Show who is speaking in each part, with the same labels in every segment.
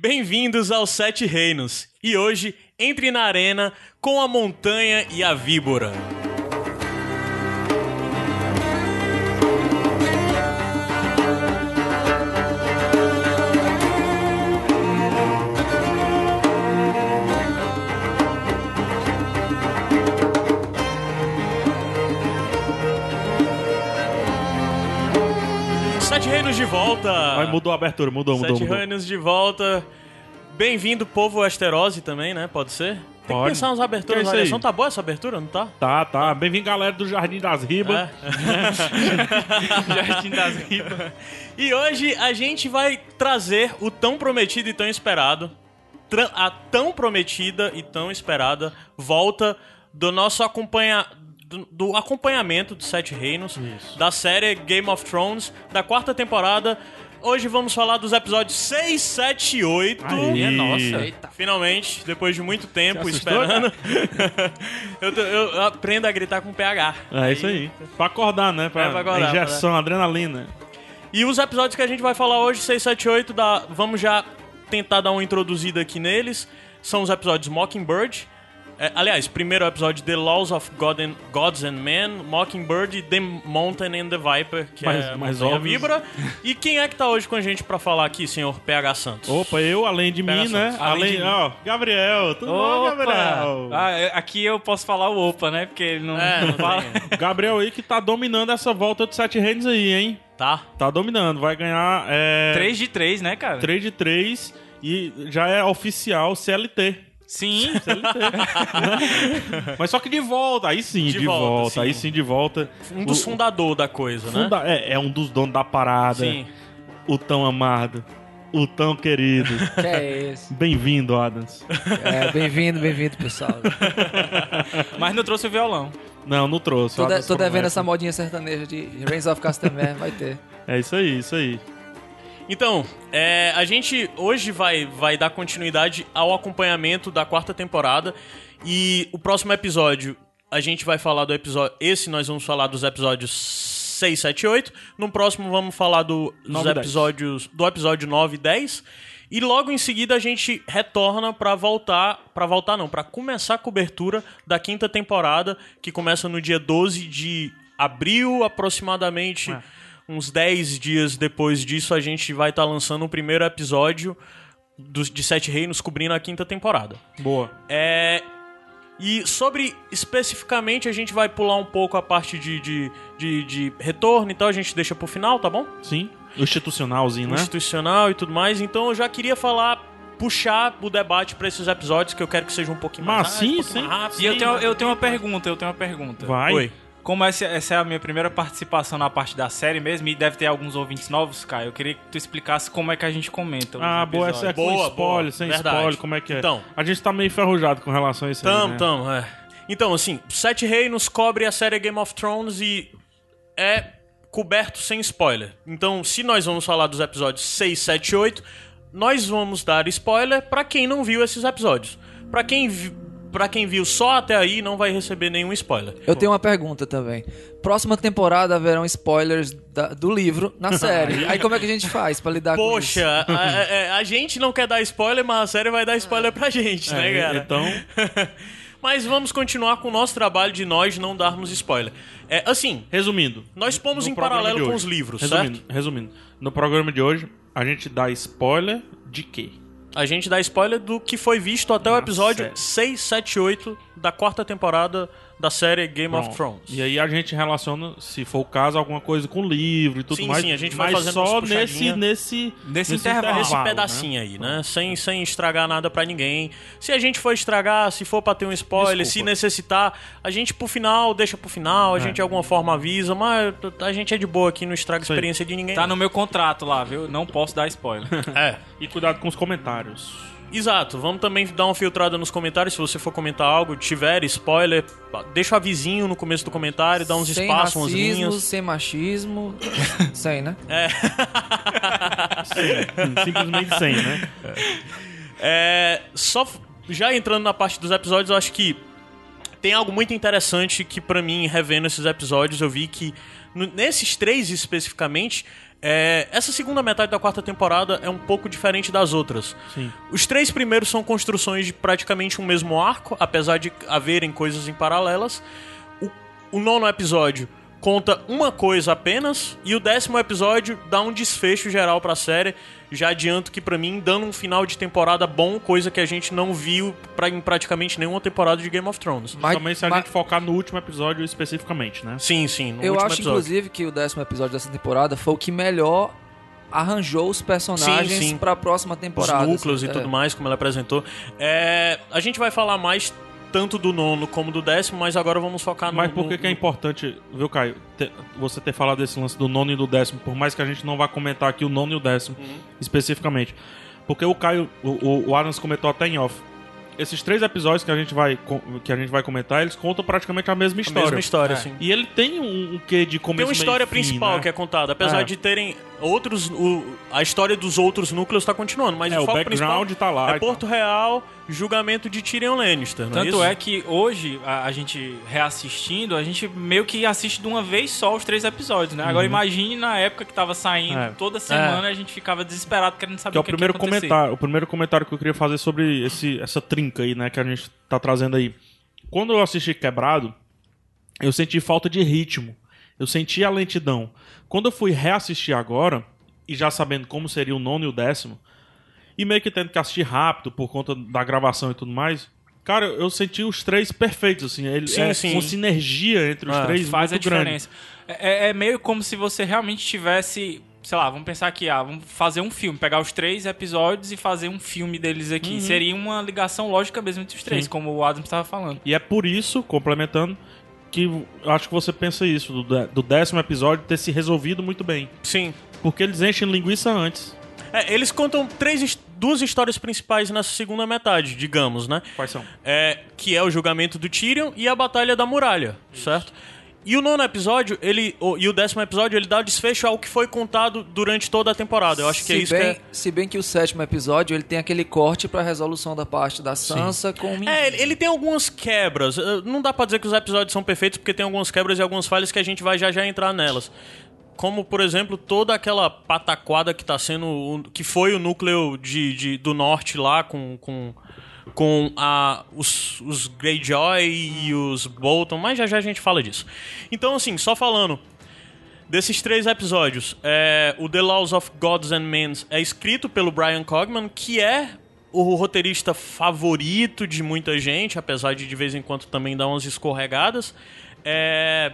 Speaker 1: Bem-vindos aos Sete Reinos. E hoje, entre na arena com a montanha e a víbora. Sete Reinos de volta.
Speaker 2: Mas mudou a abertura, mudou, mudou,
Speaker 1: Ah. Sete
Speaker 2: mudou.
Speaker 1: Reinos de volta. Bem-vindo, povo Asterose também, né? Pode ser? Tem que
Speaker 2: Pode.
Speaker 1: pensar nas aberturas
Speaker 2: Que
Speaker 1: da
Speaker 2: é isso aí?
Speaker 1: seleção. Tá boa essa abertura, não tá?
Speaker 2: Tá, tá. Bem-vindo, galera do Jardim das Ribas.
Speaker 1: Jardim das Ribas. E hoje a gente vai trazer o tão prometido e tão esperado, tra- a tão prometida e tão esperada volta do nosso acompanha do, do acompanhamento dos Sete Reinos, da série Game of Thrones, da quarta temporada. Hoje vamos falar dos episódios 6, 7 e 8.
Speaker 2: Aí.
Speaker 3: Minha nossa.
Speaker 2: Eita.
Speaker 1: Finalmente, depois de muito tempo
Speaker 2: Você assustou,
Speaker 1: esperando, eu, tô- eu aprendo a gritar com PH.
Speaker 2: É isso aí. Pra acordar, né? Pra,
Speaker 1: É, pra acordar,
Speaker 2: injeção, adrenalina.
Speaker 1: E os episódios que a gente vai falar hoje, 6, 7, 8, da... vamos já tentar dar uma introduzida aqui neles. São os episódios Mockingbird. É, aliás, primeiro episódio The Laws of God and- Gods and Men, Mockingbird e The Mountain and the Viper, que
Speaker 2: Mais-
Speaker 1: é
Speaker 2: mais
Speaker 1: Montanha
Speaker 2: óbvios.
Speaker 1: Vibra. E quem é que tá hoje com a gente pra falar aqui, senhor PH Santos?
Speaker 2: Opa, eu, além de
Speaker 1: Pega
Speaker 2: mim,
Speaker 1: só.
Speaker 2: né?
Speaker 3: Além
Speaker 2: Além,
Speaker 3: de mim.
Speaker 2: ó, Gabriel. Tudo bom, Gabriel?
Speaker 3: Opa! Ah, é- aqui eu posso falar o opa, né? Porque ele não,
Speaker 1: É, não
Speaker 3: não fala.
Speaker 1: tem.
Speaker 2: Gabriel aí que tá dominando essa volta de Sete Reinos aí, hein?
Speaker 1: Tá?
Speaker 2: Tá dominando. Vai ganhar... É,
Speaker 3: 3 de 3, né, cara?
Speaker 2: 3 de 3 e já é oficial CLT.
Speaker 3: Sim.
Speaker 2: Mas só que de volta, aí sim,
Speaker 1: De
Speaker 2: de,
Speaker 1: volta,
Speaker 2: volta,
Speaker 1: sim.
Speaker 2: aí sim, de volta.
Speaker 1: Um dos
Speaker 2: O-
Speaker 1: fundador da coisa, né?
Speaker 2: funda- é, é um dos donos da parada.
Speaker 1: Sim.
Speaker 2: O tão amado, o tão querido.
Speaker 4: Que é isso.
Speaker 2: Bem-vindo, Adams.
Speaker 4: É, bem-vindo, bem-vindo, pessoal.
Speaker 3: Mas não trouxe o violão.
Speaker 2: Não, não trouxe.
Speaker 4: Tô,
Speaker 2: o
Speaker 4: de-
Speaker 2: Adams
Speaker 4: tô devendo
Speaker 2: promete.
Speaker 4: essa modinha sertaneja de Reigns of Castamere, vai ter.
Speaker 2: É isso aí, isso aí.
Speaker 1: Então, é, a gente hoje vai, vai dar continuidade ao acompanhamento da quarta temporada. E o próximo episódio, a gente vai falar do episódio. Esse nós vamos falar dos episódios 6, 7 e 8. No próximo, vamos falar do, dos
Speaker 2: Nove e dez.
Speaker 1: episódios. Do episódio 9 e 10. E logo em seguida a gente retorna pra voltar, Pra voltar não, pra começar a cobertura da quinta temporada, que começa no dia 12 de abril, aproximadamente uns 10 dias depois disso, a gente vai estar lançando o primeiro episódio dos, de Sete Reinos cobrindo a quinta temporada.
Speaker 2: Boa.
Speaker 1: É. E sobre especificamente, a gente vai pular um pouco a parte de, de, de, de retorno e tal, a gente deixa pro final, tá bom?
Speaker 2: Sim. O institucionalzinho, né?
Speaker 1: Institucional e tudo mais. Então eu já queria falar, puxar o debate pra esses episódios que eu quero que seja um pouquinho mais
Speaker 2: Mas Ah, sim,
Speaker 1: um pouquinho
Speaker 2: sim.
Speaker 1: mais rápido.
Speaker 3: E eu tenho, eu tenho uma pergunta, eu tenho uma pergunta.
Speaker 2: Vai.
Speaker 1: Oi.
Speaker 3: Como essa, essa é a minha primeira participação na parte da série mesmo, e deve ter alguns ouvintes novos, cara, eu queria que tu explicasse como é que a gente comenta os
Speaker 2: Ah, boa, essa é
Speaker 3: episódios.
Speaker 2: com
Speaker 1: Boa,
Speaker 2: spoiler,
Speaker 1: boa.
Speaker 2: sem
Speaker 1: Verdade.
Speaker 2: spoiler, como é que é?
Speaker 1: Então.
Speaker 2: A gente tá meio enferrujado com relação a isso aí,
Speaker 1: Tamo,
Speaker 2: né?
Speaker 1: tamo, é. Então, assim, Sete Reinos cobre a série Game of Thrones e é coberto sem spoiler. Então, se nós vamos falar dos episódios 6, 7 e 8, nós vamos dar spoiler pra quem não viu esses episódios. Pra quem vi... Pra quem viu só até aí, não vai receber nenhum spoiler.
Speaker 4: Eu tenho uma pergunta também. Próxima temporada haverão spoilers da- do livro na série. Aí como é que a gente faz pra lidar com isso?
Speaker 1: Poxa, a, é, a- a- a gente não quer dar spoiler, mas a série vai dar spoiler pra gente, né,
Speaker 2: É,
Speaker 1: cara?
Speaker 2: então,
Speaker 1: Mas vamos continuar com o nosso trabalho de nós não darmos spoiler. É, assim,
Speaker 2: resumindo.
Speaker 1: nós pomos
Speaker 2: no
Speaker 1: em
Speaker 2: programa de
Speaker 1: paralelo com
Speaker 2: hoje.
Speaker 1: os livros,
Speaker 2: resumindo,
Speaker 1: certo?
Speaker 2: Resumindo. No programa de hoje, a gente dá spoiler de quê?
Speaker 1: A gente dá spoiler do que foi visto até o
Speaker 2: Na
Speaker 1: episódio
Speaker 2: série.
Speaker 1: 6, 7 8 da quarta temporada da série Game
Speaker 2: Pronto.
Speaker 1: of Thrones.
Speaker 2: E aí a gente relaciona, se for o caso, alguma coisa com o livro e tudo
Speaker 1: Sim,
Speaker 2: mais.
Speaker 1: sim, a gente vai
Speaker 2: mas
Speaker 1: fazendo
Speaker 2: só
Speaker 1: umas
Speaker 2: nesse,
Speaker 1: puxadinhas.
Speaker 2: nesse,
Speaker 3: Nesse intervalo. é.
Speaker 1: Esse
Speaker 2: né?
Speaker 1: pedacinho aí, né? Sem, sem estragar nada pra ninguém. Se a gente for estragar, se for pra ter um spoiler, se
Speaker 2: Desculpa.
Speaker 1: necessitar, a gente pro final, deixa pro final, a
Speaker 3: É.
Speaker 1: gente de alguma forma avisa, mas a gente é de boa aqui, não estraga a
Speaker 2: aí.
Speaker 1: experiência de ninguém.
Speaker 3: Tá no meu contrato lá, viu? Não posso dar spoiler.
Speaker 1: É.
Speaker 2: E cuidado com os comentários.
Speaker 1: Exato, vamos também dar uma filtrada nos comentários. Se você for comentar algo, tiver spoiler, deixa o avisinho no começo do comentário, dá uns É,
Speaker 4: sem
Speaker 1: espaços, umas
Speaker 4: racismo,
Speaker 1: linhas.
Speaker 4: sem machismo, sem, né?
Speaker 2: Hum, Simplesmente sem, né?
Speaker 1: É, só f- já entrando na parte dos episódios, eu acho que tem algo muito interessante que pra mim revendo esses episódios eu vi que no- nesses três especificamente É, essa segunda metade da quarta temporada é um pouco diferente das outras.
Speaker 2: Sim.
Speaker 1: Os três primeiros são construções de praticamente um mesmo arco, apesar de haverem coisas em paralelas. O, o nono episódio conta uma coisa apenas e o décimo episódio dá um desfecho geral pra série. Já adianto que pra mim dando um final de temporada bom, coisa que a gente não viu pra, em praticamente nenhuma temporada de Game of Thrones.
Speaker 5: Mas-
Speaker 2: Também se a
Speaker 5: mas-
Speaker 2: gente focar no último episódio especificamente, né?
Speaker 1: Sim, sim, no
Speaker 5: Eu
Speaker 1: último
Speaker 5: acho,
Speaker 1: episódio.
Speaker 5: inclusive, que o décimo episódio dessa temporada foi o que melhor arranjou os
Speaker 1: Sim,
Speaker 5: personagens
Speaker 1: sim.
Speaker 5: pra próxima
Speaker 1: os
Speaker 5: temporada.
Speaker 4: assim,
Speaker 1: núcleos e
Speaker 5: É.
Speaker 1: tudo mais, como ela apresentou. É, a gente vai falar mais tanto do nono como do décimo, mas agora vamos focar no.
Speaker 2: Mas por
Speaker 1: no-
Speaker 2: que, que é importante, viu, Caio, ter- você ter falado desse lance do nono e do décimo, por mais que a gente não vá comentar aqui o nono e o décimo especificamente. Porque o Caio, o, o, o Adams comentou até em off. Esses três episódios que a gente vai, co- que a gente vai comentar, eles contam praticamente a
Speaker 1: a
Speaker 2: mesma história.
Speaker 1: mesma história,
Speaker 3: É.
Speaker 1: sim.
Speaker 2: E ele tem um, um quê de começo,
Speaker 1: Tem uma
Speaker 2: meio e
Speaker 1: história
Speaker 2: fim,
Speaker 1: principal
Speaker 2: né?
Speaker 1: que é contada, apesar
Speaker 2: É.
Speaker 1: de terem outros. o- a história dos outros núcleos tá continuando, mas
Speaker 2: É,
Speaker 1: o
Speaker 2: o
Speaker 1: foco
Speaker 2: background
Speaker 1: principal
Speaker 2: tá lá e
Speaker 1: É
Speaker 2: tal.
Speaker 1: Porto Real, julgamento de Tyrion Lannister, não
Speaker 3: Tanto
Speaker 1: é,
Speaker 3: é que hoje, a, a gente reassistindo, a gente meio que assiste de uma vez só os três episódios, né? Agora imagine na época que tava saindo,
Speaker 2: Uhum. É.
Speaker 3: toda semana a gente ficava desesperado querendo saber
Speaker 2: Que é
Speaker 3: o
Speaker 2: o
Speaker 3: que, é
Speaker 2: primeiro
Speaker 3: que ia acontecer.
Speaker 2: comentário, o primeiro comentário que eu queria fazer sobre esse, essa trinca aí, né, que a gente tá trazendo aí. Quando eu assisti Quebrado, eu senti falta de ritmo. Eu senti a lentidão. Quando eu fui reassistir agora, e já sabendo como seria o nono e o décimo, e meio que tendo que assistir rápido por conta da gravação e tudo mais, cara, eu senti os três perfeitos, assim. Ele,
Speaker 1: Sim,
Speaker 2: é
Speaker 1: sim.
Speaker 2: Uma sinergia entre os
Speaker 1: Ah,
Speaker 2: três
Speaker 3: É, faz a
Speaker 2: muito grande.
Speaker 3: diferença. É, é- é meio como se você realmente tivesse, sei lá, vamos pensar aqui, ah, vamos fazer um filme, pegar os três episódios e fazer um filme deles aqui.
Speaker 2: Uhum.
Speaker 3: Seria uma ligação lógica mesmo entre os três, como o Adam estava falando.
Speaker 2: E é por isso, complementando, que eu acho que você pensa isso, do, dé- do décimo episódio ter se resolvido muito bem.
Speaker 1: Sim.
Speaker 2: Porque eles enchem linguiça antes.
Speaker 1: É, eles contam três, his- duas histórias principais nessa segunda metade, digamos, né?
Speaker 2: Quais são?
Speaker 1: é, que é o julgamento do Tyrion e a Batalha da Muralha, certo? E o nono episódio, ele. o- e o décimo episódio, ele dá o desfecho ao que foi contado durante toda a temporada. Eu acho que é
Speaker 5: se
Speaker 1: isso
Speaker 5: bem,
Speaker 1: que é.
Speaker 5: Se bem que o sétimo episódio ele tem aquele corte pra resolução da parte da Sansa com o menino.
Speaker 1: É, ele, ele tem algumas quebras. Eh, Não dá pra dizer que os episódios são perfeitos, porque tem algumas quebras e algumas falhas que a gente vai já já entrar nelas. Como, por exemplo, toda aquela pataquada que tá sendo. o- que foi o núcleo de, de- do norte lá com. com com a, os, os Greyjoy e os Bolton, mas já já a gente fala disso. Então, assim, só falando, Desses três episódios, é, o The Laws of Gods and Men é escrito pelo Brian Cogman, que é o roteirista favorito de muita gente, apesar de de vez em quando também dar umas escorregadas. É,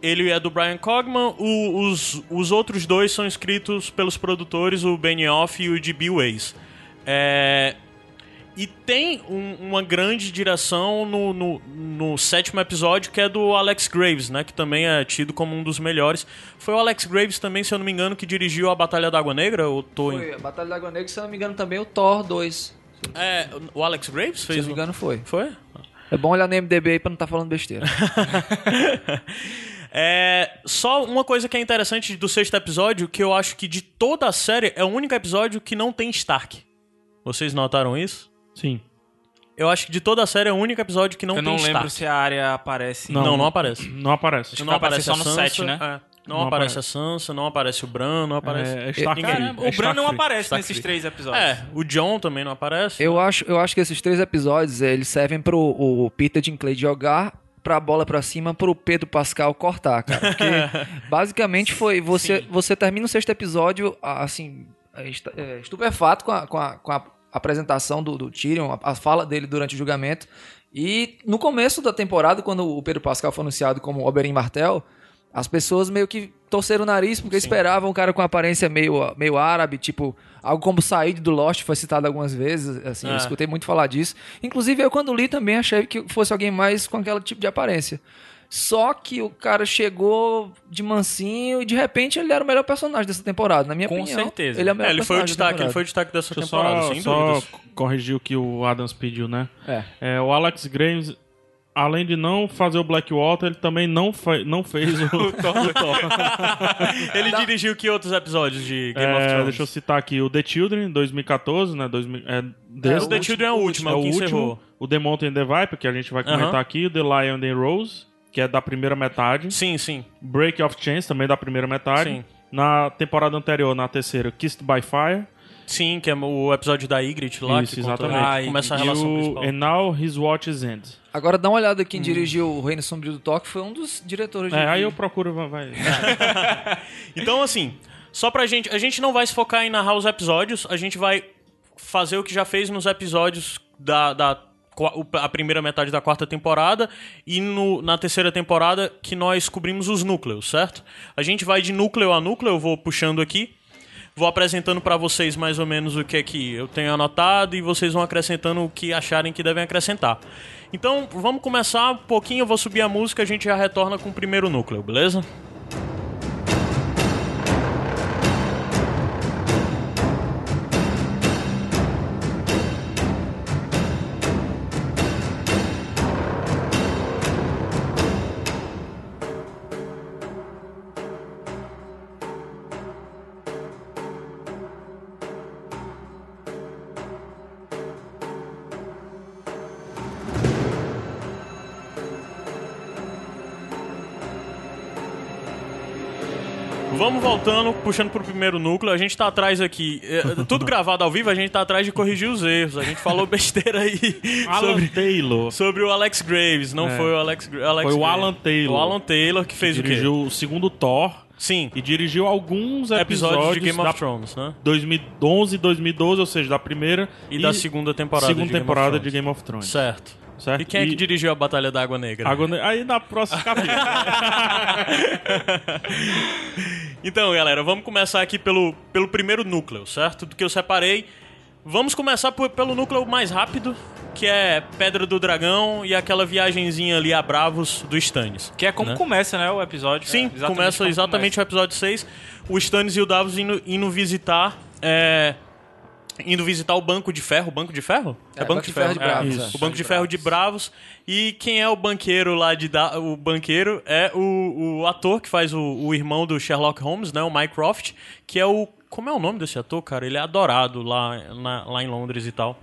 Speaker 1: ele é do Brian Cogman, o- os, os outros dois são escritos pelos produtores, o Benioff e o D.B. Weiss. É, e tem um- uma grande direção no, no- no sétimo episódio, que é do Alex Graves, né? Que também é tido como um dos melhores. Foi o Alex Graves também, se eu não me engano, que dirigiu a Batalha da Água Negra? Ou tô em-
Speaker 5: Foi a Batalha da Água Negra, se eu não me engano, também o Thor 2. Se
Speaker 1: É, o Alex Graves
Speaker 5: eu
Speaker 1: fez
Speaker 5: não
Speaker 1: o...
Speaker 5: me engano, foi.
Speaker 1: Foi?
Speaker 5: É bom olhar no MDB aí pra não estar falando besteira.
Speaker 1: É, só uma coisa que é interessante do sexto episódio, que eu acho que de toda a série é o único episódio que não tem Stark. Vocês notaram isso?
Speaker 2: Sim.
Speaker 1: Eu acho que de toda a série é o único episódio que não
Speaker 3: Eu
Speaker 1: tem
Speaker 3: não
Speaker 1: Stark.
Speaker 3: lembro se a área aparece.
Speaker 1: Não, não, aparece.
Speaker 2: Não aparece.
Speaker 3: Acho
Speaker 1: Não
Speaker 3: que vai
Speaker 1: aparece
Speaker 3: aparecer
Speaker 1: a
Speaker 3: só no
Speaker 1: Sansa,
Speaker 3: set, né?
Speaker 1: é. Não,
Speaker 2: Não
Speaker 1: aparece a Sansa, não aparece o Bran, não aparece.
Speaker 2: É, é Stark
Speaker 5: Ninguém.
Speaker 2: Free. É
Speaker 3: Caramba, o Bran
Speaker 2: Stark
Speaker 3: não
Speaker 2: Free.
Speaker 3: aparece
Speaker 2: Stark
Speaker 3: nesses
Speaker 2: Free.
Speaker 3: três episódios.
Speaker 1: É, o John também não aparece.
Speaker 5: Eu acho, eu acho que esses três episódios eh, eles servem pro o Peter Dinklage jogar pra bola pra cima pro Pedro Pascal cortar, cara. Porque basicamente foi você você termina o sexto episódio ah, assim est- eh, estupefato com a, com a, com a apresentação do, do Tyrion, a, a fala dele durante o julgamento. E no começo da temporada, quando o Pedro Pascal foi anunciado como Oberyn Martel, as pessoas meio que torceram o nariz porque esperavam um cara com aparência meio, meio árabe, tipo, algo como Said do Lost, foi citado algumas vezes, assim, eu
Speaker 1: É.
Speaker 5: escutei muito falar disso. Inclusive, eu quando li também achei que fosse alguém mais com aquele tipo de aparência. Só que o cara chegou de mansinho e de repente ele era o melhor personagem dessa temporada, na minha
Speaker 3: Com
Speaker 5: opinião.
Speaker 3: certeza.
Speaker 5: Ele é o
Speaker 1: É,
Speaker 5: melhor
Speaker 1: ele foi o
Speaker 5: personagem da
Speaker 1: destaque, ele foi o destaque dessa
Speaker 2: Deixa eu
Speaker 1: temporada,
Speaker 2: só,
Speaker 1: sem
Speaker 2: só
Speaker 1: dúvidas.
Speaker 2: corrigir o que o Adams pediu, né?
Speaker 5: temporada. É.
Speaker 2: É, o Alex Graves, além de não fazer o Blackwater, ele também não, fa- não fez o, o Thor.
Speaker 1: Ele dirigiu que outros episódios de Game of
Speaker 2: É,
Speaker 1: Thrones?
Speaker 2: deixa eu citar aqui o The Children, 2014, né? 2000, é,
Speaker 1: o
Speaker 2: desse-
Speaker 1: The Children é o último, é o que encerrou.
Speaker 2: O The Mountain and the Viper, que a gente vai
Speaker 1: Aham.
Speaker 2: comentar aqui. O The Lion and the Rose. que é da primeira metade.
Speaker 1: Sim, sim.
Speaker 2: Break of Chains, também da primeira metade.
Speaker 1: Sim.
Speaker 2: Na temporada anterior, na terceira, Kissed by Fire.
Speaker 1: Sim, que é o episódio da Ygritte lá,
Speaker 2: Isso,
Speaker 1: que conta-
Speaker 2: exatamente.
Speaker 1: que começa a
Speaker 2: e
Speaker 1: relação
Speaker 2: o
Speaker 1: principal.
Speaker 2: And Now His Watch Is End.
Speaker 4: Agora dá uma olhada
Speaker 1: Hum.
Speaker 4: quem dirigiu o Reino Sombrio do Toque, foi um dos diretores
Speaker 2: É,
Speaker 4: de...
Speaker 2: aí eu procuro, vai- vai.
Speaker 1: É, Então, assim, só pra gente. A gente não vai se focar em narrar os episódios, a gente vai fazer o que já fez nos episódios da. da qua- o- a primeira metade da quarta temporada e no- na terceira temporada que nós cobrimos os núcleos, certo? A gente vai de núcleo a núcleo, eu vou puxando aqui, vou apresentando pra vocês mais ou menos o que é que eu tenho anotado e vocês vão acrescentando o que acharem que devem acrescentar. Então, vamos começar um pouquinho, eu vou subir a música, a gente já retorna com o primeiro núcleo, beleza? Vamos voltando, puxando pro primeiro núcleo. A gente tá atrás aqui, é, tudo gravado ao vivo, a gente tá atrás de corrigir os erros. A gente falou besteira aí
Speaker 2: Alan
Speaker 1: sobre,
Speaker 2: Taylor.
Speaker 1: sobre o Alex Graves. Não
Speaker 2: É.
Speaker 1: foi o Alex, Gra- Alex
Speaker 2: Foi o
Speaker 1: Graves.
Speaker 2: Alan
Speaker 1: O
Speaker 2: Taylor.
Speaker 1: Alan Taylor que fez o quê?
Speaker 2: dirigiu o segundo Thor
Speaker 1: Sim,
Speaker 2: e dirigiu alguns episódios,
Speaker 1: episódios de Game
Speaker 2: da
Speaker 1: of Thrones, né?
Speaker 2: 2011 e 2012, ou seja, da primeira
Speaker 1: E, da segunda temporada
Speaker 2: segunda
Speaker 1: de Game
Speaker 2: temporada
Speaker 1: of
Speaker 2: de
Speaker 1: Thrones.
Speaker 2: Game of Thrones.
Speaker 1: Certo.
Speaker 2: Certo?
Speaker 1: E quem é que dirigiu a Batalha da Água Negra?
Speaker 2: Água Ne- Aí na próxima capítulo.
Speaker 1: Então, galera, vamos começar aqui pelo, pelo primeiro núcleo, certo? Do que eu separei. Vamos começar por- pelo núcleo mais rápido, que é Pedra do Dragão e aquela viagenzinha ali a Bravos do Stannis.
Speaker 3: Que é como
Speaker 1: Né?
Speaker 3: começa, né, o episódio.
Speaker 1: Sim,
Speaker 3: É, exatamente
Speaker 1: começa
Speaker 3: como
Speaker 1: exatamente o episódio 6, o Stannis e o Davos indo, indo visitar... é, indo visitar o Banco de Ferro. Banco de Ferro?
Speaker 4: É, Banco de Ferro de Bravos,
Speaker 1: isso.
Speaker 4: é.
Speaker 1: O Banco de Ferro de Bravos. E quem é o banqueiro lá de... Da... O banqueiro é o, o ator que faz o, o irmão do Sherlock Holmes, né? O Mycroft, que é o... Como é o nome desse ator, cara? Ele é adorado lá, na- lá em Londres e tal.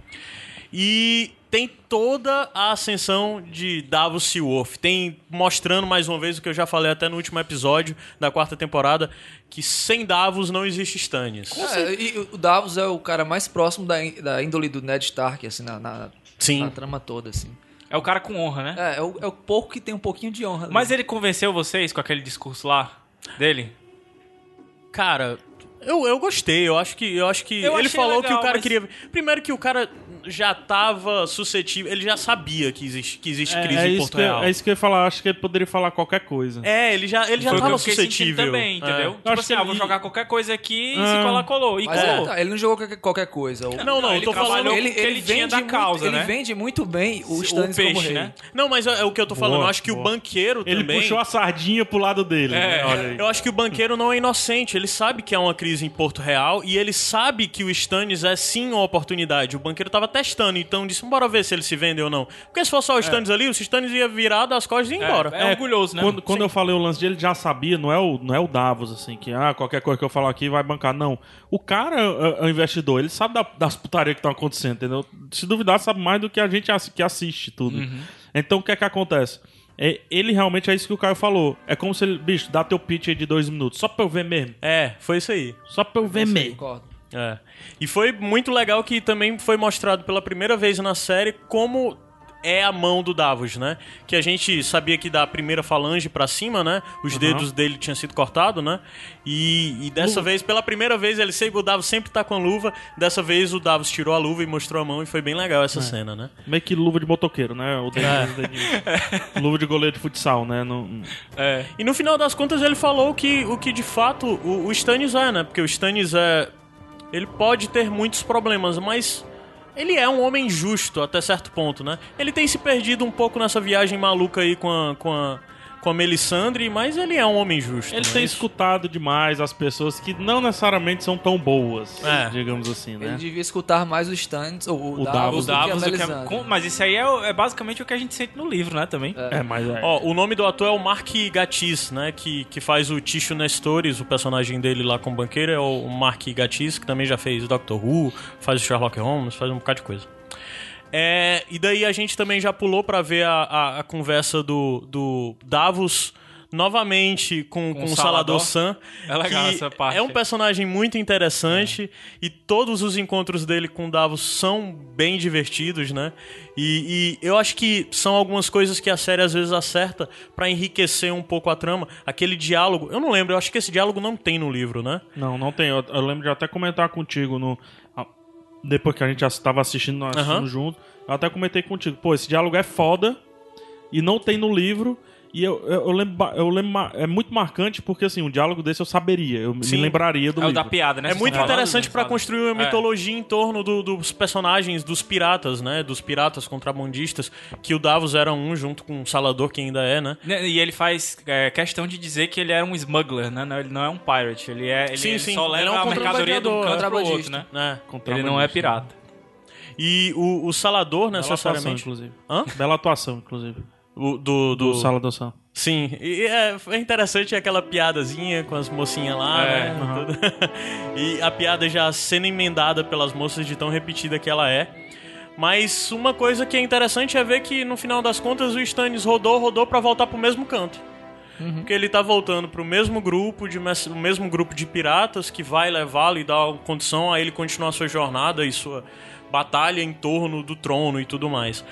Speaker 1: E tem toda a ascensão de Davos Seaworth. Tem mostrando mais uma vez o que eu já falei até no último episódio da quarta temporada, que sem Davos não existe Stannis.
Speaker 4: É, e o Davos é o cara mais próximo da, í- da índole do Ned Stark, assim, na, na,
Speaker 1: Sim.
Speaker 4: na trama toda, assim.
Speaker 3: É o cara com honra, né?
Speaker 4: É, é o, é o pouco que tem um pouquinho de honra.
Speaker 3: Mas ele convenceu vocês com aquele discurso lá dele?
Speaker 1: Cara, eu, eu gostei. Eu acho que, eu acho que
Speaker 3: Eu
Speaker 1: ele
Speaker 3: achei
Speaker 1: falou
Speaker 3: legal,
Speaker 1: que o cara
Speaker 3: mas-
Speaker 1: queria. Primeiro que o cara já tava suscetível, ele já sabia que existe, que existe crise
Speaker 2: é,
Speaker 1: em
Speaker 2: isso
Speaker 1: Porto
Speaker 2: que,
Speaker 1: Real.
Speaker 2: é isso que eu ia falar, acho que ele poderia falar qualquer coisa.
Speaker 1: É, ele já, ele já
Speaker 3: Foi o que
Speaker 1: tava
Speaker 3: eu fiquei sentindo
Speaker 1: suscetível.
Speaker 3: também, entendeu?
Speaker 1: É.
Speaker 3: Tipo
Speaker 2: Acho
Speaker 3: assim,
Speaker 2: que
Speaker 3: ah, vou
Speaker 2: ele-
Speaker 3: jogar qualquer coisa aqui e
Speaker 2: Ah.
Speaker 3: se cola, colou. E
Speaker 4: Mas
Speaker 5: é,
Speaker 3: colou.
Speaker 4: ele, tá, ele não jogou qualquer, qualquer coisa. O-
Speaker 1: Não, não,
Speaker 3: Não,
Speaker 1: eu
Speaker 3: ele
Speaker 1: tô falando.
Speaker 3: trabalhou
Speaker 4: ele,
Speaker 3: que ele
Speaker 4: vende
Speaker 3: tinha da
Speaker 4: muito,
Speaker 3: causa,
Speaker 4: ele
Speaker 3: né?
Speaker 4: vende muito bem o
Speaker 3: O
Speaker 4: Stannis como
Speaker 3: peixe,
Speaker 4: rei.
Speaker 3: né?
Speaker 1: Não, mas é, é o que eu tô falando.
Speaker 2: Boa,
Speaker 1: eu acho que o
Speaker 2: boa.
Speaker 1: banqueiro
Speaker 2: Ele
Speaker 1: também. É,
Speaker 2: puxou a sardinha pro lado dele, né? Olha aí.
Speaker 1: Eu acho que o banqueiro não é inocente. Ele sabe que há uma crise em Porto Real e ele sabe que o Stannis é sim uma oportunidade. O banqueiro tava testando, então disse: bora ver se ele se vende ou não. Porque se
Speaker 2: É.
Speaker 1: fosse só o Stannis ali, o Stannis ia virar das costas e ir embora.
Speaker 3: é orgulhoso, né?
Speaker 2: Quando, quando eu falei o lance dele, ele já sabia, não é, o, não é o Davos, assim, que ah, qualquer coisa que eu falar aqui vai bancar. Não. O cara é, é um investidor, ele sabe da- das putarias que estão acontecendo, entendeu? Se duvidar, sabe mais do que a gente assi- que assiste tudo.
Speaker 1: Uhum.
Speaker 2: Então, o que é que acontece? É, ele realmente é isso que o Caio falou. É como se ele, bicho, dá teu pitch aí de dois minutos, só pra eu ver mesmo.
Speaker 1: É, foi isso aí.
Speaker 2: Só pra eu ver
Speaker 4: Sim,
Speaker 2: mesmo.
Speaker 4: concordo.
Speaker 1: É. E foi muito legal que também foi mostrado pela primeira vez na série como é a mão do Davos, né? Que a gente sabia que da primeira falange pra cima, né? Os dedos dele tinham sido cortados, né? E, e dessa vez, pela primeira vez, ele sempre, o Davos sempre tá com a luva. Dessa vez o Davos tirou a luva e mostrou a mão e foi bem legal essa cena, né?
Speaker 2: Meio que luva de motoqueiro, né? O dedinho, o dedinho. Luva de goleiro de futsal, né? Não-
Speaker 3: É.
Speaker 1: E no final das contas ele falou que o que de fato o, o Stannis é, né? Porque o Stannis é. Ele pode ter muitos problemas, mas ele é um homem justo até certo ponto, né? Ele tem se perdido um pouco nessa viagem maluca aí com a, com a, com a Melisandre, mas ele é um homem justo.
Speaker 2: Ele
Speaker 1: né?
Speaker 2: tem
Speaker 1: Isso-
Speaker 2: escutado demais as pessoas que não necessariamente são tão boas,
Speaker 1: É.
Speaker 2: digamos assim,
Speaker 4: Ele
Speaker 2: né?
Speaker 4: devia escutar mais o Stannis, ou o,
Speaker 2: O
Speaker 3: O
Speaker 4: Davos, do
Speaker 3: Davos,
Speaker 4: que a
Speaker 3: o que é-
Speaker 4: Melisandre.
Speaker 3: com- mas isso aí é, o- é basicamente o que a gente sente no livro, né, também.
Speaker 2: É, mas é.
Speaker 1: Ó, o nome do ator é o Mark Gatiss, né? Que, que faz o Ticho Nestores, o personagem dele lá com o banqueiro é o Mark Gatiss, que também já fez Doctor Who, faz o Sherlock Holmes, faz um bocado de coisa. É, e daí a gente também já pulou pra ver a, a, a conversa do, do Davos novamente com,
Speaker 3: Com
Speaker 1: com, o
Speaker 3: o
Speaker 1: Salador
Speaker 3: Salador.
Speaker 1: San.
Speaker 3: É legal
Speaker 1: que
Speaker 3: essa parte. É.
Speaker 1: É um personagem muito interessante e todos os encontros dele com o Davos são bem divertidos, né? E, e eu acho que são algumas coisas que a série às vezes acerta pra enriquecer um pouco a trama. Aquele diálogo, eu não lembro, eu acho que esse diálogo não tem no livro, né?
Speaker 2: Não, não tem. Eu, eu lembro de até comentar contigo no. a- Depois que a gente já estava assistindo, nós assistindo
Speaker 1: Aham.
Speaker 2: junto. Eu até comentei contigo. Pô, esse diálogo é foda. E não tem no livro. E eu, eu, eu lembro. ba- Eu lembro ma- é muito marcante porque, assim, um diálogo desse eu saberia. Eu
Speaker 1: Sim.
Speaker 2: me lembraria do
Speaker 3: É o
Speaker 2: livro.
Speaker 3: da piada, né?
Speaker 1: É
Speaker 3: Vocês
Speaker 1: muito
Speaker 3: estão falando,
Speaker 1: interessante
Speaker 3: né?
Speaker 1: pra
Speaker 3: Sabe?
Speaker 1: construir uma
Speaker 3: É.
Speaker 1: mitologia em torno do- dos personagens, dos piratas, né? Dos piratas contrabandistas, que o Davos era um junto com o Salador, que ainda é, né?
Speaker 3: Né, E ele faz é, questão de dizer que ele era um smuggler, né? Não, ele não é um pirate. Ele, é, ele,
Speaker 1: Sim,
Speaker 3: ele
Speaker 1: sim,
Speaker 3: só leva
Speaker 1: ele é um
Speaker 3: a mercadoria do canto pro
Speaker 4: contrabandista.
Speaker 3: outro, né?
Speaker 1: É.
Speaker 3: Ele não é pirata.
Speaker 1: E o, o Salador,
Speaker 2: Bela atuação,
Speaker 1: necessariamente.
Speaker 2: inclusive.
Speaker 1: Hã?
Speaker 2: Bela atuação, inclusive.
Speaker 1: O, do,
Speaker 2: Do
Speaker 1: do,
Speaker 2: Sala do Sam.
Speaker 1: Sim. E é, é interessante aquela piadazinha com as mocinhas lá,
Speaker 3: É,
Speaker 1: né? Tudo. e a piada já sendo emendada pelas moças de tão repetida que ela é. Mas uma coisa que é interessante é ver que no final das contas o Stannis rodou, rodou pra voltar pro mesmo canto. Porque ele tá voltando pro mesmo grupo, de, mes- o mesmo grupo de piratas que vai levá-lo e dar condição a ele continuar sua jornada e sua batalha em torno do trono e tudo mais.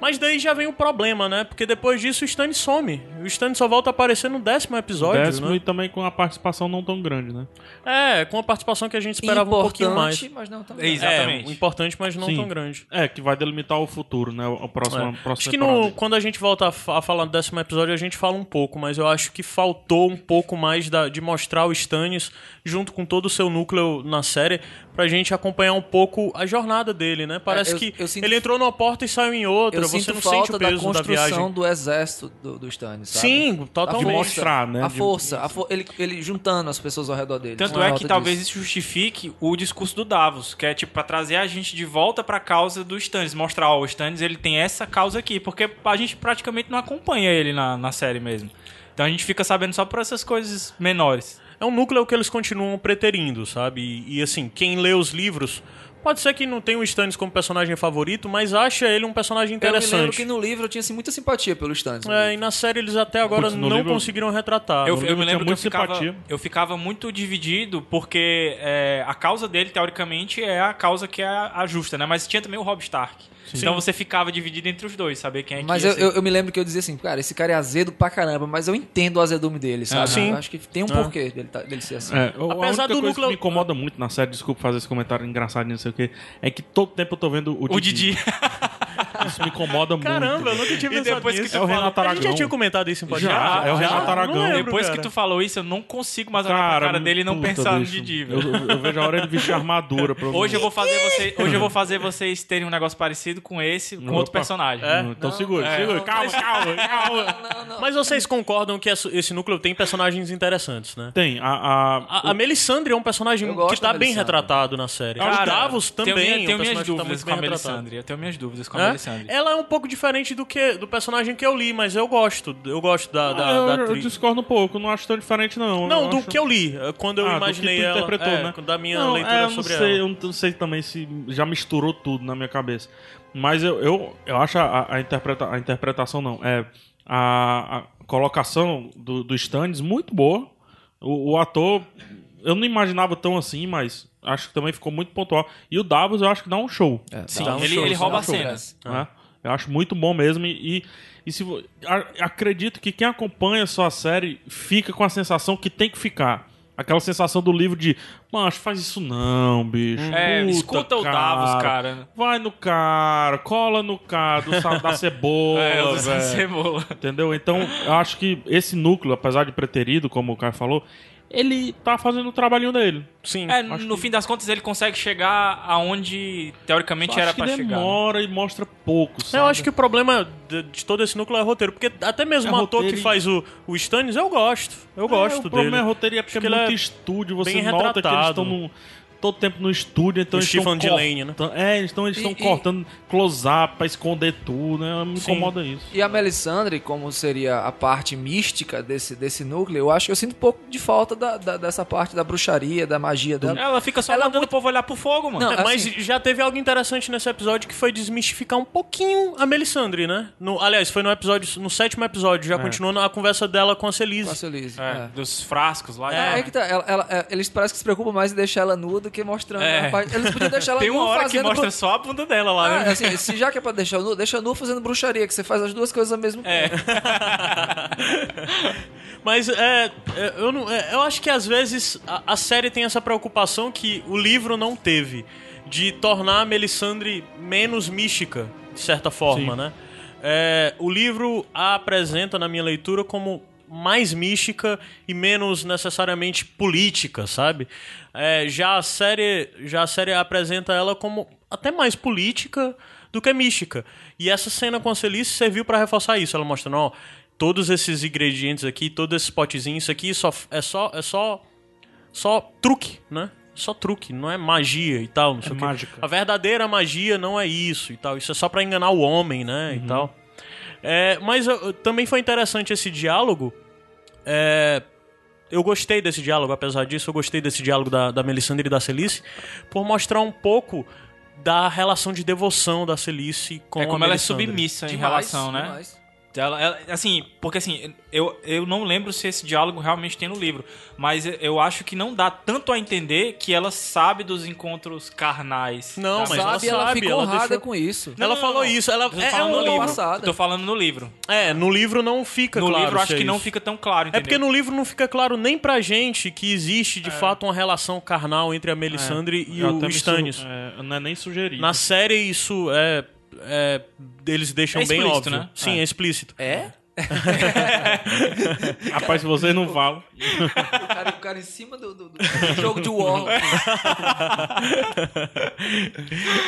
Speaker 1: Mas daí já vem o problema, né? Porque depois disso o Stannis some. O Stannis só volta a aparecer no décimo episódio,
Speaker 2: Décimo
Speaker 1: né?
Speaker 2: e também com a participação não tão grande, né?
Speaker 1: É, com a participação que a gente esperava um pouquinho mais.
Speaker 4: mas não tão
Speaker 3: Exato.
Speaker 1: É,
Speaker 3: Exatamente.
Speaker 1: importante, mas não
Speaker 2: Sim.
Speaker 1: tão grande.
Speaker 2: É, que vai delimitar o futuro, né? O próximo,
Speaker 1: É.
Speaker 2: a próxima
Speaker 1: Acho que
Speaker 2: temporada.
Speaker 1: no, quando a gente volta a, fa- a falar do décimo episódio, a gente fala um pouco, mas eu acho que faltou um pouco mais da- de mostrar o Stannis junto com todo o seu núcleo na série pra gente acompanhar um pouco a jornada dele, né? Parece
Speaker 4: É, eu-
Speaker 1: que
Speaker 4: eu sinto-
Speaker 1: ele entrou numa porta e saiu em outra,
Speaker 4: Eu
Speaker 1: você
Speaker 4: sinto
Speaker 1: não
Speaker 4: falta
Speaker 1: sente o
Speaker 4: da
Speaker 1: peso da,
Speaker 4: construção
Speaker 1: viagem.
Speaker 4: do exército do, do Stannis, sabe?
Speaker 1: Sim,
Speaker 4: a
Speaker 1: totalmente.
Speaker 4: força,
Speaker 2: mostrar, né?
Speaker 4: A
Speaker 2: De-
Speaker 4: força, a fo- ele, ele juntando as pessoas ao redor dele.
Speaker 3: Tanto
Speaker 4: Sinto
Speaker 3: é
Speaker 4: falta
Speaker 3: que talvez
Speaker 4: disso.
Speaker 3: isso justifique o discurso do Davos, que é tipo pra trazer a gente de volta pra causa do Stannis, mostrar ó, o Stannis ele tem essa causa aqui, porque a gente praticamente não acompanha ele na, na série mesmo. Então a gente fica sabendo só por essas coisas menores.
Speaker 1: É um núcleo que eles continuam preterindo, sabe? E, e, assim, quem lê os livros pode ser que não tenha o Stannis como personagem favorito, mas acha ele um personagem
Speaker 4: Eu me lembro
Speaker 1: interessante.
Speaker 4: que no livro eu tinha assim, muita simpatia pelo Stannis. no
Speaker 1: É, e
Speaker 4: livro.
Speaker 1: na série eles até agora
Speaker 2: Putz, no
Speaker 1: não
Speaker 2: livro-
Speaker 1: conseguiram retratar.
Speaker 3: Eu,
Speaker 1: No
Speaker 3: eu me
Speaker 2: tinha
Speaker 3: lembro que eu
Speaker 2: muita
Speaker 3: ficava,
Speaker 2: simpatia.
Speaker 3: eu ficava muito dividido, porque é, a causa dele, teoricamente, é a causa que é a justa, né? Mas tinha também o Rob Stark. Então você ficava dividido entre os dois, saber quem é
Speaker 4: Mas
Speaker 3: que ia
Speaker 4: eu,
Speaker 3: ser.
Speaker 4: eu, eu me lembro que eu dizia assim, cara, esse cara é azedo pra caramba, mas eu entendo o azedume dele, sabe?
Speaker 1: Sim.
Speaker 4: Eu acho que tem um porquê dele, tá- dele ser assim.
Speaker 2: É, o-
Speaker 1: Apesar
Speaker 2: a
Speaker 1: do
Speaker 2: única coisa
Speaker 1: núcleo-
Speaker 2: que me incomoda muito na série, desculpa fazer esse comentário engraçado e não sei o que, é que todo tempo eu tô vendo o Didi.
Speaker 3: O Didi.
Speaker 2: Isso me incomoda muito.
Speaker 1: Caramba, eu nunca tinha
Speaker 3: E
Speaker 1: pensado
Speaker 3: depois que
Speaker 1: nisso.
Speaker 3: tu
Speaker 2: É o Renato
Speaker 1: A gente já
Speaker 2: Aragão.
Speaker 1: tinha comentado isso em podcast.
Speaker 2: Já, é o Renato
Speaker 1: Não
Speaker 2: Aragão.
Speaker 1: lembro,
Speaker 3: Depois que
Speaker 1: cara.
Speaker 3: tu falou isso, eu não consigo mais olhar pra cara dele e não
Speaker 2: puta,
Speaker 3: pensar no
Speaker 2: bicho.
Speaker 3: Didi,
Speaker 2: eu,
Speaker 3: velho.
Speaker 2: eu vejo a hora ele vestir armadura. Pra
Speaker 3: Hoje eu, vou fazer você, hoje eu vou fazer vocês terem um negócio parecido com esse, com outro
Speaker 2: Opa.
Speaker 3: personagem.
Speaker 1: É.
Speaker 2: Não, Então segura, segura. Calma, calma, calma.
Speaker 4: Não, não.
Speaker 1: Mas vocês concordam que essa- esse núcleo tem personagens interessantes, né?
Speaker 2: Tem, a... a-
Speaker 1: A, a Melisandre é um personagem
Speaker 4: Eu gosto
Speaker 1: que tá
Speaker 4: da
Speaker 1: bem
Speaker 4: Melisandre.
Speaker 1: retratado na série. o Davos também
Speaker 3: tenho, minha-
Speaker 1: é um
Speaker 3: tenho minhas
Speaker 1: personagem que tá
Speaker 3: dúvidas
Speaker 1: muito
Speaker 3: com a
Speaker 1: bem retratado.
Speaker 3: Melisandre. Eu tenho minhas dúvidas com a
Speaker 1: Hã?
Speaker 3: Melisandre.
Speaker 1: Ela é um pouco diferente do que do personagem que eu li, mas eu gosto. Eu gosto da, da,
Speaker 2: eu,
Speaker 1: da
Speaker 2: eu
Speaker 1: atriz.
Speaker 2: discordo um pouco, não acho tão diferente não.
Speaker 1: Não,
Speaker 2: eu
Speaker 1: do
Speaker 2: acho-
Speaker 1: que eu li, eh, quando eu
Speaker 2: Ah, do
Speaker 1: imaginei
Speaker 2: que tu
Speaker 1: ela.
Speaker 2: interpretou,
Speaker 1: é,
Speaker 2: né?
Speaker 1: Da minha
Speaker 2: Não,
Speaker 1: leitura
Speaker 2: é, eu não
Speaker 1: sobre ela.
Speaker 2: sei, Eu não sei também se já misturou tudo na minha cabeça. Mas eu, eu, eu acho a, a, interpreta, a interpretação, não. É, a, a colocação do, do Stannis muito boa. O, o ator, eu não imaginava tão assim, mas acho que também ficou muito pontual. E o Davos, eu acho que dá um show.
Speaker 4: É,
Speaker 3: Sim,
Speaker 4: dá um
Speaker 3: ele-
Speaker 4: show,
Speaker 3: ele
Speaker 4: sim,
Speaker 3: rouba
Speaker 4: dá um
Speaker 3: a
Speaker 4: show.
Speaker 3: cena.
Speaker 2: né? Eu acho muito bom mesmo. E, e- e se, vo- a- acredito que quem acompanha só a série fica com a sensação que tem que ficar. Aquela sensação do livro de, macho, faz isso não, bicho.
Speaker 3: É,
Speaker 2: Puta,
Speaker 3: escuta o Davos, cara.
Speaker 2: Vai no cara, cola no cara, do sal da cebola,
Speaker 3: É, eu
Speaker 2: velho.
Speaker 3: cebola.
Speaker 2: Entendeu? Então, eu acho que esse núcleo, apesar de preterido, como o Caio falou, ele tá fazendo o trabalhinho dele.
Speaker 1: Sim.
Speaker 3: É, no fim das contas ele consegue chegar aonde teoricamente
Speaker 2: Só
Speaker 3: era
Speaker 2: acho que
Speaker 3: pra
Speaker 1: é
Speaker 3: chegar. né?
Speaker 2: demora e mostra pouco,
Speaker 1: Eu
Speaker 2: sabe?
Speaker 1: acho que o problema de, de todo esse núcleo é o roteiro, porque até mesmo
Speaker 2: É
Speaker 1: o ator
Speaker 2: roteiro
Speaker 1: que
Speaker 2: e-
Speaker 1: faz o, o Stannis, eu gosto. Eu gosto
Speaker 2: o
Speaker 1: dele.
Speaker 2: problema é roteiro e é porque
Speaker 1: que
Speaker 2: é
Speaker 1: ele
Speaker 2: muito
Speaker 1: é
Speaker 2: estúdio, você
Speaker 1: bem
Speaker 2: nota que eles
Speaker 1: retratado.
Speaker 2: estão num, todo tempo no estúdio, então
Speaker 1: O
Speaker 2: eles estão
Speaker 1: Stephen
Speaker 2: cor-
Speaker 1: Delaney, né?
Speaker 2: tão- É, então eles estão
Speaker 4: E- e-
Speaker 2: cortando close-up pra esconder tudo, né? Me
Speaker 1: Sim.
Speaker 2: incomoda isso.
Speaker 4: E a Melisandre, como seria a parte mística desse, desse núcleo, eu acho que eu sinto um pouco de falta da- da- dessa parte da bruxaria, da magia dela.
Speaker 3: Ela fica só
Speaker 4: Ela é
Speaker 3: mandando o povo olhar pro fogo, mano.
Speaker 4: Não,
Speaker 1: É, Mas
Speaker 4: assim-
Speaker 1: já teve algo interessante nesse episódio que foi desmistificar um pouquinho a Melisandre, né? No, aliás, foi no episódio, no sétimo episódio,
Speaker 2: É.
Speaker 1: já continuou na- a conversa dela com a
Speaker 4: Com a
Speaker 1: Celise.
Speaker 4: Celise,
Speaker 3: É,
Speaker 4: é.
Speaker 3: Dos frascos lá.
Speaker 4: É,
Speaker 3: né?
Speaker 4: que tá. ela- ela- é, eles parecem que se preocupam mais em deixar ela nua do que mostrando.
Speaker 3: É.
Speaker 4: né? Eles podiam deixar ela
Speaker 3: Tem uma
Speaker 4: nua
Speaker 3: hora que
Speaker 4: fazendo
Speaker 3: mostra
Speaker 4: bru-
Speaker 3: só a bunda dela lá,
Speaker 4: Ah,
Speaker 3: né?
Speaker 4: assim, se já que é pra deixar nua, deixa nua fazendo bruxaria, que você faz as duas coisas ao mesmo tempo.
Speaker 1: Mas é, é, eu, não- é, eu acho que às vezes a, a série tem essa preocupação que o livro não teve de tornar a Melisandre menos mística, de certa forma, né? É, o livro a apresenta, na minha leitura, como mais mística e menos necessariamente política, sabe? É, já a série já a série apresenta ela como até mais política do que mística. E essa cena com a Celice serviu pra reforçar isso. Ela mostrando, ó, todos esses ingredientes aqui, todos esses potezinhos, isso aqui só é só é só só truque, né? Só truque, não é magia e tal, não sei o quê.
Speaker 2: mágica.
Speaker 1: A verdadeira magia não é isso e tal. Isso é só pra enganar o homem, né? E tal. É, mas ó, também foi interessante esse diálogo. É, eu gostei desse diálogo, apesar disso, eu gostei desse diálogo da, da Melisandre e da Celice, por mostrar um pouco da relação de devoção da Celice com
Speaker 3: É
Speaker 1: a
Speaker 3: como ela é
Speaker 1: Melisandre.
Speaker 3: submissa em
Speaker 4: Demais,
Speaker 3: relação, né?
Speaker 4: demais.
Speaker 3: Ela, ela- assim, porque assim, eu, eu não lembro se esse diálogo realmente tem no livro, mas eu acho que não dá tanto a entender que ela sabe dos encontros carnais.
Speaker 1: Não,
Speaker 3: da
Speaker 1: mas
Speaker 4: sabe,
Speaker 1: ela
Speaker 4: ela,
Speaker 1: sabe,
Speaker 4: ficou
Speaker 1: ela
Speaker 4: honrada
Speaker 1: deixou-
Speaker 4: com isso.
Speaker 1: Ela
Speaker 3: não,
Speaker 1: falou
Speaker 3: não.
Speaker 1: isso, ela
Speaker 3: Eu tô
Speaker 1: é,
Speaker 3: falando
Speaker 1: um-
Speaker 3: no livro.
Speaker 4: passada.
Speaker 3: Eu Tô falando no livro.
Speaker 1: é, no livro não fica
Speaker 3: No
Speaker 1: claro.
Speaker 3: livro eu
Speaker 1: se
Speaker 3: acho
Speaker 1: é
Speaker 3: que não
Speaker 1: isso.
Speaker 3: fica tão claro,
Speaker 1: É
Speaker 3: entendeu?
Speaker 1: porque no livro não fica claro nem pra gente que existe de fato uma relação carnal entre a Melisandre e
Speaker 2: Eu até
Speaker 1: o
Speaker 2: tá me su-
Speaker 1: Stannis.
Speaker 2: é, não é nem sugerido.
Speaker 1: Na série isso é, é- eles deixam
Speaker 3: É
Speaker 1: bem
Speaker 3: explícito,
Speaker 1: óbvio.
Speaker 3: né?
Speaker 1: Sim, é. explícito.
Speaker 4: É?
Speaker 2: Rapaz, vocês não falam.
Speaker 4: O cara, o cara em cima do, do- do jogo de War.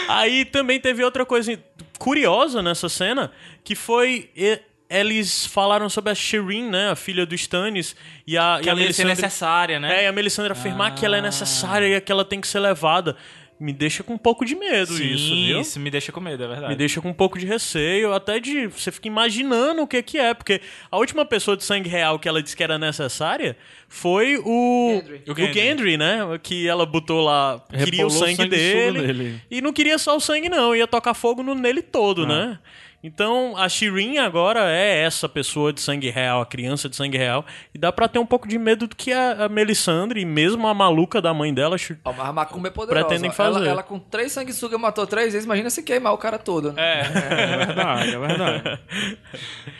Speaker 1: Aí também teve outra coisa curiosa nessa cena, que foi e- eles falaram sobre a Shireen, né, a filha do Stannis, e a, e
Speaker 3: Que
Speaker 1: a
Speaker 3: ela ia ser
Speaker 1: Melisandre-
Speaker 3: necessária, né?
Speaker 1: É, e a Melisandre afirmar que ela é necessária e que ela tem que ser levada. Me deixa com um pouco de medo
Speaker 3: Sim,
Speaker 1: isso, viu?
Speaker 3: isso me deixa com medo, é verdade.
Speaker 1: Me deixa com um pouco de receio, até de. Você fica imaginando o que que é, porque a última pessoa de sangue real que ela disse que era necessária foi o.
Speaker 4: Gendry.
Speaker 1: O
Speaker 3: O
Speaker 1: Gendry,
Speaker 3: Gendry.
Speaker 1: né? Que ela botou lá. Queria
Speaker 2: Rebolou
Speaker 1: o sangue,
Speaker 2: o sanguessuga
Speaker 1: dele,
Speaker 2: nele.
Speaker 1: E não queria só o sangue, não. Ia tocar fogo no, nele todo, né? Então a Shirin agora é essa pessoa de sangue real, a criança de sangue real. E dá pra ter um pouco de medo do que a, a Melisandre, e mesmo a maluca da mãe dela, Shir-
Speaker 4: Ó, mas a macumba é poderosa.
Speaker 1: Pretendem
Speaker 4: ó.
Speaker 1: fazer.
Speaker 4: Ela, ela com três sanguessugas matou três vezes, imagina se queimar o cara todo. Né?
Speaker 2: É verdade, é verdade.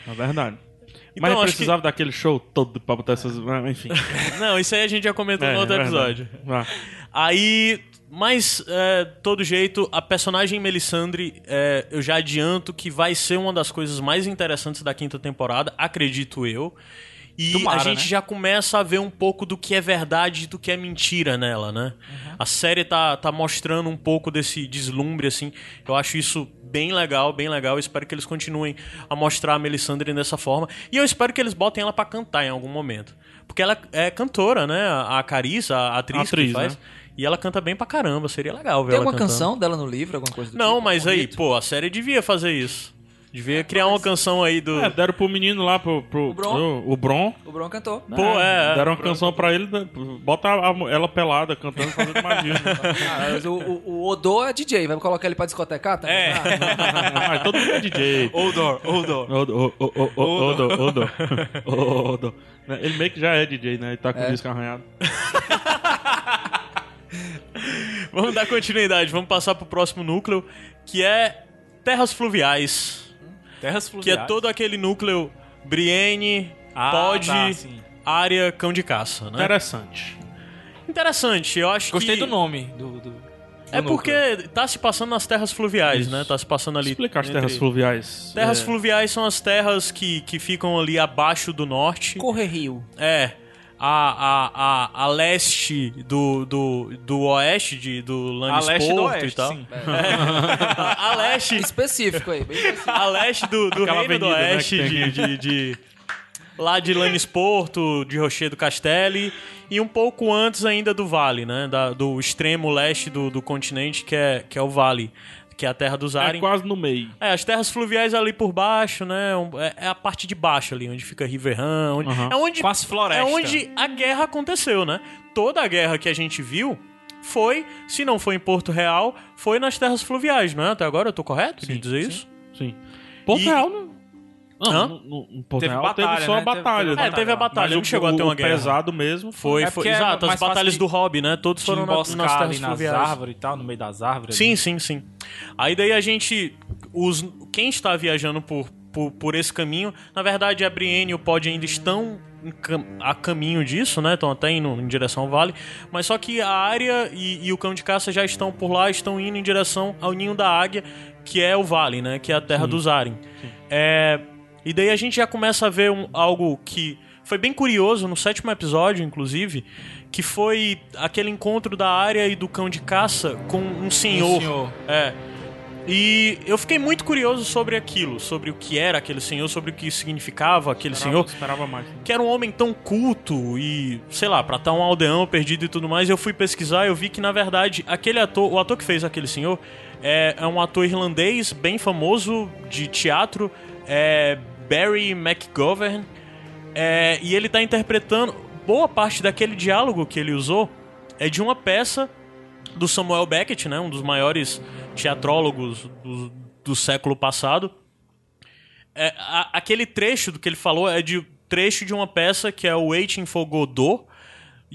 Speaker 2: É verdade.
Speaker 1: Então,
Speaker 2: Mas eu
Speaker 1: acho
Speaker 2: precisava daquele show todo pra botar essas. Enfim.
Speaker 1: Não, isso aí a gente já comentou
Speaker 2: É,
Speaker 1: no outro
Speaker 2: é verdade.
Speaker 1: episódio.
Speaker 2: Vá.
Speaker 1: Aí, mas, é, todo jeito, a personagem Melisandre, é, eu já adianto que vai ser uma das coisas mais interessantes da quinta temporada, acredito eu. E
Speaker 3: Tomara,
Speaker 1: a gente
Speaker 3: né?
Speaker 1: já começa a ver um pouco do que é verdade e do que é mentira nela, né? A série tá, tá mostrando um pouco desse deslumbre, assim. Eu acho isso bem legal, bem legal. Eu espero que eles continuem a mostrar a Melisandre dessa forma. E eu espero que eles botem ela pra cantar em algum momento. Porque ela é cantora, né? A a Carissa, a atriz,
Speaker 2: Atriz,
Speaker 1: que faz.
Speaker 2: né?
Speaker 1: E ela canta bem pra caramba, seria legal ver
Speaker 4: Tem
Speaker 1: ela
Speaker 4: alguma
Speaker 1: cantando.
Speaker 4: canção dela no livro, alguma coisa do
Speaker 1: Não,
Speaker 4: tipo?
Speaker 1: mas
Speaker 4: Um
Speaker 1: aí,
Speaker 4: hit?
Speaker 1: pô, a série devia fazer isso. Devia criar uma canção aí do...
Speaker 2: Ah, É, deram pro menino lá, pro. pro-
Speaker 4: O Bron.
Speaker 2: pro- o Bron.
Speaker 4: O Bron cantou.
Speaker 1: Pô,
Speaker 2: né?
Speaker 1: é, é.
Speaker 2: Deram uma canção pra ele, da- bota a- a- ela pelada, cantando, fazendo magia.
Speaker 4: Ah, mas o, o, o Odô é DJ, vai colocar ele pra discotecar também?
Speaker 3: É.
Speaker 4: Ah,
Speaker 2: Ah, todo mundo é DJ.
Speaker 3: Odor, odor.
Speaker 2: Odo, o- o- o- o- Odo, Odo, O- Odo. Né, Ele meio que já é DJ, né? Ele tá com o disco arranhado.
Speaker 1: Vamos dar continuidade, vamos passar pro próximo núcleo, que é Terras Fluviais.
Speaker 3: Terras
Speaker 1: Que
Speaker 3: fluviais.
Speaker 1: é todo aquele núcleo Brienne,
Speaker 3: Ah,
Speaker 1: Pod,
Speaker 3: tá, sim.
Speaker 1: área, cão de caça, né?
Speaker 2: Interessante.
Speaker 1: Interessante, eu acho
Speaker 3: Gostei
Speaker 1: que...
Speaker 3: do nome do... do- do
Speaker 1: É
Speaker 3: núcleo.
Speaker 1: porque tá se passando nas terras fluviais,
Speaker 2: Isso.
Speaker 1: né? Tá se passando ali...
Speaker 2: Explicar as
Speaker 1: entre-
Speaker 2: terras fluviais.
Speaker 1: Terras
Speaker 2: É,
Speaker 1: fluviais são as terras que, que ficam ali abaixo do norte.
Speaker 4: Correr Rio.
Speaker 1: É. A, a, a, a leste do, do, do oeste, de, do
Speaker 3: A
Speaker 1: Lannis
Speaker 3: leste do
Speaker 1: Porto
Speaker 3: oeste,
Speaker 1: e tal.
Speaker 3: sim.
Speaker 1: A, a leste,
Speaker 4: Específico aí, bem específico.
Speaker 1: a leste do, do
Speaker 2: Aquela
Speaker 1: reino do
Speaker 2: avenida, né,
Speaker 1: oeste
Speaker 2: que tem
Speaker 1: de, de, de- lá de Lanes Porto, de Rochedo Castelli, e um pouco antes ainda do Vale, né? Da- do extremo leste do, do continente, que é, que é o Vale, que é a terra dos
Speaker 2: É
Speaker 1: Aren.
Speaker 2: quase no meio.
Speaker 1: É, as terras fluviais ali por baixo, né? um- É, é a parte de baixo ali, onde fica Riverham. Onde,
Speaker 2: Aham.
Speaker 1: É onde.
Speaker 3: Com as florestas.
Speaker 1: É onde a guerra aconteceu, né? Toda a guerra que a gente viu foi, se não foi em Porto Real, foi nas terras fluviais, não é? Até agora eu tô correto de dizer isso?
Speaker 2: Sim. Porto
Speaker 1: E-
Speaker 2: Real não.
Speaker 1: Hã?
Speaker 2: Não, no, no, no Porto
Speaker 3: Teve
Speaker 2: Real
Speaker 3: batalha,
Speaker 2: teve só
Speaker 3: né?
Speaker 2: a batalha.
Speaker 3: Teve-
Speaker 2: né?
Speaker 1: É, teve a batalha,
Speaker 2: Mas
Speaker 1: não
Speaker 2: o-
Speaker 1: chegou a ter
Speaker 2: o
Speaker 1: uma guerra.
Speaker 2: pesado mesmo foi.
Speaker 1: Foi,
Speaker 3: É
Speaker 1: foi.
Speaker 3: porque é
Speaker 1: Exato, as
Speaker 3: mais fácil
Speaker 1: batalhas
Speaker 3: de-
Speaker 1: do hobby, né? Todos
Speaker 3: De
Speaker 1: foram na- nas
Speaker 3: emboscar
Speaker 1: terras
Speaker 3: ali nas
Speaker 1: fluviais.
Speaker 3: árvores e tal, no meio das árvores.
Speaker 1: Sim,
Speaker 3: ali. né?
Speaker 1: sim, sim. Aí daí a gente. Os, quem está viajando por, por, por esse caminho, na verdade a Brienne e o Pod ainda estão em cam- a caminho disso, né? Estão até indo em direção ao vale. Mas só que a área e, e o cão de caça já estão por lá, estão indo em direção ao ninho da águia, que é o vale, né? Que é a terra dos Aren. É, e daí a gente já começa a ver um- algo que foi bem curioso no sétimo episódio, inclusive, que foi aquele encontro da área e do cão de caça com um senhor.
Speaker 3: Um senhor.
Speaker 1: É. E eu fiquei muito curioso sobre aquilo, sobre o que era aquele senhor, sobre o que significava aquele senhor
Speaker 2: esperava mais.
Speaker 1: que era um homem tão culto e, sei lá, pra estar um aldeão perdido e tudo mais, eu fui pesquisar e eu vi que, na verdade, aquele ator, o ator que fez aquele senhor, é, é um ator irlandês bem famoso de teatro, é Barry McGovern, é, e ele tá interpretando boa parte daquele diálogo que ele usou é de uma peça do Samuel Beckett, né, um dos maiores teatrólogos do, do século passado, é, a- aquele trecho do que ele falou é de trecho de uma peça que é o Waiting for Godot.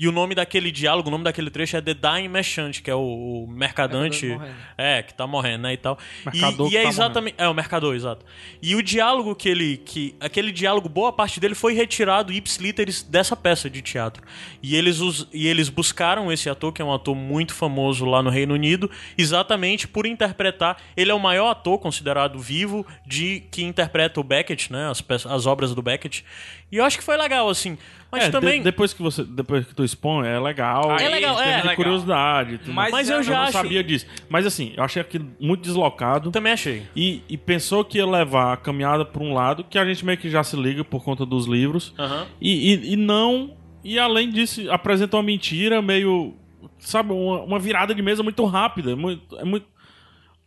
Speaker 1: E o nome daquele diálogo, o nome daquele trecho é The Dying Merchant, que é o, o mercadante.
Speaker 4: Mercador morrendo.
Speaker 1: É, que tá morrendo, né? E tal. E-
Speaker 2: Mercador
Speaker 1: e,
Speaker 2: que
Speaker 1: é
Speaker 2: tá
Speaker 1: exatamente. É, o mercador, exato. E o diálogo que ele. Que, aquele diálogo, boa parte dele foi retirado ips literis dessa peça de teatro. E eles, us- e eles buscaram esse ator, que é um ator muito famoso lá no Reino Unido, exatamente por interpretar. Ele é o maior ator considerado vivo de que interpreta o Beckett, né? As, peças- as obras do Beckett. E eu acho que foi legal, assim. Mas
Speaker 2: É, de-
Speaker 1: também.
Speaker 2: depois que você, depois que tu expõe, é legal.
Speaker 3: Aí,
Speaker 1: É legal, é,
Speaker 2: tem
Speaker 1: é
Speaker 2: de
Speaker 3: legal.
Speaker 2: curiosidade. e tudo
Speaker 3: Mas
Speaker 2: mais.
Speaker 1: eu
Speaker 2: eu
Speaker 1: já
Speaker 2: não
Speaker 1: acho-
Speaker 2: sabia disso. Mas assim, eu achei aquilo muito deslocado.
Speaker 1: Também achei.
Speaker 2: E, e pensou que ia levar a caminhada por um lado, que a gente meio que já se liga por conta dos livros.
Speaker 1: Aham.
Speaker 2: E, e, e não. E além disso, apresenta uma mentira meio. Sabe, uma, uma virada de mesa muito rápida. Muito, é muito,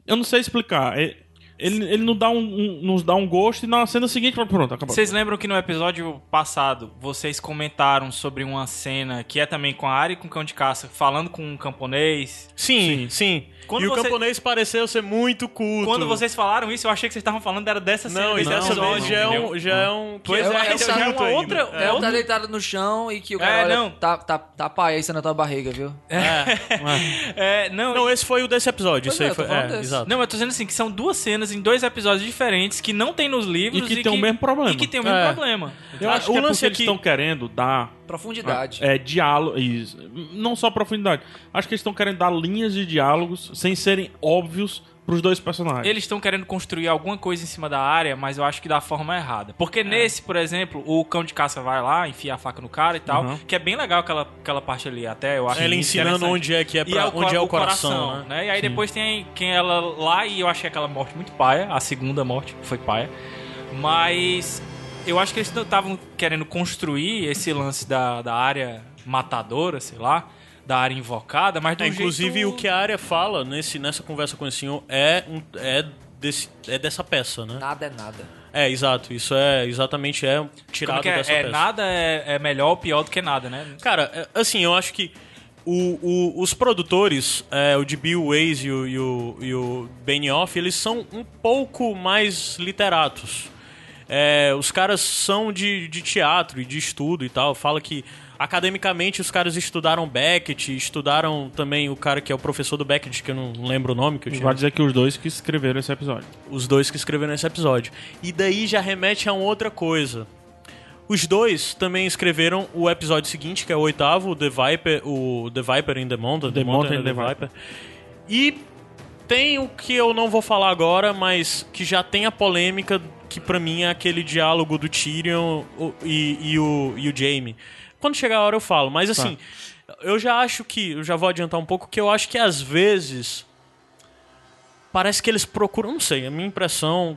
Speaker 2: eu não sei explicar. É- ele, ele não dá um, um- nos dá um gosto e na cena seguinte, pronto, acabou.
Speaker 3: Vocês lembram que no episódio passado vocês comentaram sobre uma cena que é também com a área e com o cão de caça, falando com um camponês?
Speaker 1: Sim, sim.
Speaker 3: Quando
Speaker 1: e o
Speaker 3: você-
Speaker 1: camponês pareceu ser muito culto.
Speaker 3: Quando vocês falaram isso, eu achei que vocês estavam falando era dessa cena.
Speaker 1: Não, e
Speaker 3: desse
Speaker 1: dessa
Speaker 3: episódio,
Speaker 1: vez já é
Speaker 3: Tá entendeu?
Speaker 1: um. Já é um que
Speaker 3: Pois
Speaker 1: é,
Speaker 3: é,
Speaker 1: é,
Speaker 3: então já é
Speaker 1: adulto
Speaker 3: uma
Speaker 1: ainda. É.
Speaker 3: outra- é
Speaker 4: É um
Speaker 3: outro-
Speaker 4: tá deitado no chão e que o cara
Speaker 3: É,
Speaker 4: olha,
Speaker 3: não.
Speaker 4: tá, tá, tá parecendo na tua barriga, viu?
Speaker 3: É, não,
Speaker 1: É. Não, esse foi o desse episódio.
Speaker 4: Pois
Speaker 1: Isso
Speaker 4: é,
Speaker 1: aí
Speaker 4: eu tô
Speaker 1: foi.
Speaker 4: falando
Speaker 1: é,
Speaker 4: desse.
Speaker 1: exato.
Speaker 3: Não, eu tô dizendo assim, que são duas cenas em dois episódios diferentes que não tem nos livros.
Speaker 2: E que tem o mesmo problema.
Speaker 3: E que tem o mesmo
Speaker 1: É.
Speaker 3: problema.
Speaker 2: Eu
Speaker 1: Ah,
Speaker 2: acho
Speaker 1: o
Speaker 2: que é
Speaker 1: lance
Speaker 2: porque
Speaker 1: é
Speaker 2: eles
Speaker 1: que-
Speaker 2: estão querendo dar
Speaker 4: Profundidade.
Speaker 2: é, diálogo. isso. Não só profundidade. Acho que eles estão querendo dar linhas de diálogos sem serem óbvios pros dois personagens.
Speaker 3: Eles estão querendo construir alguma coisa em cima da área, mas eu acho que da forma errada. Porque
Speaker 1: É.
Speaker 3: nesse, por exemplo, o cão de caça vai lá, enfia a faca no cara e tal,
Speaker 2: Uhum.
Speaker 3: que é bem legal aquela, aquela parte ali, até eu acho
Speaker 1: Ele ensinando
Speaker 3: interessante.
Speaker 1: onde é que é
Speaker 3: E
Speaker 1: pra,
Speaker 3: co-
Speaker 1: onde é o coração, né?
Speaker 3: E aí depois tem quem ela lá e eu achei aquela morte muito paia, a segunda morte foi paia. Mas eu acho que eles estavam querendo construir esse lance da, da área matadora, sei lá, da área invocada, mas do
Speaker 1: É, inclusive,
Speaker 3: jeito...
Speaker 1: o que a área fala nesse, nessa conversa com o senhor é, um- é, desse, é dessa peça,
Speaker 3: Tá.
Speaker 1: né?
Speaker 4: Nada é nada.
Speaker 1: É, exato. Isso é exatamente é
Speaker 3: Como
Speaker 1: tirado
Speaker 3: que é?
Speaker 1: dessa
Speaker 3: É,
Speaker 1: peça.
Speaker 3: nada é, é melhor ou pior do que nada, né?
Speaker 1: Cara, é, assim, eu acho que o- o- os produtores, é, o DB Waze e o, e o, e o Benioff, eles são um pouco mais literatos. É, os caras são de, de teatro e de estudo e tal. Fala que academicamente os caras estudaram Beckett, estudaram também o cara que é o professor do Beckett, que eu não lembro o nome que eu tinha.
Speaker 2: Vai dizer que os dois que escreveram esse episódio.
Speaker 1: Os dois que escreveram esse episódio. E daí já remete a uma outra coisa. Os dois também escreveram o episódio seguinte, que é o oitavo, o The Viper, o The Viper in the Mountain,
Speaker 2: The Mountain
Speaker 1: and
Speaker 2: in the Viper.
Speaker 1: E tem o que eu não vou falar agora, mas que já tem a polêmica, que pra mim é aquele diálogo do Tyrion o- e, e o, e o Jaime. Quando chegar a hora eu falo, mas assim,
Speaker 2: Tá.
Speaker 1: eu já acho que, eu já vou adiantar um pouco, que eu acho que às vezes parece que eles procuram, não sei, a minha impressão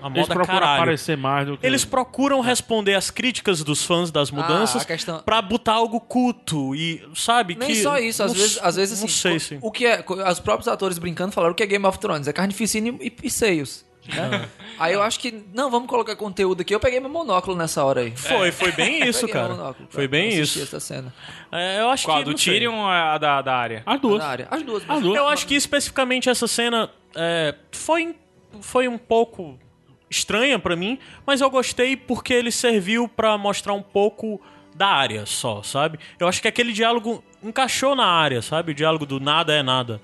Speaker 1: a
Speaker 2: Eles
Speaker 1: moda é
Speaker 2: procuram
Speaker 1: caralho.
Speaker 2: aparecer É. mais do que.
Speaker 1: Eles procuram responder às críticas dos fãs das mudanças
Speaker 5: Ah, a questão-
Speaker 1: pra botar algo culto e, sabe?
Speaker 5: Nem
Speaker 1: que
Speaker 5: só isso, às
Speaker 1: não
Speaker 5: vezes,
Speaker 1: s-
Speaker 5: às vezes assim,
Speaker 1: Não sei
Speaker 5: co-
Speaker 1: se.
Speaker 5: o que é, co- os próprios atores brincando falaram o que é Game of Thrones, é carnificina e, e seios. né? Aí eu acho que, não, vamos colocar conteúdo aqui. Eu peguei meu monóculo nessa hora aí.
Speaker 3: É.
Speaker 1: Foi, foi bem isso,
Speaker 5: Peguei meu
Speaker 3: um
Speaker 1: cara.
Speaker 5: monóculo pra
Speaker 1: Foi bem isso.
Speaker 5: assistir Essa cena.
Speaker 1: É, eu acho
Speaker 3: Qual, a
Speaker 1: que.
Speaker 3: do
Speaker 1: não sei.
Speaker 3: Tyrion ou a da, da área?
Speaker 2: As duas.
Speaker 5: Na área. As duas.
Speaker 2: As
Speaker 5: mas-
Speaker 2: duas.
Speaker 1: Eu acho que especificamente essa cena é, foi, foi um pouco estranha pra mim, mas eu gostei porque ele serviu pra mostrar um pouco da área só, sabe? Eu acho que aquele diálogo encaixou na área, sabe? O diálogo do nada é nada.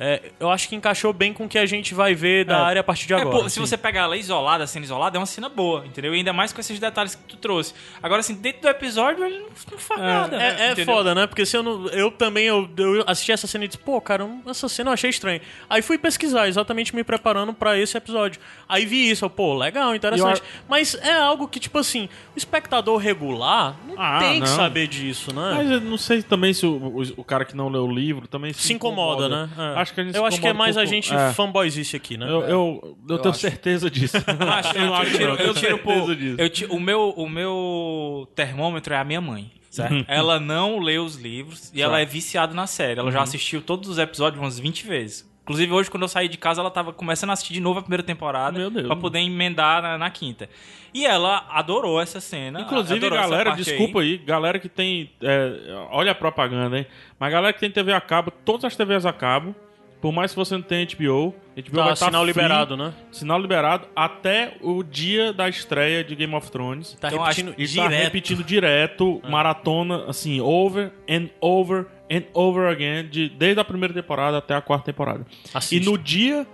Speaker 1: É, eu acho que encaixou bem com o que a gente vai ver da área a partir de
Speaker 3: Uhum. É,
Speaker 1: agora.
Speaker 3: pô, se
Speaker 1: assim.
Speaker 3: você pegar ela isolada, a cena isolada, é uma cena boa, entendeu? E ainda mais com esses detalhes que tu trouxe. Agora, assim, dentro do episódio, ele não, não faz nada.
Speaker 1: É, é
Speaker 3: entendeu?
Speaker 1: foda, né? Porque se eu não. Eu também eu, eu assisti essa cena e disse, pô, cara, eu- essa cena eu achei estranha. Aí fui pesquisar, exatamente me preparando pra esse episódio. Aí vi isso, eu, pô, legal, interessante.
Speaker 2: E
Speaker 1: Mas é algo que, tipo assim, o espectador regular não
Speaker 2: Ah,
Speaker 1: tem que
Speaker 2: não.
Speaker 1: saber disso, né?
Speaker 2: Mas eu não sei também se o, o, o cara que não leu o livro também se,
Speaker 1: se incomoda, né?
Speaker 2: Acho que a gente
Speaker 1: eu
Speaker 2: se
Speaker 1: acho que é
Speaker 2: incomoda
Speaker 1: mais
Speaker 2: um
Speaker 1: a
Speaker 2: pouco.
Speaker 1: gente
Speaker 2: É.
Speaker 1: fanboyzice aqui, né?
Speaker 2: Eu, eu, eu tenho
Speaker 5: acho.
Speaker 2: certeza disso.
Speaker 3: Eu acho,
Speaker 2: Eu
Speaker 3: eu,
Speaker 2: acho
Speaker 3: tiro,
Speaker 2: não,
Speaker 3: eu
Speaker 2: tenho
Speaker 3: tiro
Speaker 2: certeza
Speaker 3: por-
Speaker 2: disso.
Speaker 3: eu ti- o meu o meu termômetro é a minha mãe, certo? ela não lê os livros e ela é viciada na série. Ela já assistiu todos os episódios umas 20 vezes. Inclusive hoje quando eu saí de casa ela tava começando a assistir de novo a primeira temporada
Speaker 2: Meu Deus.
Speaker 3: pra poder emendar na, na quinta. E ela adorou essa cena.
Speaker 2: Inclusive,
Speaker 3: adorou essa
Speaker 2: galera,
Speaker 3: parte
Speaker 2: desculpa
Speaker 3: aí.
Speaker 2: aí. galera que tem. é, olha a propaganda, hein? Mas galera que tem TV a cabo, todas as TVs a cabo, por mais que você não tenha HBO, HBO
Speaker 1: Tá,
Speaker 2: vai estar
Speaker 1: sinal
Speaker 2: free,
Speaker 1: liberado, né?
Speaker 2: Sinal liberado até o dia da estreia de Game of Thrones.
Speaker 1: Tá
Speaker 3: Então,
Speaker 1: repetindo
Speaker 2: E
Speaker 1: direto. Ah.
Speaker 2: tá repetindo direto, maratona, assim, over and over and over again, de, desde a primeira temporada até a quarta temporada.
Speaker 1: Assista.
Speaker 2: E no dia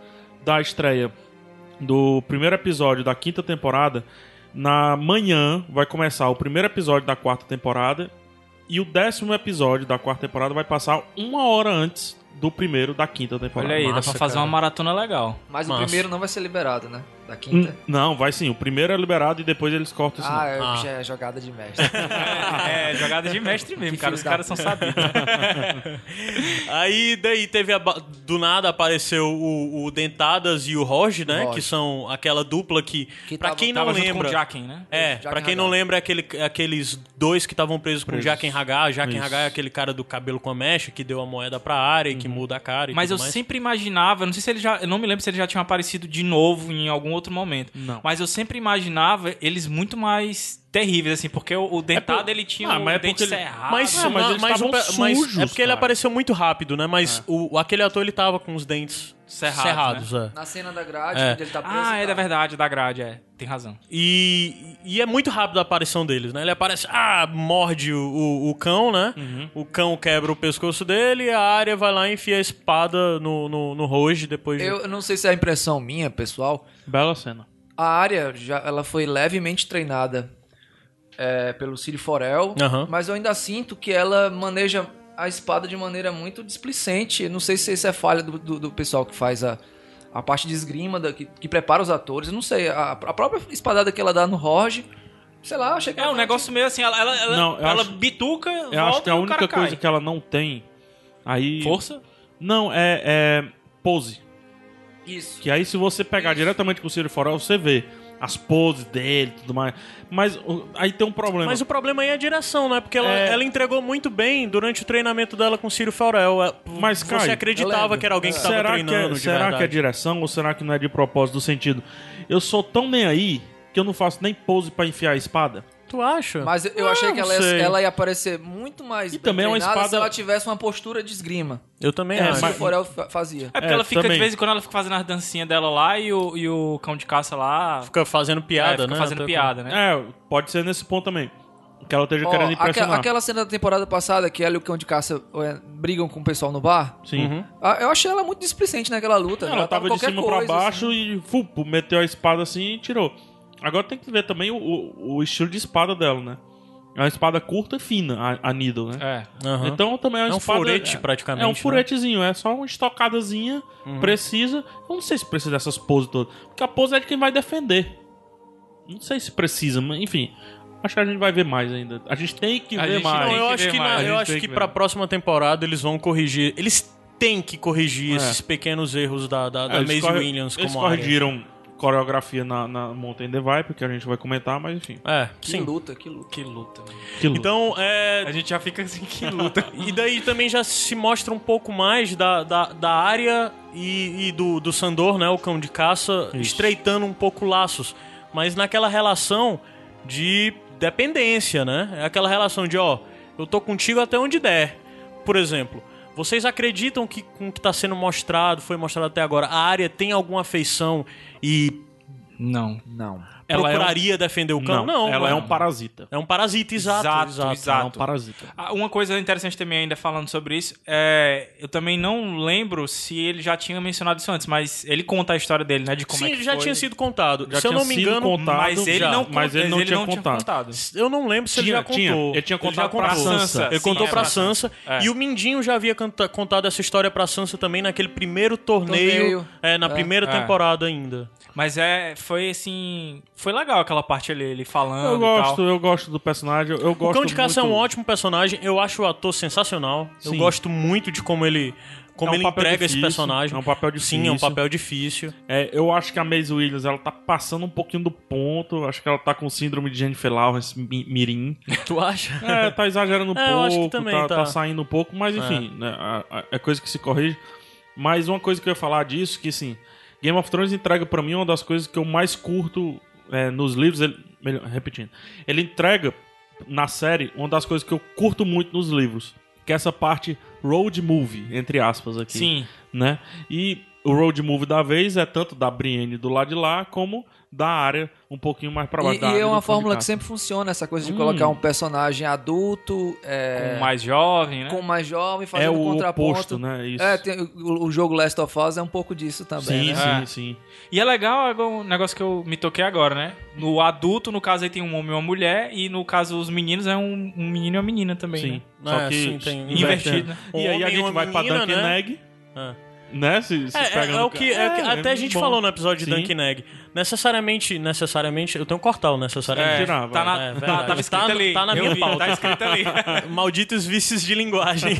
Speaker 2: da estreia do primeiro episódio da quinta temporada, na manhã vai começar o primeiro episódio da quarta temporada e o décimo episódio da quarta temporada vai passar uma hora antes do primeiro da quinta temporada.
Speaker 3: Olha aí, dá
Speaker 1: Massa,
Speaker 3: pra fazer
Speaker 1: cara.
Speaker 3: uma maratona legal.
Speaker 5: Mas
Speaker 1: Massa.
Speaker 5: o primeiro não vai ser liberado, né? Da
Speaker 2: Hum,
Speaker 5: quinta.
Speaker 2: Não, vai sim. O primeiro é liberado e depois eles cortam o sinal.
Speaker 5: Ah, é,
Speaker 1: Ah.
Speaker 5: já é jogada de mestre.
Speaker 3: É, jogada de mestre mesmo,
Speaker 5: Que
Speaker 3: cara.
Speaker 5: filho
Speaker 3: Os
Speaker 5: da
Speaker 3: caras são sabidos.
Speaker 1: Aí daí teve a ba- do nada apareceu o, o Dentadas e o Roge, né?
Speaker 5: Roge.
Speaker 1: Que são aquela dupla que,
Speaker 5: Que
Speaker 1: pra
Speaker 5: tava-
Speaker 1: quem não
Speaker 3: Tava junto com
Speaker 1: lembra,
Speaker 3: o Jaquen, né?
Speaker 1: é,
Speaker 5: Jaquen
Speaker 1: pra quem não
Speaker 5: Hagar.
Speaker 1: lembra é aquele, aqueles dois que estavam presos com o
Speaker 2: Presos.
Speaker 1: Jaquen Hagar. Jaquen
Speaker 2: Isso.
Speaker 1: Hagar é aquele cara do cabelo com a mecha que deu a moeda pra área e que
Speaker 2: Uhum.
Speaker 1: muda a cara. E
Speaker 3: Mas
Speaker 1: tudo
Speaker 3: eu
Speaker 1: mais.
Speaker 3: sempre imaginava, eu não sei se ele já, eu não me lembro se ele já tinha aparecido de novo em algum outro momento.
Speaker 2: Não.
Speaker 3: Mas eu sempre imaginava eles muito mais terríveis assim, porque o, o dentado
Speaker 2: por-
Speaker 3: ele tinha
Speaker 2: Ah,
Speaker 3: o
Speaker 2: mas é
Speaker 3: dente
Speaker 2: porque ele-
Speaker 3: serrado.
Speaker 1: Mas,
Speaker 2: Ah, mas
Speaker 1: na-
Speaker 2: eles
Speaker 1: mas o
Speaker 2: estavam
Speaker 1: pe- mas
Speaker 2: sujos,
Speaker 1: é porque ele
Speaker 2: cara. É.
Speaker 1: apareceu muito rápido, né? Mas o, aquele ator ele tava com os dentes
Speaker 3: Cerrados, né?
Speaker 1: cerrados é.
Speaker 5: Na cena da grade,
Speaker 1: É.
Speaker 5: onde ele tá preso.
Speaker 3: Ah, é
Speaker 5: tá.
Speaker 3: da verdade, da grade, é. Tem razão.
Speaker 1: E, e é muito rápido a aparição deles, né? Ele aparece, ah, morde o, o- o cão, né?
Speaker 2: Uhum.
Speaker 1: O cão quebra o pescoço dele, a área vai lá e enfia a espada no, no, no Roji depois. de-
Speaker 5: Eu eu não sei se é a impressão minha, pessoal.
Speaker 2: Bela cena.
Speaker 5: A área já ela foi levemente treinada é, pelo Cid Forel,
Speaker 1: Aham.
Speaker 5: mas eu ainda sinto que ela maneja a espada de maneira muito displicente. Não sei se isso é falha do, do- do pessoal que faz a, a parte de esgrima, da- que, que prepara os atores. Eu não sei, a, a própria espadada que ela dá no Roger, sei lá, achei que
Speaker 3: É
Speaker 5: ela-
Speaker 3: um negócio meio assim, ela, ela, ela,
Speaker 2: Não, eu
Speaker 3: ela
Speaker 2: acho-
Speaker 3: bituca, volta
Speaker 2: Eu acho que é a
Speaker 3: e o cara
Speaker 2: única coisa
Speaker 3: cai.
Speaker 2: que ela não tem aí.
Speaker 3: Força?
Speaker 2: Não, é, é pose.
Speaker 5: Isso.
Speaker 2: Que aí se você pegar diretamente com o Ciro Forel, você vê as poses dele e tudo mais. Mas o- aí tem um problema.
Speaker 1: Mas o problema aí é a direção, né? Porque ela,
Speaker 2: É.
Speaker 1: ela entregou muito bem durante o treinamento dela com o Ciro Farel. É,
Speaker 2: Mas,
Speaker 1: Você
Speaker 2: Caio,
Speaker 1: acreditava
Speaker 5: eu lembro.
Speaker 1: que era alguém que estava
Speaker 2: será que,
Speaker 1: treinando
Speaker 2: é,
Speaker 1: de
Speaker 2: será que é
Speaker 1: verdade.
Speaker 2: direção ou será que não é de propósito do sentido? Eu sou tão nem aí que eu não faço nem pose pra enfiar a espada.
Speaker 1: Tu acha?
Speaker 5: Mas eu- eu achei que ela
Speaker 2: sei.
Speaker 5: ia, ela ia aparecer muito mais
Speaker 2: E
Speaker 5: bem
Speaker 2: também é uma
Speaker 5: treinada se
Speaker 2: espada-
Speaker 5: ela tivesse uma postura de esgrima.
Speaker 1: Eu também
Speaker 5: É, o
Speaker 1: acho.
Speaker 5: Cid Forel fa- fazia.
Speaker 3: É porque
Speaker 2: É,
Speaker 3: ela fica,
Speaker 2: também.
Speaker 3: de vez em quando, ela fica fazendo as dancinhas dela lá e o, e o cão de caça lá.
Speaker 1: Fica fazendo piada,
Speaker 3: é, fica
Speaker 1: né?
Speaker 3: fazendo
Speaker 1: Até-
Speaker 3: piada, né?
Speaker 2: É, pode ser nesse ponto também. Que ela esteja
Speaker 5: Ó,
Speaker 2: querendo
Speaker 5: aque-
Speaker 2: impressionar.
Speaker 5: aquela cena da temporada passada que ela e o cão de caça é, brigam com o pessoal no bar.
Speaker 2: Sim.
Speaker 1: Uhum.
Speaker 5: ah, Eu achei ela muito displicente naquela
Speaker 4: né?
Speaker 5: luta.
Speaker 2: Ela, tava de
Speaker 5: tá qualquer
Speaker 2: cima
Speaker 5: coisa, assim.
Speaker 2: pra
Speaker 4: assim.
Speaker 2: baixo e fupo, meteu a espada assim e tirou. Agora tem que ver também o, o- o estilo de espada dela, né? É uma espada curta e fina, a, a needle, né?
Speaker 3: É.
Speaker 1: Aham.
Speaker 2: Então também é uma
Speaker 1: É um
Speaker 2: espada-
Speaker 1: furete,
Speaker 2: é-
Speaker 1: praticamente,
Speaker 2: É um
Speaker 1: né?
Speaker 2: furetezinho, é só uma estocadazinha, precisa. Eu não sei se precisa dessas poses todas, porque a pose é de quem vai defender. Não sei se precisa, mas enfim. Acho que a gente vai ver mais ainda. A gente tem que
Speaker 3: A
Speaker 2: ver
Speaker 3: gente
Speaker 2: mais.
Speaker 1: Não, é
Speaker 3: Tem
Speaker 1: eu
Speaker 3: que
Speaker 1: acho
Speaker 3: ver
Speaker 1: que,
Speaker 3: mais,
Speaker 1: na,
Speaker 2: a
Speaker 1: eu
Speaker 2: gente
Speaker 1: acho que
Speaker 2: tem que ver
Speaker 1: pra
Speaker 2: mais.
Speaker 1: próxima temporada eles vão corrigir. Eles têm que corrigir
Speaker 2: É.
Speaker 1: esses pequenos erros da, da, da
Speaker 2: É, eles
Speaker 1: Maisie
Speaker 2: corre-
Speaker 1: Williams
Speaker 2: Eles
Speaker 1: como área.
Speaker 2: corrigiram coreografia na, na Mountain the Viper, que a gente vai comentar, mas enfim.
Speaker 1: É,
Speaker 4: Que
Speaker 1: sim.
Speaker 4: luta, que luta.
Speaker 3: Que luta. mano.
Speaker 2: Que luta.
Speaker 1: Então, é,
Speaker 3: A gente já fica assim, que luta.
Speaker 1: E daí também já se mostra um pouco mais da, da, da área e, e do, do Sandor, né? O cão de caça, estreitando um pouco laços. Mas naquela relação de dependência, né? É aquela relação de, ó, eu tô contigo até onde der. Por exemplo, vocês acreditam que com o que tá sendo mostrado, foi mostrado até agora, a área tem alguma afeição e
Speaker 3: Não.
Speaker 4: Não.
Speaker 3: Ela é um-
Speaker 1: procuraria defender o cão?
Speaker 2: não,
Speaker 1: Não,
Speaker 2: ela é
Speaker 1: mano.
Speaker 2: um parasita.
Speaker 1: É um parasita, exato.
Speaker 3: Exato, exato.
Speaker 2: É um parasita.
Speaker 3: Ah, Uma coisa interessante também, ainda falando sobre isso, é. Eu também não lembro se ele já tinha mencionado isso antes, mas ele conta a história dele, né? De como
Speaker 1: Sim,
Speaker 3: é que
Speaker 1: ele já
Speaker 3: foi.
Speaker 1: tinha sido contado.
Speaker 2: Já
Speaker 1: Se eu
Speaker 2: tinha
Speaker 1: não me
Speaker 2: sido
Speaker 1: engano,
Speaker 2: contado,
Speaker 3: Mas ele
Speaker 2: já,
Speaker 3: não,
Speaker 2: mas ele não tinha contado.
Speaker 1: Eu não lembro se ele
Speaker 2: Tinha,
Speaker 1: já contou.
Speaker 2: tinha. Ele tinha contado
Speaker 1: já
Speaker 2: pra
Speaker 1: contou.
Speaker 3: Sansa.
Speaker 1: Ele
Speaker 3: Sim,
Speaker 1: contou
Speaker 3: é,
Speaker 1: pra
Speaker 3: pra
Speaker 1: Sansa.
Speaker 3: É.
Speaker 1: E o Mindinho já havia canta- contado essa história pra Sansa também naquele primeiro torneio.
Speaker 4: Torneio.
Speaker 1: é, na primeira
Speaker 3: É.
Speaker 1: temporada ainda.
Speaker 3: Mas é. Foi assim. Foi legal aquela parte ali, ele falando.
Speaker 2: Eu
Speaker 3: e
Speaker 2: gosto,
Speaker 3: tal.
Speaker 2: eu gosto do personagem, eu- eu
Speaker 1: O
Speaker 2: gosto
Speaker 1: Cão de Caça
Speaker 2: muito-
Speaker 1: é um ótimo personagem. Eu acho o ator sensacional. Eu
Speaker 2: Sim.
Speaker 1: gosto muito de como ele... Como
Speaker 2: É um
Speaker 1: ele
Speaker 2: papel
Speaker 1: entrega esse
Speaker 2: difícil,
Speaker 1: personagem.
Speaker 2: é um papel
Speaker 1: Sim, é um
Speaker 2: difícil.
Speaker 1: papel difícil.
Speaker 2: É, eu acho que a Maisie Williams, ela tá passando um pouquinho do ponto. Acho que ela tá com síndrome de Jennifer Lawrence mi- mirim.
Speaker 1: Tu acha?
Speaker 2: É, tá exagerando um
Speaker 1: É, eu
Speaker 2: pouco,
Speaker 1: acho que também
Speaker 2: tá,
Speaker 1: tá.
Speaker 2: tá saindo um pouco, mas enfim, né, a- a- é coisa que se corrige. Mas uma coisa que eu ia falar disso, que assim, Game of Thrones entrega pra mim uma das coisas que eu mais curto é, nos livros, ele- melhor, repetindo, ele entrega na série uma das coisas que eu curto muito nos livros, que é essa parte road movie, entre aspas aqui
Speaker 3: Sim.
Speaker 2: né? E o road movie da vez é tanto da Brienne do lado de lá como da área um pouquinho mais pra baixo.
Speaker 4: E,
Speaker 2: da
Speaker 4: e
Speaker 2: área
Speaker 4: é
Speaker 2: do
Speaker 4: uma
Speaker 2: fundo
Speaker 4: fórmula que
Speaker 2: de casa.
Speaker 4: sempre funciona, essa coisa de
Speaker 2: Hum.
Speaker 4: colocar um personagem adulto,
Speaker 3: Com
Speaker 4: é,
Speaker 3: o mais jovem, né?
Speaker 4: com mais jovem,
Speaker 2: é
Speaker 4: fazendo
Speaker 2: o
Speaker 4: contraponto.
Speaker 2: oposto, né? Isso.
Speaker 4: É, tem- o, o jogo Last of Us é um pouco disso também,
Speaker 2: sim,
Speaker 4: né?
Speaker 2: sim,
Speaker 3: É.
Speaker 2: sim.
Speaker 3: E é legal agora um negócio que eu me toquei agora, né? No adulto, no caso, aí tem um homem e uma mulher, e no caso, os meninos é um, um menino e uma menina também.
Speaker 2: sim.
Speaker 3: né?
Speaker 2: Só
Speaker 1: É,
Speaker 2: que
Speaker 1: sim, tem-
Speaker 3: Invertido, né?
Speaker 2: E aí
Speaker 1: Homem
Speaker 2: a
Speaker 1: e
Speaker 2: gente
Speaker 1: uma
Speaker 2: vai pra
Speaker 1: menina,
Speaker 2: Duncan
Speaker 1: né?
Speaker 2: Egg,
Speaker 1: É.
Speaker 2: né? Se, se
Speaker 1: É, é,
Speaker 2: pega
Speaker 1: é
Speaker 2: no
Speaker 1: o que,
Speaker 2: ca-
Speaker 1: é o que
Speaker 2: É,
Speaker 1: até a
Speaker 2: é
Speaker 1: gente
Speaker 2: bom.
Speaker 1: falou no episódio de
Speaker 2: Sim.
Speaker 1: Duncan Egg. Necessariamente, necessariamente, eu tenho um cortal necessariamente.
Speaker 3: É,
Speaker 2: Tirar, vai.
Speaker 3: tá na,
Speaker 1: É,
Speaker 3: tá-
Speaker 1: verdade.
Speaker 3: tava escrito
Speaker 1: Tá no-
Speaker 3: ali.
Speaker 1: tá na
Speaker 3: Eu
Speaker 1: minha
Speaker 3: vi,
Speaker 1: pauta.
Speaker 3: Tá escrito ali.
Speaker 1: Malditos vícios de linguagem.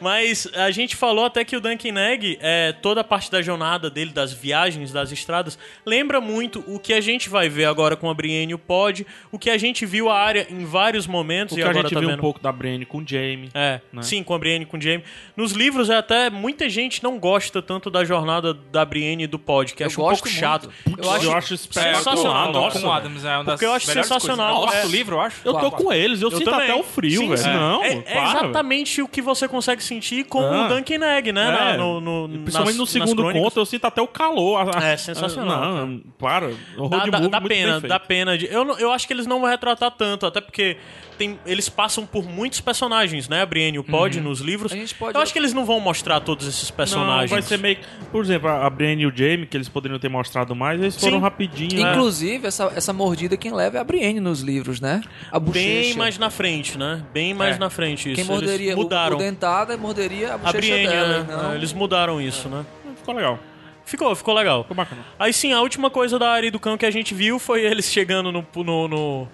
Speaker 1: Mas a gente falou até que o Duncan Egg, é, toda a parte da jornada dele, das viagens, das estradas, lembra muito o que a gente vai ver agora com a Brienne e o Pod, o que a gente viu a área em vários momentos
Speaker 2: O
Speaker 1: e
Speaker 2: que a
Speaker 1: agora
Speaker 2: gente
Speaker 1: tá
Speaker 2: viu um
Speaker 1: vendo.
Speaker 2: pouco da Brienne com o Jaime.
Speaker 1: É,
Speaker 2: né?
Speaker 1: sim, com a Brienne e com o Jaime. Nos livros, é até muita gente não gosta tanto da jornada da Brienne e do Pod, que
Speaker 4: Eu
Speaker 1: acha um
Speaker 4: gosto
Speaker 1: pouco
Speaker 4: muito.
Speaker 1: chato.
Speaker 4: Eu acho-
Speaker 2: eu acho espetacular,
Speaker 1: sensacional,
Speaker 3: Eu tô
Speaker 1: nossa,
Speaker 3: com o Adams, é uma das
Speaker 1: Porque eu acho
Speaker 3: melhores
Speaker 1: sensacional.
Speaker 3: Coisas.
Speaker 1: É.
Speaker 3: Nosso livro, eu acho.
Speaker 2: Eu tô com eles, eu, sinto
Speaker 1: também.
Speaker 2: tá até o frio,
Speaker 1: Sim,
Speaker 2: velho.
Speaker 1: sim.
Speaker 2: Não,
Speaker 1: é, é
Speaker 2: para, velho.
Speaker 1: exatamente o que você consegue sentir com
Speaker 2: Ah.
Speaker 1: o Duncan Egg, né? na-
Speaker 2: É.
Speaker 1: no, no, nas-
Speaker 2: Principalmente no
Speaker 1: nas
Speaker 2: segundo
Speaker 1: crônicas.
Speaker 2: conto, eu sinto até o calor. A- a-
Speaker 1: É, sensacional,
Speaker 2: Não, para. O
Speaker 1: Dá,
Speaker 2: road
Speaker 1: dá-
Speaker 2: movie
Speaker 1: dá
Speaker 2: muito bem
Speaker 1: pena,
Speaker 2: feito.
Speaker 1: dá pena. De, eu, não- eu acho que eles não vão retratar tanto, até porque tem, eles passam por muitos personagens, né? A Brienne e o Pod nos livros.
Speaker 4: A gente pode-
Speaker 1: Eu acho que eles não vão mostrar todos esses
Speaker 2: Uhum. Não,
Speaker 1: personagens.
Speaker 2: vai ser meio. que- Por exemplo, a a Brienne e o Jamie, que eles poderiam ter mostrado mais, eles foram
Speaker 1: Sim.
Speaker 2: rapidinho. né?
Speaker 4: Inclusive, essa, essa mordida quem leva é a Brienne nos livros, né? A bochecha.
Speaker 1: Bem mais na frente, né? Bem mais
Speaker 3: É.
Speaker 1: na frente isso.
Speaker 4: Quem
Speaker 1: Eles
Speaker 4: morderia o-
Speaker 1: mudaram.
Speaker 4: O, dentada morderia a
Speaker 1: a
Speaker 4: bochecha
Speaker 1: Brienne,
Speaker 4: dela. então.
Speaker 1: né?
Speaker 4: não?
Speaker 1: É, Eles mudaram isso, né?
Speaker 2: Ficou legal.
Speaker 1: Ficou, ficou legal.
Speaker 2: Ficou bacana.
Speaker 1: Aí sim, a última coisa da área do cão que a gente viu foi eles chegando no. no, no...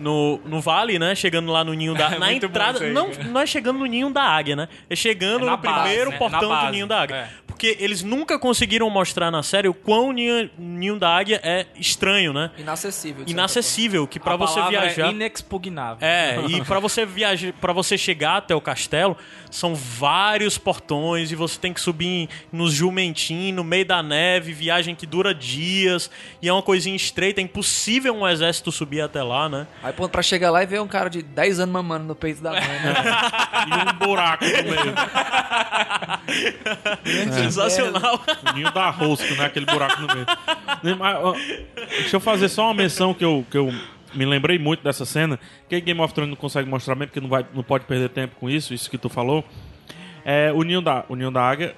Speaker 1: No, no vale, né? Chegando lá no ninho da. na
Speaker 3: É Muito bom
Speaker 1: entrada.
Speaker 3: isso aí,
Speaker 1: não,
Speaker 3: cara.
Speaker 1: não é chegando no ninho da águia, né? É chegando
Speaker 3: É
Speaker 1: no
Speaker 3: na base,
Speaker 1: primeiro
Speaker 3: né?
Speaker 1: portão
Speaker 3: Na
Speaker 1: do
Speaker 3: base,
Speaker 1: ninho da águia.
Speaker 3: é.
Speaker 1: Porque eles nunca conseguiram mostrar na série o quão ninho, ninho da águia é estranho, né?
Speaker 4: Inacessível. de certa
Speaker 1: Inacessível, que pra
Speaker 3: A
Speaker 1: você
Speaker 3: palavra
Speaker 1: viajar.
Speaker 3: É inexpugnável.
Speaker 1: É, e pra você viajar, para você chegar até o castelo, são vários portões e você tem que subir em- nos jumentinhos, no meio da neve, viagem que dura dias, e é uma coisinha estreita, é impossível um exército subir até lá, né?
Speaker 4: forma. Aí pô, pra chegar lá e ver um cara de 10 anos mamando no peito da mãe, né?
Speaker 2: E um buraco no meio.
Speaker 1: É. Sensacional.
Speaker 2: O ninho da rosca, né? Aquele buraco no meio. Nem- mas, ó, Deixa eu fazer só uma menção que eu, que eu me lembrei muito dessa cena. Que Game of Thrones não consegue mostrar mesmo, porque não, vai, não pode perder tempo com isso, isso que tu falou. É, o, ninho da, o ninho da águia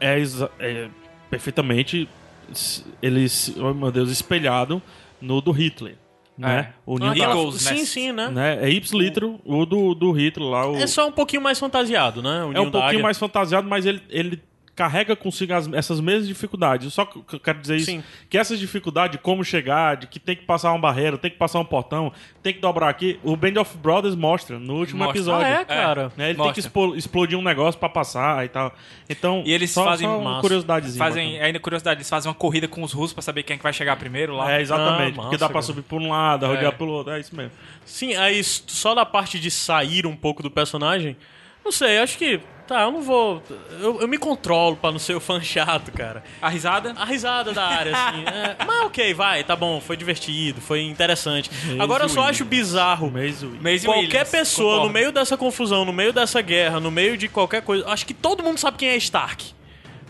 Speaker 2: é, exa- é perfeitamente. s- Ele, se- oh, meu Deus, espelhado no do Hitler. Né? O ninho
Speaker 1: Ah,
Speaker 2: da
Speaker 1: e ela-
Speaker 3: Eagles
Speaker 1: sim,
Speaker 3: Nest.
Speaker 1: sim, né?
Speaker 2: né? É ipsilitro, o do, do Hitler lá. O...
Speaker 1: É só um pouquinho mais fantasiado, né? O ninho
Speaker 2: É um
Speaker 1: da águia.
Speaker 2: pouquinho mais fantasiado, mas ele, ele carrega consigo as- essas mesmas dificuldades. Só que eu quero dizer isso,
Speaker 1: Sim.
Speaker 2: que essas dificuldades, como chegar, de que tem que passar uma barreira, tem que passar um portão, tem que dobrar aqui, o Band of Brothers mostra no último
Speaker 3: Mostra.
Speaker 2: episódio.
Speaker 1: Ah, é, cara?
Speaker 2: Né, Ele tem que
Speaker 3: Mostra.
Speaker 2: expo- explodir um negócio pra passar e tal. Então,
Speaker 3: E eles
Speaker 2: só,
Speaker 3: fazem
Speaker 2: só uma
Speaker 1: massa.
Speaker 2: curiosidadezinha.
Speaker 3: Fazem,
Speaker 2: bacana.
Speaker 3: ainda curiosidade, eles fazem uma corrida com os russos pra saber quem é que vai chegar primeiro lá.
Speaker 2: É, exatamente.
Speaker 1: Ah,
Speaker 2: porque
Speaker 1: massa,
Speaker 2: dá pra
Speaker 1: cara.
Speaker 2: subir por um lado, rodear
Speaker 3: É.
Speaker 2: pelo outro. É isso mesmo.
Speaker 1: Sim, aí s- só da parte de sair um pouco do personagem, não sei, acho que. Tá, eu não vou. Eu, eu me controlo pra não ser o fã chato, cara.
Speaker 3: A risada?
Speaker 1: A risada da área, assim. é, mas ok, vai, tá bom, foi divertido, foi interessante. Agora eu só acho bizarro.
Speaker 2: Maze Windu.
Speaker 3: Maisie
Speaker 1: Qualquer
Speaker 3: Williams,
Speaker 1: pessoa,
Speaker 3: concordo.
Speaker 1: no meio dessa confusão, no meio dessa guerra, no meio de qualquer coisa, acho que todo mundo sabe quem é Stark.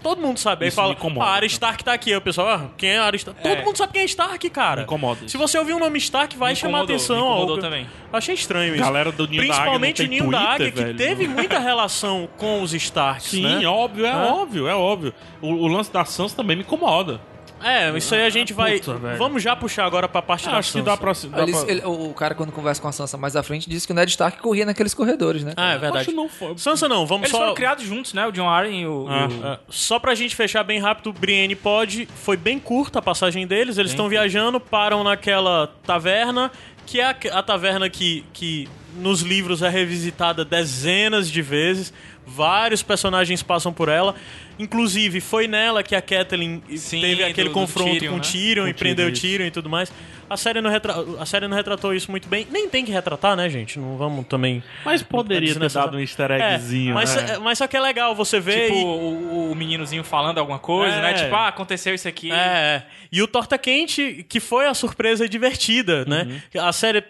Speaker 1: Todo mundo sabe. Aí
Speaker 2: Isso
Speaker 1: fala,
Speaker 2: me incomoda, então."
Speaker 1: "Ah, Arya
Speaker 2: cara.
Speaker 1: Stark tá aqui. Aí o pessoal, ah, quem é Arya Stark? Todo mundo sabe quem é Stark, cara.
Speaker 2: Me incomoda isso.
Speaker 1: Se você ouvir o nome Stark, vai
Speaker 3: Me
Speaker 1: chamar
Speaker 3: incomodou,
Speaker 1: atenção.
Speaker 3: me incomodou
Speaker 1: ó.
Speaker 3: também.
Speaker 1: Achei estranho isso.
Speaker 2: Galera do Ninho da Águia
Speaker 1: Principalmente
Speaker 2: não tem
Speaker 1: o Ninho da
Speaker 2: Twitter,
Speaker 1: Águia, que
Speaker 2: velho.
Speaker 1: teve muita relação com os Starks,
Speaker 2: Sim,
Speaker 1: né?
Speaker 2: óbvio, é,
Speaker 1: Ah.
Speaker 2: óbvio, é óbvio. O, o lance da Sans também me incomoda.
Speaker 1: É, isso aí a gente vai...
Speaker 2: puta, velho. Ah,
Speaker 1: Vamos já puxar agora pra parte da
Speaker 2: acho que
Speaker 1: Sansa.
Speaker 2: dá pra. Dá
Speaker 4: Eles-
Speaker 2: pra...
Speaker 4: ele- o o cara, quando conversa com a Sansa mais à frente, disse que o Ned Stark corria naqueles corredores, né?
Speaker 1: Ah, é verdade.
Speaker 2: Acho que não foi.
Speaker 1: Sansa não, vamos
Speaker 3: Eles
Speaker 1: só...
Speaker 3: foram criados juntos, né? O John Arryn e o...
Speaker 2: Ah,
Speaker 3: e o-
Speaker 2: é.
Speaker 1: Só pra gente fechar bem rápido, Brienne pode. Foi bem curta a passagem deles. Eles estão viajando, param naquela taverna, que é a, a taverna que, que nos livros é revisitada dezenas de vezes. Vários personagens passam por ela. Inclusive, foi nela que a Catelyn
Speaker 3: Sim,
Speaker 1: teve
Speaker 3: do-
Speaker 1: aquele
Speaker 3: do
Speaker 1: confronto
Speaker 3: Tyrion,
Speaker 1: com o
Speaker 3: né?
Speaker 1: Tyrion
Speaker 2: Com
Speaker 1: e
Speaker 2: o
Speaker 1: prendeu o
Speaker 2: Tyrion,
Speaker 1: Tyrion e tudo mais. A série, não retra- a série não retratou isso muito bem. Nem tem que retratar, né, gente? Não vamos também.
Speaker 2: Mas poderia ter
Speaker 1: desnecessário.
Speaker 2: dado um easter
Speaker 1: É,
Speaker 2: eggzinho.
Speaker 1: mas,
Speaker 2: né?
Speaker 1: é, mas só que é legal você ver.
Speaker 3: Tipo,
Speaker 1: e-
Speaker 3: o, o meninozinho falando alguma coisa,
Speaker 2: É.
Speaker 3: né? Tipo, ah, aconteceu isso aqui.
Speaker 1: É, é. e o Torta Quente, que foi a surpresa divertida, né?
Speaker 3: Uhum.
Speaker 1: A série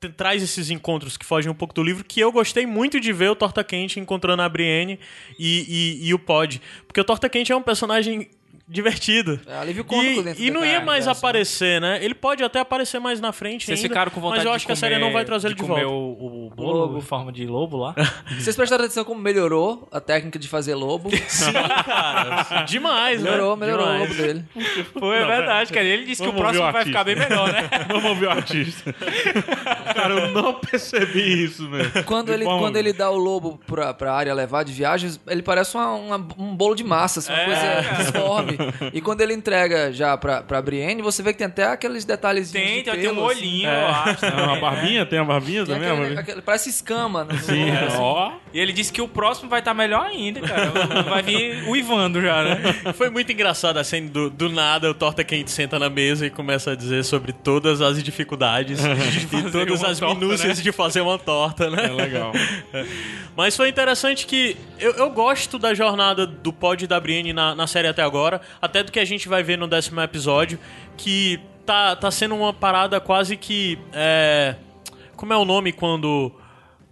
Speaker 1: t- traz esses encontros que fogem um pouco do livro, que eu gostei muito de ver o Torta Quente encontrando a Brienne e, e- e o Pod. Porque o Torta Quente é um personagem divertido.
Speaker 4: É alívio cômico dentro
Speaker 1: E, e
Speaker 4: da-
Speaker 1: não ia
Speaker 4: da-
Speaker 1: mais
Speaker 4: da-
Speaker 1: aparecer, né? Ele pode até aparecer mais na frente
Speaker 3: Vocês
Speaker 1: ainda,
Speaker 3: ficaram com vontade
Speaker 1: mas eu
Speaker 3: de
Speaker 1: acho que a série
Speaker 3: comer-
Speaker 1: não vai trazer ele de,
Speaker 3: comer
Speaker 1: volta.
Speaker 3: o, o bolo em forma de lobo lá.
Speaker 4: Vocês prestaram atenção como melhorou a técnica de fazer lobo?
Speaker 1: Sim, cara. Demais, né?
Speaker 4: Melhorou, melhorou o
Speaker 1: Demais.
Speaker 4: lobo dele.
Speaker 3: Foi, é verdade, cara. Ele disse que o
Speaker 2: Vamos ouvir
Speaker 3: próximo
Speaker 2: o
Speaker 3: vai ficar bem
Speaker 2: artista.
Speaker 3: melhor, né?
Speaker 2: Vamos ouvir o artista. Cara, eu não percebi isso, velho.
Speaker 4: Quando
Speaker 2: De
Speaker 4: ele,
Speaker 2: forma
Speaker 4: quando ele dá o lobo pra, pra área levar de viagens, ele parece uma- uma- um bolo de massa, assim, uma coisa disforme. E quando ele entrega já pra, pra Brienne, você vê que tem até aqueles detalhes
Speaker 3: Tem,
Speaker 4: de
Speaker 3: tem,
Speaker 4: pelo,
Speaker 3: tem um
Speaker 4: assim.
Speaker 3: olhinho, eu acho.
Speaker 2: É uma
Speaker 3: também, né?
Speaker 2: barbinha? Tem uma barbinha
Speaker 4: Tem
Speaker 2: também?
Speaker 4: aquele-
Speaker 2: Uma barbinha?
Speaker 4: aquele- parece escama. né?
Speaker 2: Sim, ó.
Speaker 3: E ele disse que o próximo vai estar melhor ainda, cara. Vai vir o Ivando já, né?
Speaker 1: Foi muito engraçado a cena do, do nada, o Torta Quente senta na mesa e começa a dizer sobre todas as dificuldades e
Speaker 3: fazer
Speaker 1: todas
Speaker 3: uma
Speaker 1: as
Speaker 3: torta, né?
Speaker 1: minúcias de fazer uma torta, né?
Speaker 2: É legal.
Speaker 1: Mas foi interessante que eu, eu gosto da jornada do Pod e da Brienne na, na série até agora, até do que a gente vai ver no décimo episódio, que tá, tá sendo uma parada quase que. é, como é o nome quando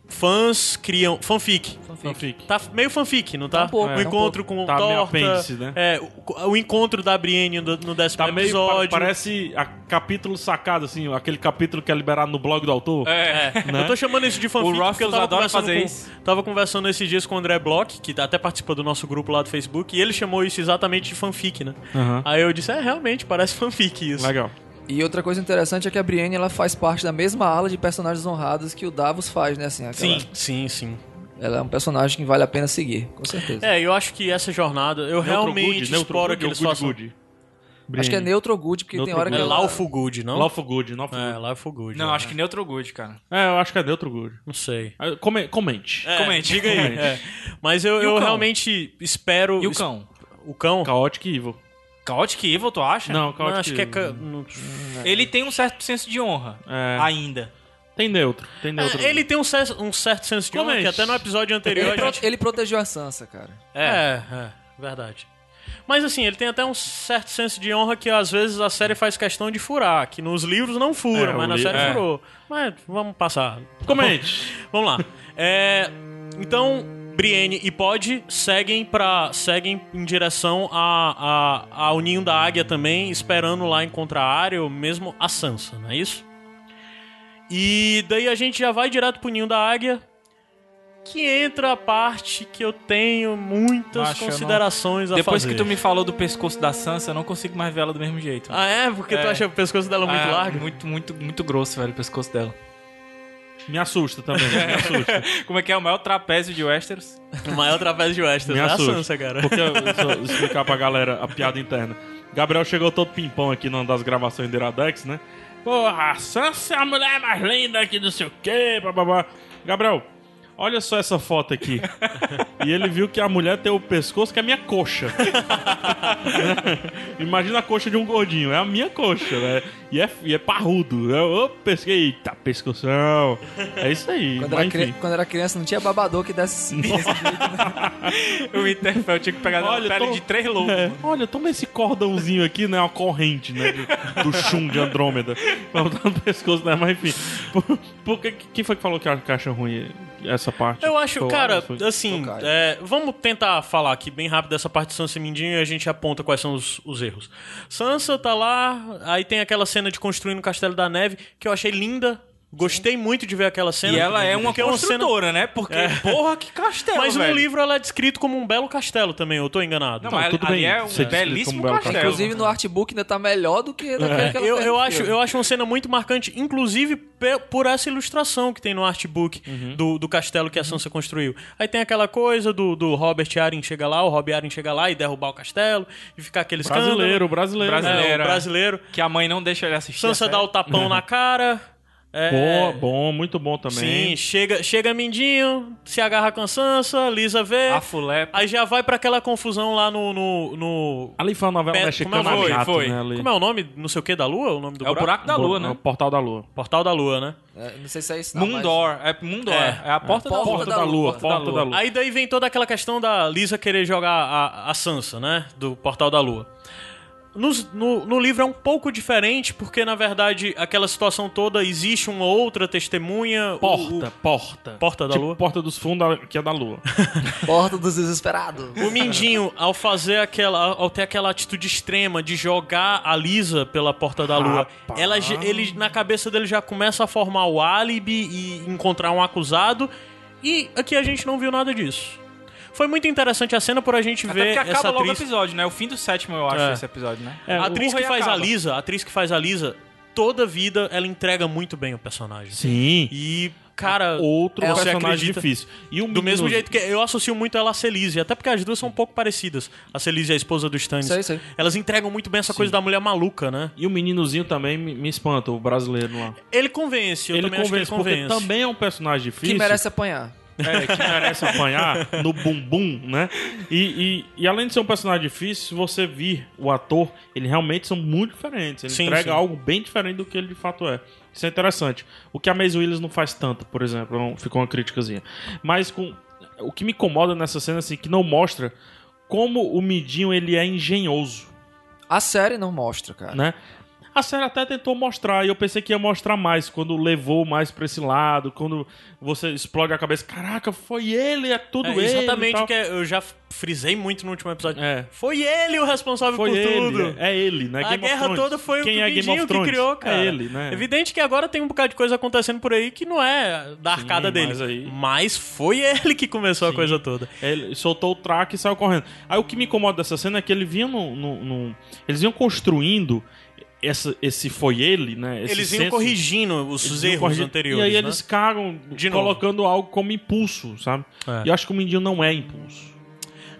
Speaker 1: fãs criam. fanfic.
Speaker 2: Não Então fique.
Speaker 1: Tá meio fanfic, não tá?
Speaker 4: Tá um pouco,
Speaker 1: o
Speaker 4: tá um
Speaker 1: encontro com o
Speaker 2: Tá meio
Speaker 1: Torta.
Speaker 2: apêndice, né?
Speaker 1: É, o, o encontro da Brienne no, no décimo
Speaker 2: Tá meio.
Speaker 1: episódio.
Speaker 2: pa- Parece a capítulo sacado, assim, aquele capítulo que é liberado no blog do autor.
Speaker 3: É.
Speaker 1: Eu tô chamando isso de fanfic
Speaker 3: O
Speaker 1: porque eu
Speaker 3: Ruffles
Speaker 1: tava
Speaker 3: adora
Speaker 1: conversando,
Speaker 3: fazer
Speaker 1: com-
Speaker 3: isso.
Speaker 1: tava conversando esses dias com o André Bloch, que até participa do nosso grupo lá do Facebook, e ele chamou isso exatamente de fanfic, né?
Speaker 2: Aham.
Speaker 1: Aí eu disse, é, realmente, parece fanfic isso.
Speaker 2: Legal.
Speaker 4: E outra coisa interessante é que a Brienne ela faz parte da mesma ala de personagens honrados que o Davos faz, né? Assim, aquela-
Speaker 1: Sim, sim, sim.
Speaker 4: Ela é um personagem que vale a pena seguir, com certeza.
Speaker 1: É, eu acho que essa jornada, eu realmente espero que eles façam...
Speaker 4: Acho que é neutro ou good, porque
Speaker 2: Neutro
Speaker 4: tem hora que
Speaker 1: É
Speaker 2: good.
Speaker 4: ela-
Speaker 1: Lawful Good, não?
Speaker 2: Lawful Good, Lawful
Speaker 1: É,
Speaker 2: Good.
Speaker 1: Lawful Good.
Speaker 3: Não,
Speaker 1: né?
Speaker 3: acho que Neutro Good, cara.
Speaker 2: É, eu acho que é neutro good.
Speaker 1: Não sei.
Speaker 2: Ah, come- Comente.
Speaker 1: É,
Speaker 3: Comente.
Speaker 1: Diga aí.
Speaker 3: Comente.
Speaker 1: é. Mas eu,
Speaker 3: E o
Speaker 1: eu
Speaker 3: cão?
Speaker 1: realmente espero...
Speaker 3: E o cão?
Speaker 1: O cão?
Speaker 2: Chaotic Evil.
Speaker 3: Chaotic Evil, tu acha?
Speaker 2: Não, Chaotic
Speaker 1: Não, acho que é...
Speaker 2: Evil.
Speaker 1: ca- no-
Speaker 3: Ele tem um certo senso de honra.
Speaker 2: É.
Speaker 3: Ainda.
Speaker 2: Tem neutro. Tem neutro.
Speaker 1: É, ele tem um, cer- um certo senso de honra,
Speaker 2: Comente.
Speaker 1: que até no episódio anterior
Speaker 4: Ele,
Speaker 1: a
Speaker 4: pro-
Speaker 1: gente
Speaker 4: ele protegeu a Sansa, cara.
Speaker 1: É, é, verdade. Mas assim, ele tem até um certo senso de honra que às vezes a série faz questão de furar, que nos livros não fura,
Speaker 2: É, o
Speaker 1: mas na
Speaker 2: li-
Speaker 1: série
Speaker 2: é.
Speaker 1: furou. Mas vamos passar.
Speaker 2: Comente.
Speaker 1: Vamos lá. É, então, Brienne e Pod seguem para seguem em direção a, a- ao ninho da águia também, esperando lá encontrar a Arya ou mesmo a Sansa, não é isso? E daí a gente já vai direto pro ninho da águia, que entra a parte que eu tenho muitas
Speaker 3: Macho, eu não-
Speaker 1: considerações a
Speaker 3: Depois
Speaker 1: fazer.
Speaker 3: que tu me falou do pescoço da Sansa, eu não consigo mais ver ela do mesmo jeito.
Speaker 1: Ah, é? Porque tu
Speaker 3: É.
Speaker 1: acha o pescoço dela muito
Speaker 3: Ah,
Speaker 1: largo?
Speaker 3: Muito, muito, muito grosso, velho, o pescoço dela.
Speaker 2: Me assusta também, me assusta.
Speaker 3: Como é que é o maior trapézio de Westeros?
Speaker 1: O maior trapézio de Westeros
Speaker 2: Me
Speaker 1: é a
Speaker 2: assusta.
Speaker 1: Sansa, cara.
Speaker 2: Porque só explicar pra galera a piada interna. Gabriel chegou todo pimpão aqui numa das gravações do Iradex, né? Porra, a Sansa é a mulher mais linda que não sei o quê, bababá. Gabriel, olha só essa foto aqui. e ele viu que a mulher tem o pescoço que é a minha coxa. Imagina a coxa de um gordinho, é a minha coxa, né? E é, e é parrudo. Eu, eu pesquei, eita, pescoção. É isso aí.
Speaker 5: Quando
Speaker 2: Mas,
Speaker 5: era, cri-
Speaker 2: enfim.
Speaker 5: quando era criança, não tinha babador que desse.
Speaker 3: O Interfell tinha que pegar
Speaker 2: Olha,
Speaker 3: na pele
Speaker 2: tô-
Speaker 3: de três lobos.
Speaker 2: É, olha, toma esse cordãozinho aqui, né? Uma corrente, né? Do, do chum de Andrômeda. Pra botar no pescoço, né? Mas enfim. Por, por que- quem foi que falou que a caixa é ruim essa parte?
Speaker 3: Tipo,
Speaker 1: Eu acho,
Speaker 2: Foi o
Speaker 1: cara,
Speaker 2: Alan, foi?
Speaker 1: assim,
Speaker 5: Foi o Caio.
Speaker 1: é, vamos tentar falar aqui bem rápido dessa parte de Sansa e Mindinho e a gente aponta quais são os, os erros. Sansa tá lá, aí tem aquela cena de construindo o Castelo da Neve, que eu achei linda. Gostei muito de ver aquela cena.
Speaker 3: E ela é uma
Speaker 1: porque uma cena-
Speaker 3: construtora, né? Porque, porra, que castelo,
Speaker 1: Mas
Speaker 3: velho.
Speaker 1: no livro Tá, ela é descrito como um belo castelo também, eu tô enganado.
Speaker 3: Não, mas
Speaker 2: tudo
Speaker 3: ali
Speaker 2: bem,
Speaker 3: é um
Speaker 2: você descreve como
Speaker 3: belíssimo
Speaker 2: belo
Speaker 3: castelo.
Speaker 2: castelo.
Speaker 5: Inclusive no artbook ainda tá melhor do que naquele que ela
Speaker 1: Eu,
Speaker 5: fez
Speaker 1: eu,
Speaker 5: no
Speaker 1: acho,
Speaker 5: filme.
Speaker 1: eu acho uma cena muito marcante, inclusive pe- por essa ilustração que tem no artbook
Speaker 3: Uhum.
Speaker 1: do, do castelo
Speaker 5: Uhum.
Speaker 1: que a Sansa construiu. Aí tem aquela coisa do, do Robert Arryn chega lá, o Rob Arryn chega lá e derrubar o castelo, e ficar aquele escândalo.
Speaker 2: Brasileiro, brasileiro.
Speaker 3: Brasileiro.
Speaker 1: É, o brasileiro.
Speaker 3: Que a mãe não deixa ele assistir. é
Speaker 1: Sansa
Speaker 3: a
Speaker 1: dá o tapão na cara. É,
Speaker 2: Bom, bom, muito bom também.
Speaker 1: Sim, chega, chega Mindinho, se agarra com a Sansa, Lisa vê.
Speaker 3: série. A fulé.
Speaker 1: Aí já vai pra aquela confusão lá no. no, no-
Speaker 2: Ali foi uma novela
Speaker 1: Pe-
Speaker 2: mexicana
Speaker 1: como é o nome?
Speaker 2: chato,
Speaker 3: Foi,
Speaker 2: né? Ali.
Speaker 1: Como é o nome? Não sei o que da Lua? O nome do
Speaker 3: É o buraco da lua,
Speaker 2: É o
Speaker 3: né?
Speaker 2: Portal da Lua.
Speaker 1: Portal da Lua, né?
Speaker 5: É, não sei se é isso não, mas-
Speaker 3: Mundor. É Mundor.
Speaker 1: É.
Speaker 3: É, a porta da
Speaker 5: Porta
Speaker 3: lua.
Speaker 5: da Lua,
Speaker 2: Porta da Lua.
Speaker 1: Aí daí vem toda aquela questão da Lisa querer jogar a, a Sansa, né? Do Portal da Lua. Nos- no, no livro é um pouco diferente, porque na verdade aquela situação toda existe uma outra testemunha. o-
Speaker 2: Porta, porta.
Speaker 1: Porta da
Speaker 2: Tipo,
Speaker 1: Lua.
Speaker 2: Porta dos Fundos, que é da Lua.
Speaker 5: Porta dos Desesperados.
Speaker 1: O, o Mindinho, ao fazer aquela. ao ter aquela atitude extrema de jogar a Lisa pela Porta da Lua,
Speaker 2: Rapaz.
Speaker 1: ela, já- ele, na cabeça dele já começa a formar o álibi e encontrar um acusado. E aqui a gente não viu nada disso. Foi muito interessante a cena por a gente
Speaker 3: Até
Speaker 1: ver
Speaker 3: porque acaba
Speaker 1: essa
Speaker 3: logo o
Speaker 1: atriz.
Speaker 3: episódio, né? O fim do sétimo, eu acho,
Speaker 1: É.
Speaker 3: esse episódio, né?
Speaker 1: a atriz
Speaker 3: burro
Speaker 1: que
Speaker 3: e
Speaker 1: faz a
Speaker 3: acaba.
Speaker 1: Lisa, a atriz que faz a Lisa, toda vida ela entrega muito bem o personagem.
Speaker 2: Sim.
Speaker 1: E, cara,
Speaker 2: Outro
Speaker 1: É, você
Speaker 2: personagem
Speaker 1: acredita-
Speaker 2: difícil. E o
Speaker 1: do mesmo
Speaker 2: menino-
Speaker 1: jeito que eu associo muito ela à Celise, até porque as duas são um pouco parecidas. A Celise é a esposa do Stannis.
Speaker 5: Sei, sei.
Speaker 1: Elas entregam muito bem essa coisa da mulher maluca, né?
Speaker 2: E o meninozinho também me, me espanta, o brasileiro lá.
Speaker 1: Ele convence, eu
Speaker 2: ele
Speaker 1: também
Speaker 2: convence,
Speaker 1: acho que
Speaker 2: porque
Speaker 1: ele convence.
Speaker 2: também é um personagem difícil.
Speaker 5: Que merece apanhar.
Speaker 2: é, que
Speaker 3: né?
Speaker 2: merece apanhar no bumbum, né? E, e- e além de ser um personagem difícil, se você vir o ator, ele realmente são muito diferentes. Ele
Speaker 1: Sim,
Speaker 2: entrega
Speaker 1: sim.
Speaker 2: algo bem diferente do que ele de fato é. Isso é interessante. O que a Maisie Williams não faz tanto, por exemplo, não- ficou uma criticazinha. Mas com o que me incomoda nessa cena assim, que não mostra como o Midinho ele é engenhoso.
Speaker 5: A série não mostra,
Speaker 1: É.
Speaker 5: cara.
Speaker 2: né? A série até tentou mostrar, e eu pensei que ia mostrar mais, quando levou mais pra esse lado, quando você explode a cabeça, caraca, foi ele, é tudo
Speaker 1: É,
Speaker 2: ele. e
Speaker 1: exatamente
Speaker 2: tal.
Speaker 1: o que eu já frisei muito no último episódio.
Speaker 2: É.
Speaker 1: Foi ele o responsável
Speaker 2: Foi
Speaker 1: por
Speaker 2: ele,
Speaker 1: tudo.
Speaker 2: é ele, né?
Speaker 1: A
Speaker 2: Game of
Speaker 1: guerra
Speaker 2: Thrones.
Speaker 1: toda foi
Speaker 2: Quem
Speaker 1: o
Speaker 2: é
Speaker 1: Big
Speaker 2: Game
Speaker 1: Jim
Speaker 2: of
Speaker 1: que
Speaker 2: Thrones?
Speaker 1: criou, cara.
Speaker 2: É ele, né?
Speaker 1: Evidente que agora tem um bocado de coisa acontecendo por aí que não é da arcada dele.
Speaker 2: mas aí-
Speaker 1: Mas foi ele que começou a coisa toda.
Speaker 2: Ele soltou o traque e saiu correndo. Aí o que me incomoda dessa cena é que ele vinha no, no- no- eles iam construindo essa- esse foi ele, né? Esse
Speaker 1: Eles iam
Speaker 2: senso-
Speaker 1: corrigindo os
Speaker 2: Eles iam
Speaker 1: erros
Speaker 2: corrigir-
Speaker 1: anteriores.
Speaker 2: E aí
Speaker 1: né?
Speaker 2: eles cagam
Speaker 1: De novo.
Speaker 2: colocando algo como impulso, sabe?
Speaker 1: É.
Speaker 2: E eu acho que o Mindinho não é impulso.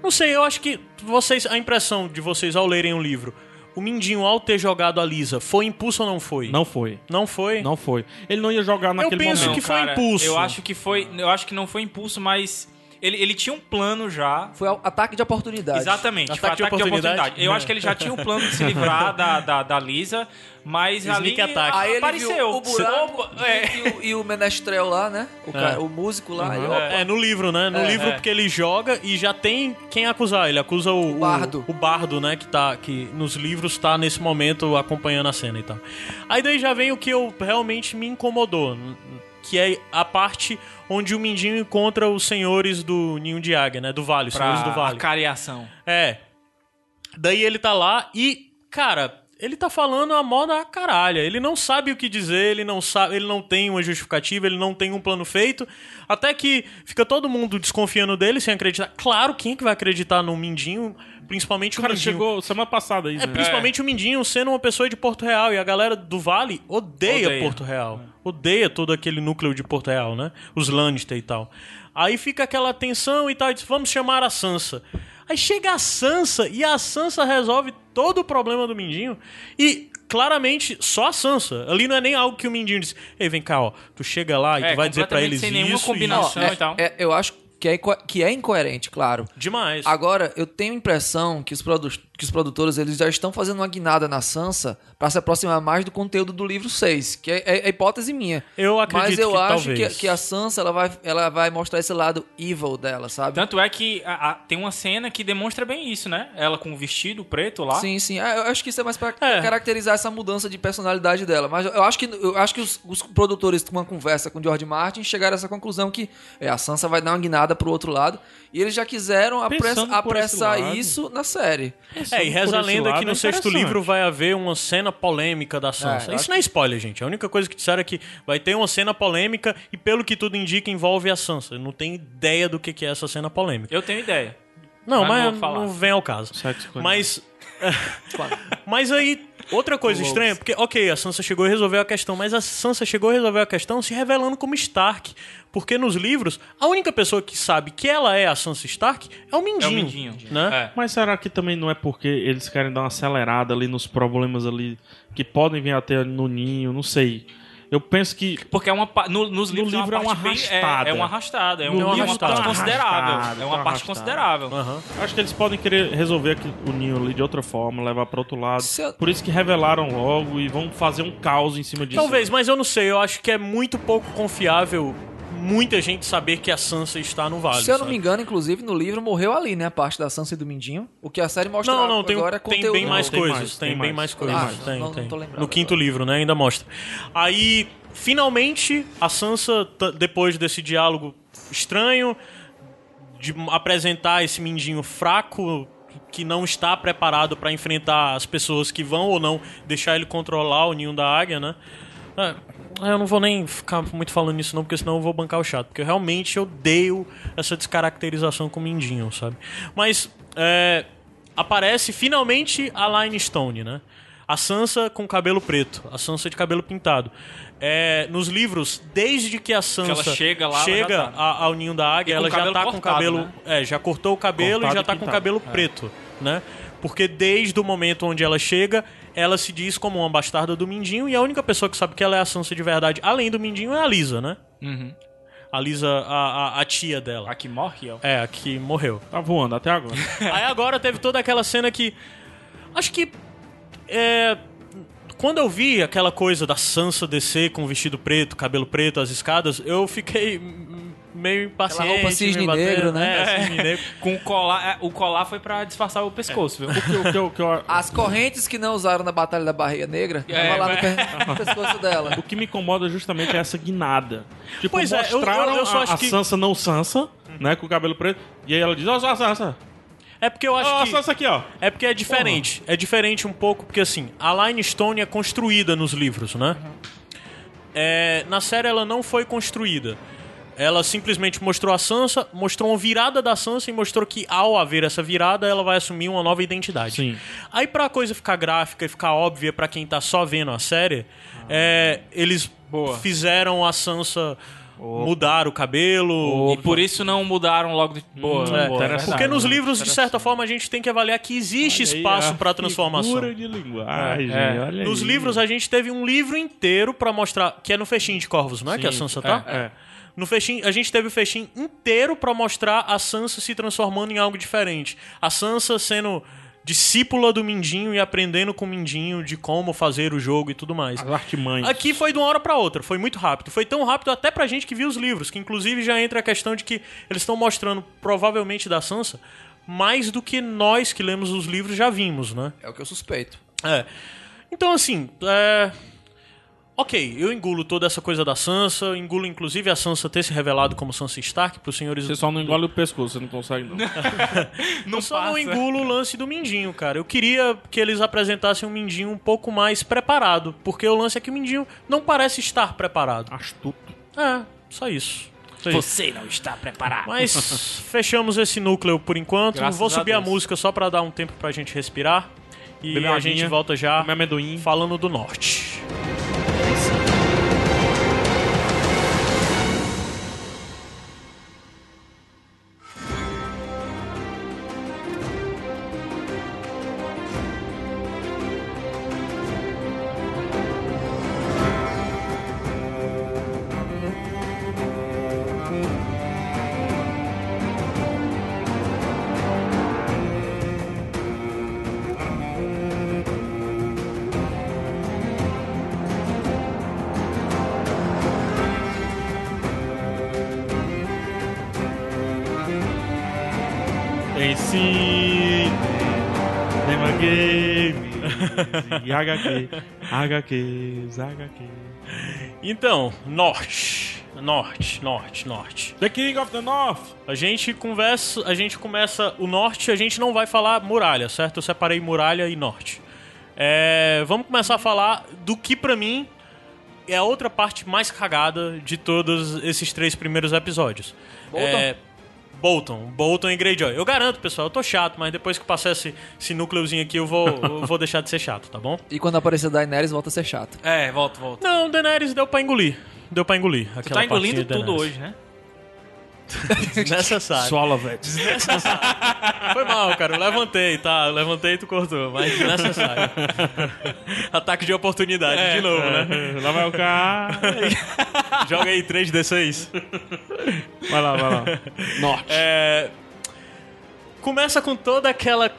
Speaker 1: Não sei, eu acho que vocês. A impressão de vocês ao lerem o livro, o Mindinho, ao ter jogado a Lisa, foi impulso ou não foi?
Speaker 2: Não foi.
Speaker 1: Não foi?
Speaker 2: Não foi. Ele não ia jogar naquele
Speaker 1: penso
Speaker 2: momento.
Speaker 1: que foi impulso.
Speaker 3: Eu acho que foi. Eu acho que não foi impulso, mas. Ele, ele tinha um plano já.
Speaker 5: Foi a- ataque de oportunidade.
Speaker 3: Exatamente,
Speaker 1: Ataque
Speaker 3: foi
Speaker 1: de
Speaker 3: ataque de oportunidade.
Speaker 1: oportunidade.
Speaker 3: Eu acho que ele já tinha o plano de se livrar da, da, da Lisa, mas
Speaker 1: Sneak
Speaker 3: ali
Speaker 1: attack.
Speaker 3: Aí
Speaker 5: Aí ele
Speaker 3: apareceu.
Speaker 5: viu o buraco
Speaker 3: Opa, é.
Speaker 5: e, o, e o menestrel lá, né? O, cara- o músico lá. ele, opa,
Speaker 1: É, no livro, né? No
Speaker 5: É,
Speaker 1: livro,
Speaker 3: é.
Speaker 1: porque ele joga e já tem quem acusar. Ele acusa o,
Speaker 5: O bardo.
Speaker 1: O, o bardo, né? Que, tá, que nos livros tá nesse momento acompanhando a cena e tal. Aí daí já vem o que eu realmente me incomodou. n- Que é a parte onde o Mindinho encontra os senhores do Ninho de Águia, né? Do Vale, os senhores do
Speaker 3: Pra
Speaker 1: Vale.
Speaker 3: acariação.
Speaker 1: É. Daí ele tá lá e, cara, ele tá falando a moda a caralha. Ele não sabe o que dizer, ele não sabe, ele não tem uma justificativa, ele não tem um plano feito. Até que fica todo mundo desconfiando dele, sem acreditar. Claro, quem é que vai acreditar no Mindinho? Principalmente o
Speaker 2: Cara,
Speaker 1: Mindinho.
Speaker 2: chegou semana passada aí,
Speaker 1: É,
Speaker 2: né?
Speaker 1: principalmente o Mindinho sendo uma pessoa de Porto Real. E a galera do Vale odeia,
Speaker 3: Odeia. É.
Speaker 1: Porto Real. Odeia todo aquele núcleo de Porto Real, né? Os Lannister e tal. Aí fica aquela tensão e tal. E diz, vamos chamar a Sansa. Aí chega a Sansa e a Sansa resolve todo o problema do Mindinho. E claramente só a Sansa. Ali não é nem algo que o Mindinho diz. Ei, vem cá, ó. Tu chega lá e
Speaker 3: É,
Speaker 1: tu vai dizer pra
Speaker 3: completamente
Speaker 1: eles
Speaker 3: sem nenhuma
Speaker 1: isso,
Speaker 3: combinação.
Speaker 1: isso,
Speaker 3: Não, e tal.
Speaker 5: é, eu acho que é, inco- que é incoerente, claro.
Speaker 1: Demais.
Speaker 5: Agora, eu tenho a impressão que os, produ que os produtores eles já estão fazendo uma guinada na Sansa pra se aproximar mais do conteúdo do livro 6, que é, é- é hipótese minha.
Speaker 1: Eu acredito
Speaker 5: Mas eu
Speaker 1: que
Speaker 5: acho que,
Speaker 1: talvez.
Speaker 5: que a Sansa ela vai, ela vai mostrar esse lado evil dela, sabe?
Speaker 3: Tanto é que a- a- tem uma cena que demonstra bem isso, né? Ela com o vestido preto lá.
Speaker 5: Sim, sim. Ah, Eu acho que isso é mais pra
Speaker 1: É.
Speaker 5: caracterizar essa mudança de personalidade dela. Mas eu acho que, eu acho que os, os produtores, com uma conversa com o George Martin, chegaram a essa conclusão que é, a Sansa vai dar uma guinada pro outro lado. E eles já quiseram apress-
Speaker 2: Pensando por
Speaker 5: apressar
Speaker 2: esse lado.
Speaker 5: isso na série.
Speaker 1: É, e reza a
Speaker 2: Por esse
Speaker 1: lenda que
Speaker 2: lado,
Speaker 1: no
Speaker 2: é
Speaker 1: sexto
Speaker 2: interessante.
Speaker 1: livro vai haver uma cena polêmica da Sansa.
Speaker 5: eu
Speaker 1: Isso não é spoiler, gente. A única coisa que disseram é que vai ter uma cena polêmica e, pelo que tudo indica, envolve a Sansa. Eu Não tenho ideia do que que é essa cena polêmica.
Speaker 3: Eu tenho ideia.
Speaker 1: Não,
Speaker 3: mas não
Speaker 1: mas
Speaker 3: vou falar.
Speaker 1: não vem ao caso.
Speaker 2: Sexo com
Speaker 1: Mas. mas aí, outra coisa estranha, porque, ok, a Sansa chegou e resolveu a questão, mas a Sansa chegou e resolveu a questão se revelando como Stark. Porque nos livros, a única pessoa que sabe que ela é a Sansa Stark é o
Speaker 3: É o
Speaker 1: Mindinho.
Speaker 3: Mindinho.
Speaker 1: Né?
Speaker 3: É.
Speaker 2: Mas será que também não é porque eles querem dar uma acelerada ali nos problemas ali que podem vir até no ninho, não sei. Eu penso que
Speaker 3: Porque é uma pa- no, nos
Speaker 2: No
Speaker 3: livros
Speaker 2: livro
Speaker 3: é
Speaker 2: é
Speaker 3: uma
Speaker 2: uma
Speaker 3: parte bem- é-
Speaker 2: arrastada.
Speaker 3: é uma arrastada. É
Speaker 2: No
Speaker 3: uma, é uma
Speaker 2: livro tá
Speaker 3: parte
Speaker 2: uma
Speaker 3: considerável.
Speaker 2: arrastada,
Speaker 3: É
Speaker 2: tá
Speaker 3: uma parte
Speaker 2: arrastada.
Speaker 3: considerável.
Speaker 1: Aham.
Speaker 2: acho que eles podem querer resolver aqui- o ninho ali de outra forma, levar pra outro lado.
Speaker 5: Se eu-
Speaker 2: Por isso que revelaram logo e vão fazer um caos em cima disso.
Speaker 1: Talvez, mas eu não sei. Eu acho que é muito pouco confiável muita gente saber que a Sansa está no vale.
Speaker 5: Se eu não
Speaker 1: sabe?
Speaker 5: me engano, inclusive, no livro morreu ali, né? A parte da Sansa e do Mindinho. O que a série mostra
Speaker 1: Não, não, tem,
Speaker 5: agora é
Speaker 1: tem
Speaker 5: conteúdo
Speaker 1: bem
Speaker 5: novo.
Speaker 1: mais
Speaker 2: Tem
Speaker 1: coisas.
Speaker 2: mais,
Speaker 1: tem,
Speaker 2: tem
Speaker 1: bem mais
Speaker 2: mais.
Speaker 1: coisas.
Speaker 5: Ah,
Speaker 1: tem,
Speaker 5: não-
Speaker 1: tem.
Speaker 5: não tô lembrado
Speaker 1: no quinto
Speaker 5: agora.
Speaker 1: livro, né? Ainda mostra. Aí, finalmente, a Sansa, t- depois desse diálogo estranho, de m- apresentar esse mindinho fraco que não está preparado para enfrentar as pessoas que vão ou não deixar ele controlar o ninho da águia, né? É, eu não vou nem ficar muito falando nisso não, porque senão eu vou bancar o chato. Porque eu realmente odeio essa descaracterização com o mindinho, sabe? Mas é, aparece finalmente a Line Stone, né? A Sansa com cabelo preto, a Sansa de cabelo pintado. É, nos livros, desde que a Sansa
Speaker 3: chega lá, ela já
Speaker 1: chega
Speaker 3: tá, né?
Speaker 1: a- ao ninho da águia,
Speaker 3: E com
Speaker 1: ela
Speaker 3: o
Speaker 1: já
Speaker 3: cabelo
Speaker 1: tá com o
Speaker 3: cortado,
Speaker 1: cabelo.
Speaker 3: né?
Speaker 1: É, já cortou o cabelo
Speaker 2: Cortado
Speaker 1: e já
Speaker 2: e
Speaker 1: tá com o
Speaker 2: pintado.
Speaker 1: cabelo
Speaker 3: é.
Speaker 1: preto, né? Porque desde o momento onde ela chega, ela se diz como uma bastarda do Mindinho e a única pessoa que sabe que ela é a Sansa de verdade, além do Mindinho, é a Lisa, né?
Speaker 3: Uhum.
Speaker 1: A Lisa, a, a- a tia dela.
Speaker 3: A que morre, ó.
Speaker 1: É, a que morreu.
Speaker 2: Tá voando até agora.
Speaker 1: Aí agora teve toda aquela cena que. Acho que. É. Quando eu vi aquela coisa da Sansa descer com o vestido preto, cabelo preto, as escadas, eu fiquei hum, meio impaciente.
Speaker 5: roupa cisne
Speaker 1: meio batendo,
Speaker 5: negro, né?
Speaker 1: É, cisne negro.
Speaker 3: Com o colar, é, o colar foi pra disfarçar o pescoço, viu?
Speaker 2: o que, o que, o que, eu-
Speaker 5: As correntes que não usaram na Batalha da Barreira Negra,
Speaker 3: É,
Speaker 5: tava lá no,
Speaker 1: né?
Speaker 3: mas-
Speaker 5: pe- no pescoço dela.
Speaker 2: o que me incomoda justamente é essa guinada. Tipo,
Speaker 1: Pois é, eu-
Speaker 2: mostraram
Speaker 1: eu- eu só
Speaker 2: a,
Speaker 1: acho
Speaker 2: a
Speaker 1: que-
Speaker 2: Sansa não Sansa, né, com o cabelo preto, e aí ela diz, ó, ó, Sansa,
Speaker 1: É porque eu acho
Speaker 2: ó,
Speaker 1: que.
Speaker 2: Sansa aqui, ó.
Speaker 1: É porque é diferente. É diferente um pouco, porque assim, a Line Stone é construída nos livros, né? É, na série ela não foi construída. Ela simplesmente mostrou a Sansa, mostrou uma virada da Sansa e mostrou que ao haver essa virada, ela vai assumir uma nova identidade.
Speaker 2: Sim.
Speaker 1: Aí pra coisa ficar gráfica e ficar óbvia pra quem tá só vendo a série, é, eles
Speaker 3: Boa.
Speaker 1: fizeram a Sansa mudar o cabelo,
Speaker 3: E por isso não mudaram logo. De... Boa,
Speaker 1: é,
Speaker 3: boa,
Speaker 2: interessante.
Speaker 3: verdade. né?
Speaker 1: porque nos livros, de certa forma, a gente tem que avaliar que existe espaço pra transformação.
Speaker 2: é Figura de linguagem,
Speaker 3: É, é.
Speaker 2: olha
Speaker 1: Nos
Speaker 2: aí.
Speaker 1: livros a gente teve um livro inteiro pra mostrar, que é no fechinho de Corvos, não é que a
Speaker 2: Sim,
Speaker 1: Sansa tá?
Speaker 2: é, é.
Speaker 1: No fechim, a gente teve o fechim inteiro pra mostrar a Sansa se transformando em algo diferente. A Sansa sendo discípula do Mindinho e aprendendo com o Mindinho de como fazer o jogo e tudo mais.
Speaker 2: As artimanhas.
Speaker 1: Aqui foi de uma hora pra outra, foi muito rápido. Foi tão rápido até pra gente que viu os livros, que inclusive já entra a questão de que eles estão mostrando, provavelmente da Sansa, mais do que nós que lemos os livros já vimos, né?
Speaker 5: É o que eu suspeito.
Speaker 1: É. Então, assim, é... Ok, eu engulo toda essa coisa da Sansa, eu engulo inclusive a Sansa ter se revelado como Sansa Stark pros senhores...
Speaker 2: Você só não engole o pescoço, você não consegue não.
Speaker 1: eu só não
Speaker 3: passa.
Speaker 1: engulo o lance do Mindinho, cara. Eu queria que eles apresentassem um Mindinho um pouco mais preparado, porque o lance é que o Mindinho não parece estar preparado.
Speaker 2: Astuto.
Speaker 1: É, só isso. aí.
Speaker 3: Você não está preparado.
Speaker 1: Mas fechamos esse núcleo por enquanto.
Speaker 3: Graças
Speaker 1: Vou
Speaker 3: a
Speaker 1: subir a,
Speaker 3: Deus.
Speaker 1: música só pra dar um tempo pra gente respirar. E
Speaker 2: Beber uma
Speaker 1: a gente
Speaker 2: aguinha,
Speaker 1: volta já
Speaker 2: comer é amendoim.
Speaker 1: falando do norte.
Speaker 2: Cinema Games e HQ, HQs, HQ.
Speaker 1: Então, norte. Norte, norte, norte.
Speaker 2: The King of the North!
Speaker 1: A gente conversa, a gente começa o norte, a gente não vai falar muralha, certo? Eu separei muralha e norte. É, vamos começar a falar do que pra mim é a outra parte mais cagada de todos esses três primeiros episódios.
Speaker 5: Bolton?
Speaker 1: É, Bolton, Bolton e Greyjoy. Eu garanto, pessoal, eu tô chato, mas depois que passar esse, esse núcleozinho aqui, eu vou, eu vou deixar de ser chato, tá bom?
Speaker 5: E quando aparecer Daenerys, volta a ser chato.
Speaker 3: É, volta, volta.
Speaker 1: Não, Daenerys deu pra engolir. Deu pra engolir.
Speaker 3: Tu tá engolindo tudo hoje, né?
Speaker 1: Necessário.
Speaker 2: Swallow, velho.
Speaker 1: Foi mal, cara. Eu levantei, tá? Eu levantei e tu cortou, mas desnecessário. Ataque de oportunidade, de novo, né?
Speaker 2: Lá vai o cara.
Speaker 1: Joga aí 3D6.
Speaker 2: Vai lá, vai lá. Norte.
Speaker 1: É... Começa com toda aquela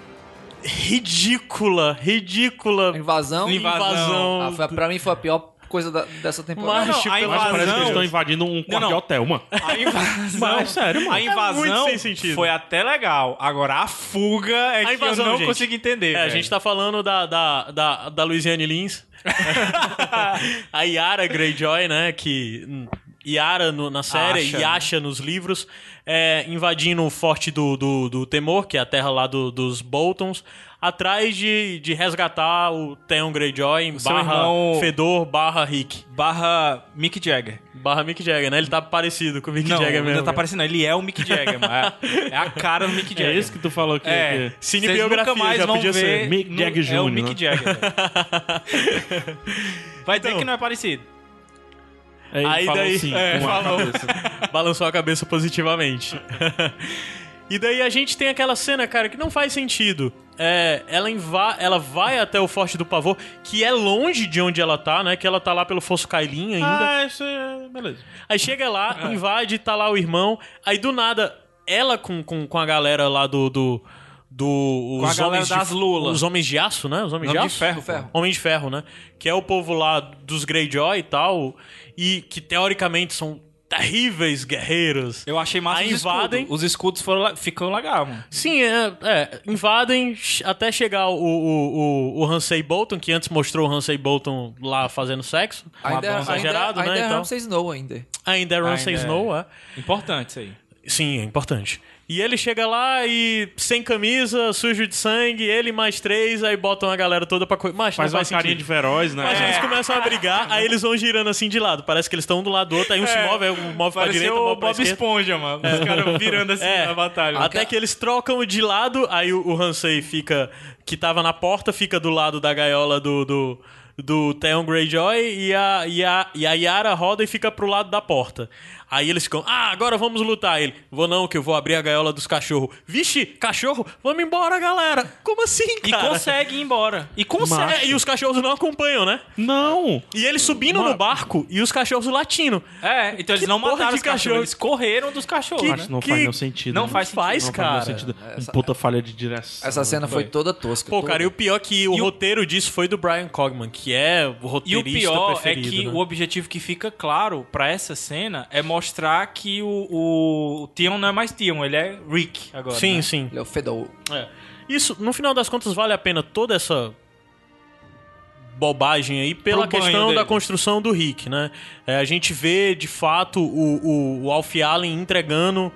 Speaker 1: ridícula, ridícula
Speaker 5: A invasão.
Speaker 1: invasão.
Speaker 5: Ah, foi, pra mim foi a pior coisa da- dessa temporada.
Speaker 1: Mas,
Speaker 3: Não, não,
Speaker 1: tipo,
Speaker 3: a
Speaker 1: pelo
Speaker 2: Mas
Speaker 1: amor de
Speaker 2: parece que
Speaker 3: invasão-
Speaker 2: eles
Speaker 1: Deus.
Speaker 2: estão invadindo um quarto
Speaker 3: não.
Speaker 2: de hotel, mano.
Speaker 3: A invasão.
Speaker 2: Mas, sério, mano.
Speaker 3: A invasão
Speaker 1: muito sem sentido.
Speaker 3: foi até legal. Agora a fuga é
Speaker 1: A
Speaker 3: que
Speaker 1: invasão,
Speaker 3: eu não
Speaker 1: gente.
Speaker 3: consigo entender.
Speaker 1: É, a gente tá falando da, da, da, da Louisiane Lins. a Yara Greyjoy, né? Que. hum, Yara no- na série,
Speaker 3: Asha,
Speaker 1: Yasha nos livros, é, invadindo o forte do, do, do Temor, que é a terra lá do- dos Boltons, atrás de, de resgatar o Theon Greyjoy,
Speaker 3: seu
Speaker 1: barra
Speaker 3: irmão-
Speaker 1: Fedor, barra Rick,
Speaker 3: Barra Mick Jagger.
Speaker 1: barra Mick Jagger, né? Ele tá parecido com o Mick
Speaker 3: não,
Speaker 1: Jagger
Speaker 3: ainda
Speaker 1: mesmo.
Speaker 3: tá
Speaker 1: cara.
Speaker 3: parecendo. Ele é o Mick Jagger, mano. É, é a cara do Mick Jagger.
Speaker 2: É isso que tu falou aqui.
Speaker 3: É,
Speaker 2: que-
Speaker 1: Cine
Speaker 3: vocês
Speaker 1: biografia,
Speaker 3: nunca mais
Speaker 1: já
Speaker 3: vão
Speaker 1: podia
Speaker 3: ver
Speaker 1: ser.
Speaker 2: Mick
Speaker 3: no-
Speaker 2: Jagger
Speaker 3: É o
Speaker 2: Jr.,
Speaker 3: Mick
Speaker 2: né?
Speaker 3: Jagger. Vai dizer que não é parecido.
Speaker 2: Aí,
Speaker 1: Aí
Speaker 2: falou assim,
Speaker 1: daí-
Speaker 2: sim,
Speaker 1: é,
Speaker 2: com a
Speaker 1: falou.
Speaker 2: cabeça.
Speaker 1: balançou a cabeça positivamente. e daí a gente tem aquela cena, cara, que não faz sentido. É, ela, inva ela vai até o Forte do Pavor, que é longe de onde ela tá, né? Que ela tá lá pelo Fosso Cailin ainda.
Speaker 2: Ah, isso é... Beleza.
Speaker 1: Aí chega lá,
Speaker 3: Ah.
Speaker 1: invade, tá lá o irmão. Aí do nada, ela com, com, com a galera lá do. do do
Speaker 3: Com a
Speaker 1: os
Speaker 3: galera
Speaker 1: homens
Speaker 3: das
Speaker 1: de,
Speaker 3: Lula.
Speaker 1: Os homens de aço, né? Os homens
Speaker 3: Homem
Speaker 1: de
Speaker 3: de
Speaker 1: aço.
Speaker 3: ferro,
Speaker 5: ferro.
Speaker 1: Homem de ferro, né? Que é o povo lá dos Greyjoy e tal. E que teoricamente são terríveis guerreiros.
Speaker 3: Eu achei massa
Speaker 1: Aí
Speaker 3: os
Speaker 1: invadem.
Speaker 3: escudos. Os escudos foram, la- ficam legal, mano.
Speaker 1: Sim, é, é, invadem ch- até chegar o, o, o, o Hansei Bolton, que antes mostrou o Hansei Bolton lá fazendo sexo.
Speaker 5: ainda
Speaker 1: Uma bomba exagerado, né,
Speaker 5: ainda é
Speaker 1: então.
Speaker 5: Ramsay Snow ainda.
Speaker 1: Ainda era o Hansei
Speaker 3: Ainda é.
Speaker 1: Snow, é.
Speaker 3: Importante isso aí.
Speaker 1: Sim, é importante. E ele chega lá e sem camisa, sujo de sangue, ele mais três, aí botam a galera toda pra coisa. Mas
Speaker 2: Faz
Speaker 1: não
Speaker 2: uma
Speaker 1: faz
Speaker 2: carinha de
Speaker 1: sentido.
Speaker 2: feroz, né?
Speaker 1: Mas
Speaker 3: É.
Speaker 1: eles começam a brigar, aí eles vão girando assim de lado. Parece que eles estão um do lado do outro, aí um se move, aí um move pra
Speaker 3: É. Pareceu
Speaker 1: direita, um
Speaker 3: o
Speaker 1: move pra
Speaker 3: Bob
Speaker 1: esquerda.
Speaker 3: Esponja, mano. Os caras virando assim
Speaker 1: É.
Speaker 3: na batalha.
Speaker 1: Até que eles trocam de lado, aí o, o Hansei fica. que tava na porta, fica do lado da gaiola do. do do Theon Greyjoy e a, e, a, e a Yara roda e fica pro lado da porta. Aí eles ficam, ah, agora vamos lutar. Ele, vou não, que eu vou abrir a gaiola dos cachorros. Vixe, cachorro, vamos embora, galera. Como assim,
Speaker 3: E
Speaker 1: cara?
Speaker 3: consegue ir embora. E consegue.
Speaker 1: É, e os cachorros não acompanham, né?
Speaker 2: Não!
Speaker 1: E eles subindo no barco e os cachorros latindo.
Speaker 3: É, então
Speaker 1: Que
Speaker 3: eles não
Speaker 1: porra
Speaker 3: mataram
Speaker 1: de
Speaker 3: os cachorros,
Speaker 1: cachorro?
Speaker 3: eles correram dos cachorros,
Speaker 2: Acho
Speaker 3: né?
Speaker 2: que não
Speaker 1: que-
Speaker 2: faz nenhum sentido.
Speaker 3: Não
Speaker 2: né?
Speaker 3: faz sentido.
Speaker 1: Faz,
Speaker 2: Não
Speaker 1: cara.
Speaker 2: faz nenhum sentido. Um puta falha de direção. né?
Speaker 5: Essa cena foi,
Speaker 3: foi.
Speaker 5: toda tosca.
Speaker 1: Pô,
Speaker 5: toda.
Speaker 1: cara, e o pior é que o
Speaker 3: E o-
Speaker 1: roteiro disso foi do Brian Cogman, que é o
Speaker 3: E o
Speaker 1: roteirista
Speaker 3: pior é
Speaker 1: preferido,
Speaker 3: que
Speaker 1: né?
Speaker 3: o objetivo que fica claro pra essa cena é mostrar que o, o, o Theon não é mais Theon, ele é Rick agora.
Speaker 1: Sim,
Speaker 3: né?
Speaker 1: sim.
Speaker 5: Ele é o Fedor.
Speaker 1: É. Isso, no final das contas, vale a pena toda essa bobagem aí pela
Speaker 3: Pro banho
Speaker 1: questão da
Speaker 3: dele.
Speaker 1: construção do Rick, né? É, a gente vê, de fato, o, o, o Alf Allen entregando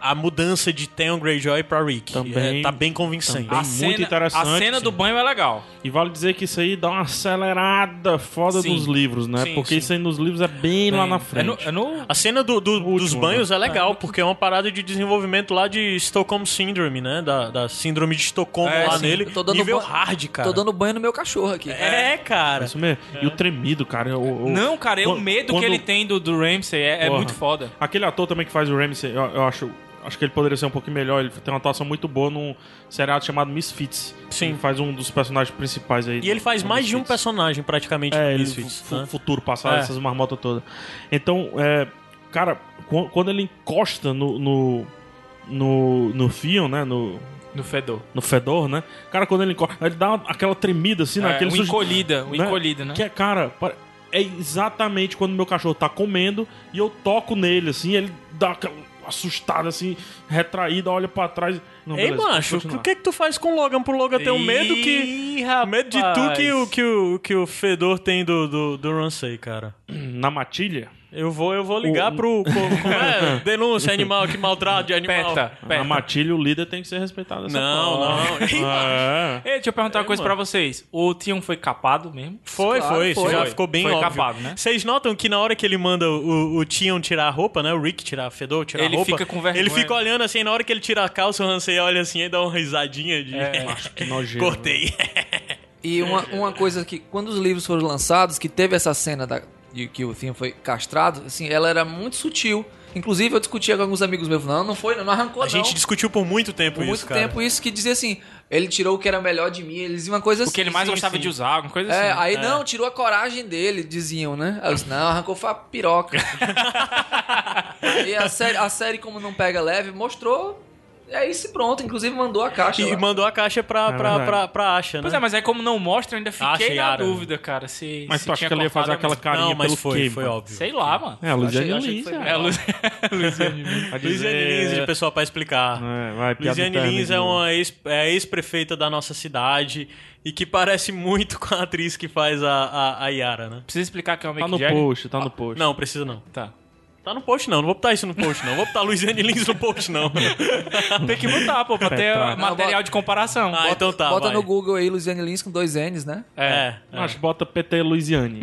Speaker 1: a mudança de Theon Greyjoy pra Rick.
Speaker 2: Também.
Speaker 1: É, tá bem convincente.
Speaker 2: Também.
Speaker 3: A
Speaker 2: muito
Speaker 3: cena,
Speaker 2: interessante,
Speaker 3: A cena do
Speaker 2: sim.
Speaker 3: banho é legal.
Speaker 2: E vale dizer que isso aí dá uma acelerada foda
Speaker 3: Sim.
Speaker 2: nos livros, né?
Speaker 1: Sim,
Speaker 2: Porque
Speaker 1: sim.
Speaker 2: isso aí nos livros é bem, lá na
Speaker 3: É
Speaker 2: frente.
Speaker 3: no, é no-
Speaker 1: A cena do- do-
Speaker 2: último,
Speaker 1: dos banhos é legal, porque é uma parada de desenvolvimento lá de Stockholm Syndrome, né? Da, da síndrome de Estocolmo
Speaker 3: É,
Speaker 1: lá
Speaker 3: sim.
Speaker 1: nele.
Speaker 5: Eu tô dando
Speaker 1: nível
Speaker 5: ban-
Speaker 1: hard, cara.
Speaker 5: Tô dando banho no meu cachorro aqui.
Speaker 1: É, cara.
Speaker 2: Isso mesmo. E o tremido, cara. o- o-
Speaker 3: Não, cara, é o
Speaker 2: quando-
Speaker 3: medo
Speaker 2: quando-
Speaker 3: que ele tem do, do Ramsey é, é
Speaker 2: Porra.
Speaker 3: muito foda.
Speaker 2: Aquele ator também que faz o Ramsey, eu, eu acho. Acho que ele poderia ser um pouquinho melhor. Ele tem uma atuação muito boa num seriado chamado Misfits.
Speaker 1: Sim.
Speaker 2: Ele faz um dos personagens principais aí.
Speaker 1: E ele faz
Speaker 2: do
Speaker 1: mais de um
Speaker 2: Misfits.
Speaker 1: personagem, praticamente,
Speaker 2: É,
Speaker 1: no
Speaker 2: ele
Speaker 1: Misfits,
Speaker 2: fu-
Speaker 1: né?
Speaker 2: futuro passado,
Speaker 1: É.
Speaker 2: essas marmotas todas. Então, é, cara, qu- quando ele encosta no. no no, no Fion, né? No,
Speaker 3: No Fedor.
Speaker 2: no Fedor, né? Cara, quando ele encosta, ele dá uma- aquela tremida assim,
Speaker 3: É,
Speaker 2: naquele
Speaker 3: uma encolhida, uma
Speaker 2: né?
Speaker 3: encolhida, né?
Speaker 2: Que é, cara, pare- é exatamente quando meu cachorro tá comendo e eu toco nele, assim, ele dá aquela assustada, assim, retraída, olha pra trás. Não,
Speaker 1: Ei,
Speaker 2: beleza,
Speaker 1: macho,
Speaker 2: continua.
Speaker 1: o que que tu faz com o Logan pro Logan ter o medo que...
Speaker 3: Ih,
Speaker 1: Medo de tu
Speaker 3: rapaz.
Speaker 1: que o, que o, que o Fedor tem do, do, do Ransay, cara.
Speaker 3: é?
Speaker 2: Na matilha?
Speaker 1: Eu vou, eu vou ligar
Speaker 2: O-
Speaker 1: pro... co- como é? Denúncia animal, que maltrato de animal.
Speaker 3: Peta,
Speaker 2: Na
Speaker 3: peta.
Speaker 2: matilha, o líder tem que ser respeitado. essa
Speaker 1: Não,
Speaker 2: porra.
Speaker 1: não. Ei,
Speaker 2: É.
Speaker 3: Ei, deixa eu perguntar uma coisa
Speaker 1: mano.
Speaker 3: pra vocês. O Tion foi capado mesmo?
Speaker 1: Foi,
Speaker 5: Claro,
Speaker 1: foi, isso
Speaker 5: foi.
Speaker 1: já
Speaker 3: Foi.
Speaker 1: ficou bem
Speaker 3: Foi
Speaker 1: óbvio.
Speaker 3: capado, né?
Speaker 1: Vocês notam que na hora que ele manda o, o Tion tirar a roupa, né? O Rick tirar, Fedor tirar
Speaker 3: Ele
Speaker 1: a roupa.
Speaker 3: fica com vergonha.
Speaker 1: Ele fica olhando assim, na hora que ele tira a calça, o Hansei olha assim e dá uma risadinha de...
Speaker 3: É,
Speaker 2: Que nojeira,
Speaker 1: Cortei.
Speaker 5: E uma, uma coisa que, quando os livros foram lançados, que teve essa cena da, de que o Theon foi castrado, assim, ela era muito sutil. Inclusive, eu discutia com alguns amigos meus, não, não foi, não, não arrancou,
Speaker 1: A gente
Speaker 5: não.
Speaker 1: discutiu por muito tempo
Speaker 5: Por
Speaker 1: isso,
Speaker 5: muito
Speaker 1: cara.
Speaker 5: tempo isso que dizia assim, ele tirou o que era melhor de mim, eles diziam uma coisa
Speaker 3: O que ele mais
Speaker 5: assim,
Speaker 3: gostava de usar, alguma coisa
Speaker 5: É,
Speaker 3: assim.
Speaker 5: aí não, tirou a coragem dele, diziam, né? Aí eu disse, não, arrancou foi a piroca. aí a série, a série, como não pega leve, mostrou. É isso e pronto. Inclusive mandou a caixa.
Speaker 1: E
Speaker 5: lá.
Speaker 1: mandou a caixa pra,
Speaker 2: né? É
Speaker 1: pra,
Speaker 2: verdade.
Speaker 1: pra, pra Asha, né?
Speaker 3: Pois é, mas aí como não mostra, eu ainda fiquei
Speaker 1: Ah, achei
Speaker 3: na
Speaker 1: árabe.
Speaker 3: dúvida, cara. Se,
Speaker 2: Mas
Speaker 3: se
Speaker 2: tu acha
Speaker 3: tinha
Speaker 2: que ele ia fazer aquela
Speaker 3: cortado mesmo.
Speaker 2: carinha
Speaker 1: Não, mas
Speaker 2: pelo
Speaker 1: foi,
Speaker 2: quê,
Speaker 1: foi
Speaker 2: mano?
Speaker 1: óbvio.
Speaker 3: Sei lá, mano.
Speaker 2: É, a Luciane
Speaker 5: Achei- achei que
Speaker 2: Lins,
Speaker 5: foi
Speaker 2: é.
Speaker 5: bem.
Speaker 3: É, a Luz... Luciane Lins.
Speaker 2: Vai dizer-
Speaker 1: Luiziane Lins, de pessoal pra explicar.
Speaker 2: É, vai, piada
Speaker 1: Luiziane
Speaker 2: interna
Speaker 1: Lins
Speaker 2: de
Speaker 1: é
Speaker 2: novo.
Speaker 1: uma ex- é a ex-prefeita da nossa cidade e que parece muito com a atriz que faz a, a, a Yara, né?
Speaker 3: Precisa explicar que é o
Speaker 2: Tá
Speaker 3: Mick
Speaker 2: no
Speaker 3: Jagger?
Speaker 2: post,
Speaker 1: Ah,
Speaker 2: tá no post.
Speaker 1: Não, precisa não.
Speaker 3: Tá.
Speaker 1: Tá no post não, não vou botar isso no post não. Vou botar Luiziane Lins no post não.
Speaker 3: Tá, Tem que botar, pô, pra
Speaker 1: Tá,
Speaker 3: ter
Speaker 2: Petra.
Speaker 3: material de comparação.
Speaker 1: Ah, então tá,
Speaker 5: Bota
Speaker 1: vai.
Speaker 5: no Google aí, Luciane Lins com dois N's, né?
Speaker 1: É. é.
Speaker 2: Mas bota PT Luiziane.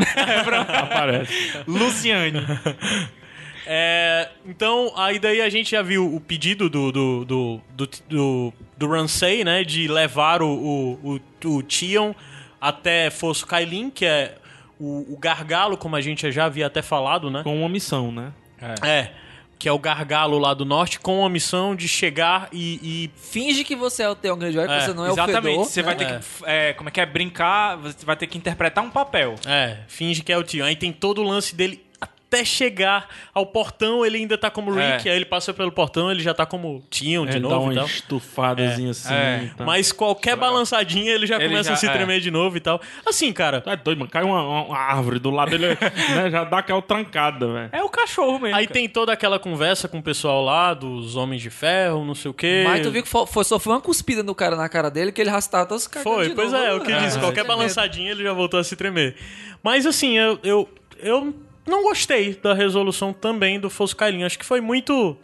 Speaker 2: Aparece.
Speaker 3: Luciane.
Speaker 1: É, então, aí daí a gente já viu o pedido do do, do, do, do, do Ransay, né, de levar o, o, o, o Tion até Fosso Kailin, que é o, o gargalo, como a gente já havia até falado, né?
Speaker 2: Com uma missão, né?
Speaker 1: É, que é o gargalo lá do norte, com a missão de chegar e... e-
Speaker 5: Finge que você é o Theon Greyjoy, que
Speaker 1: É,
Speaker 5: você não é
Speaker 3: Exatamente.
Speaker 5: o Fedor.
Speaker 3: você
Speaker 5: né?
Speaker 3: vai ter que. é, como é que é? Brincar, você vai ter que interpretar um papel.
Speaker 1: é, finge que é o Tion. Aí tem todo o lance dele até chegar ao portão, ele ainda tá como
Speaker 3: É.
Speaker 1: Rick, aí ele passa pelo portão, ele já tá como Tion de
Speaker 2: Ele dá
Speaker 1: novo
Speaker 2: uma
Speaker 1: e tal.
Speaker 2: estufadazinha assim.
Speaker 3: é.
Speaker 2: e tal.
Speaker 1: Mas qualquer balançadinha ele já
Speaker 3: Ele
Speaker 1: começa
Speaker 3: já-
Speaker 1: a se
Speaker 3: é.
Speaker 1: tremer de novo e tal. Assim, cara.
Speaker 2: Tu é doido, mano. Cai uma, uma- uma árvore do lado dele, né? Já dá aquela trancada, velho.
Speaker 3: É o cachorro mesmo.
Speaker 1: Aí
Speaker 3: cara.
Speaker 1: tem toda aquela conversa com o pessoal lá, dos Homens de Ferro, não sei o quê.
Speaker 5: Mas tu viu que fo- foi, só foi uma cuspida no cara na cara dele que ele rastava todos os caras. né?
Speaker 1: Foi, pois é, é
Speaker 3: Ah,
Speaker 1: o que eu disse. Qualquer balançadinha ele já voltou a se tremer. Mas assim, eu, eu, eu não gostei da resolução também do Foscailin. Acho que foi muito.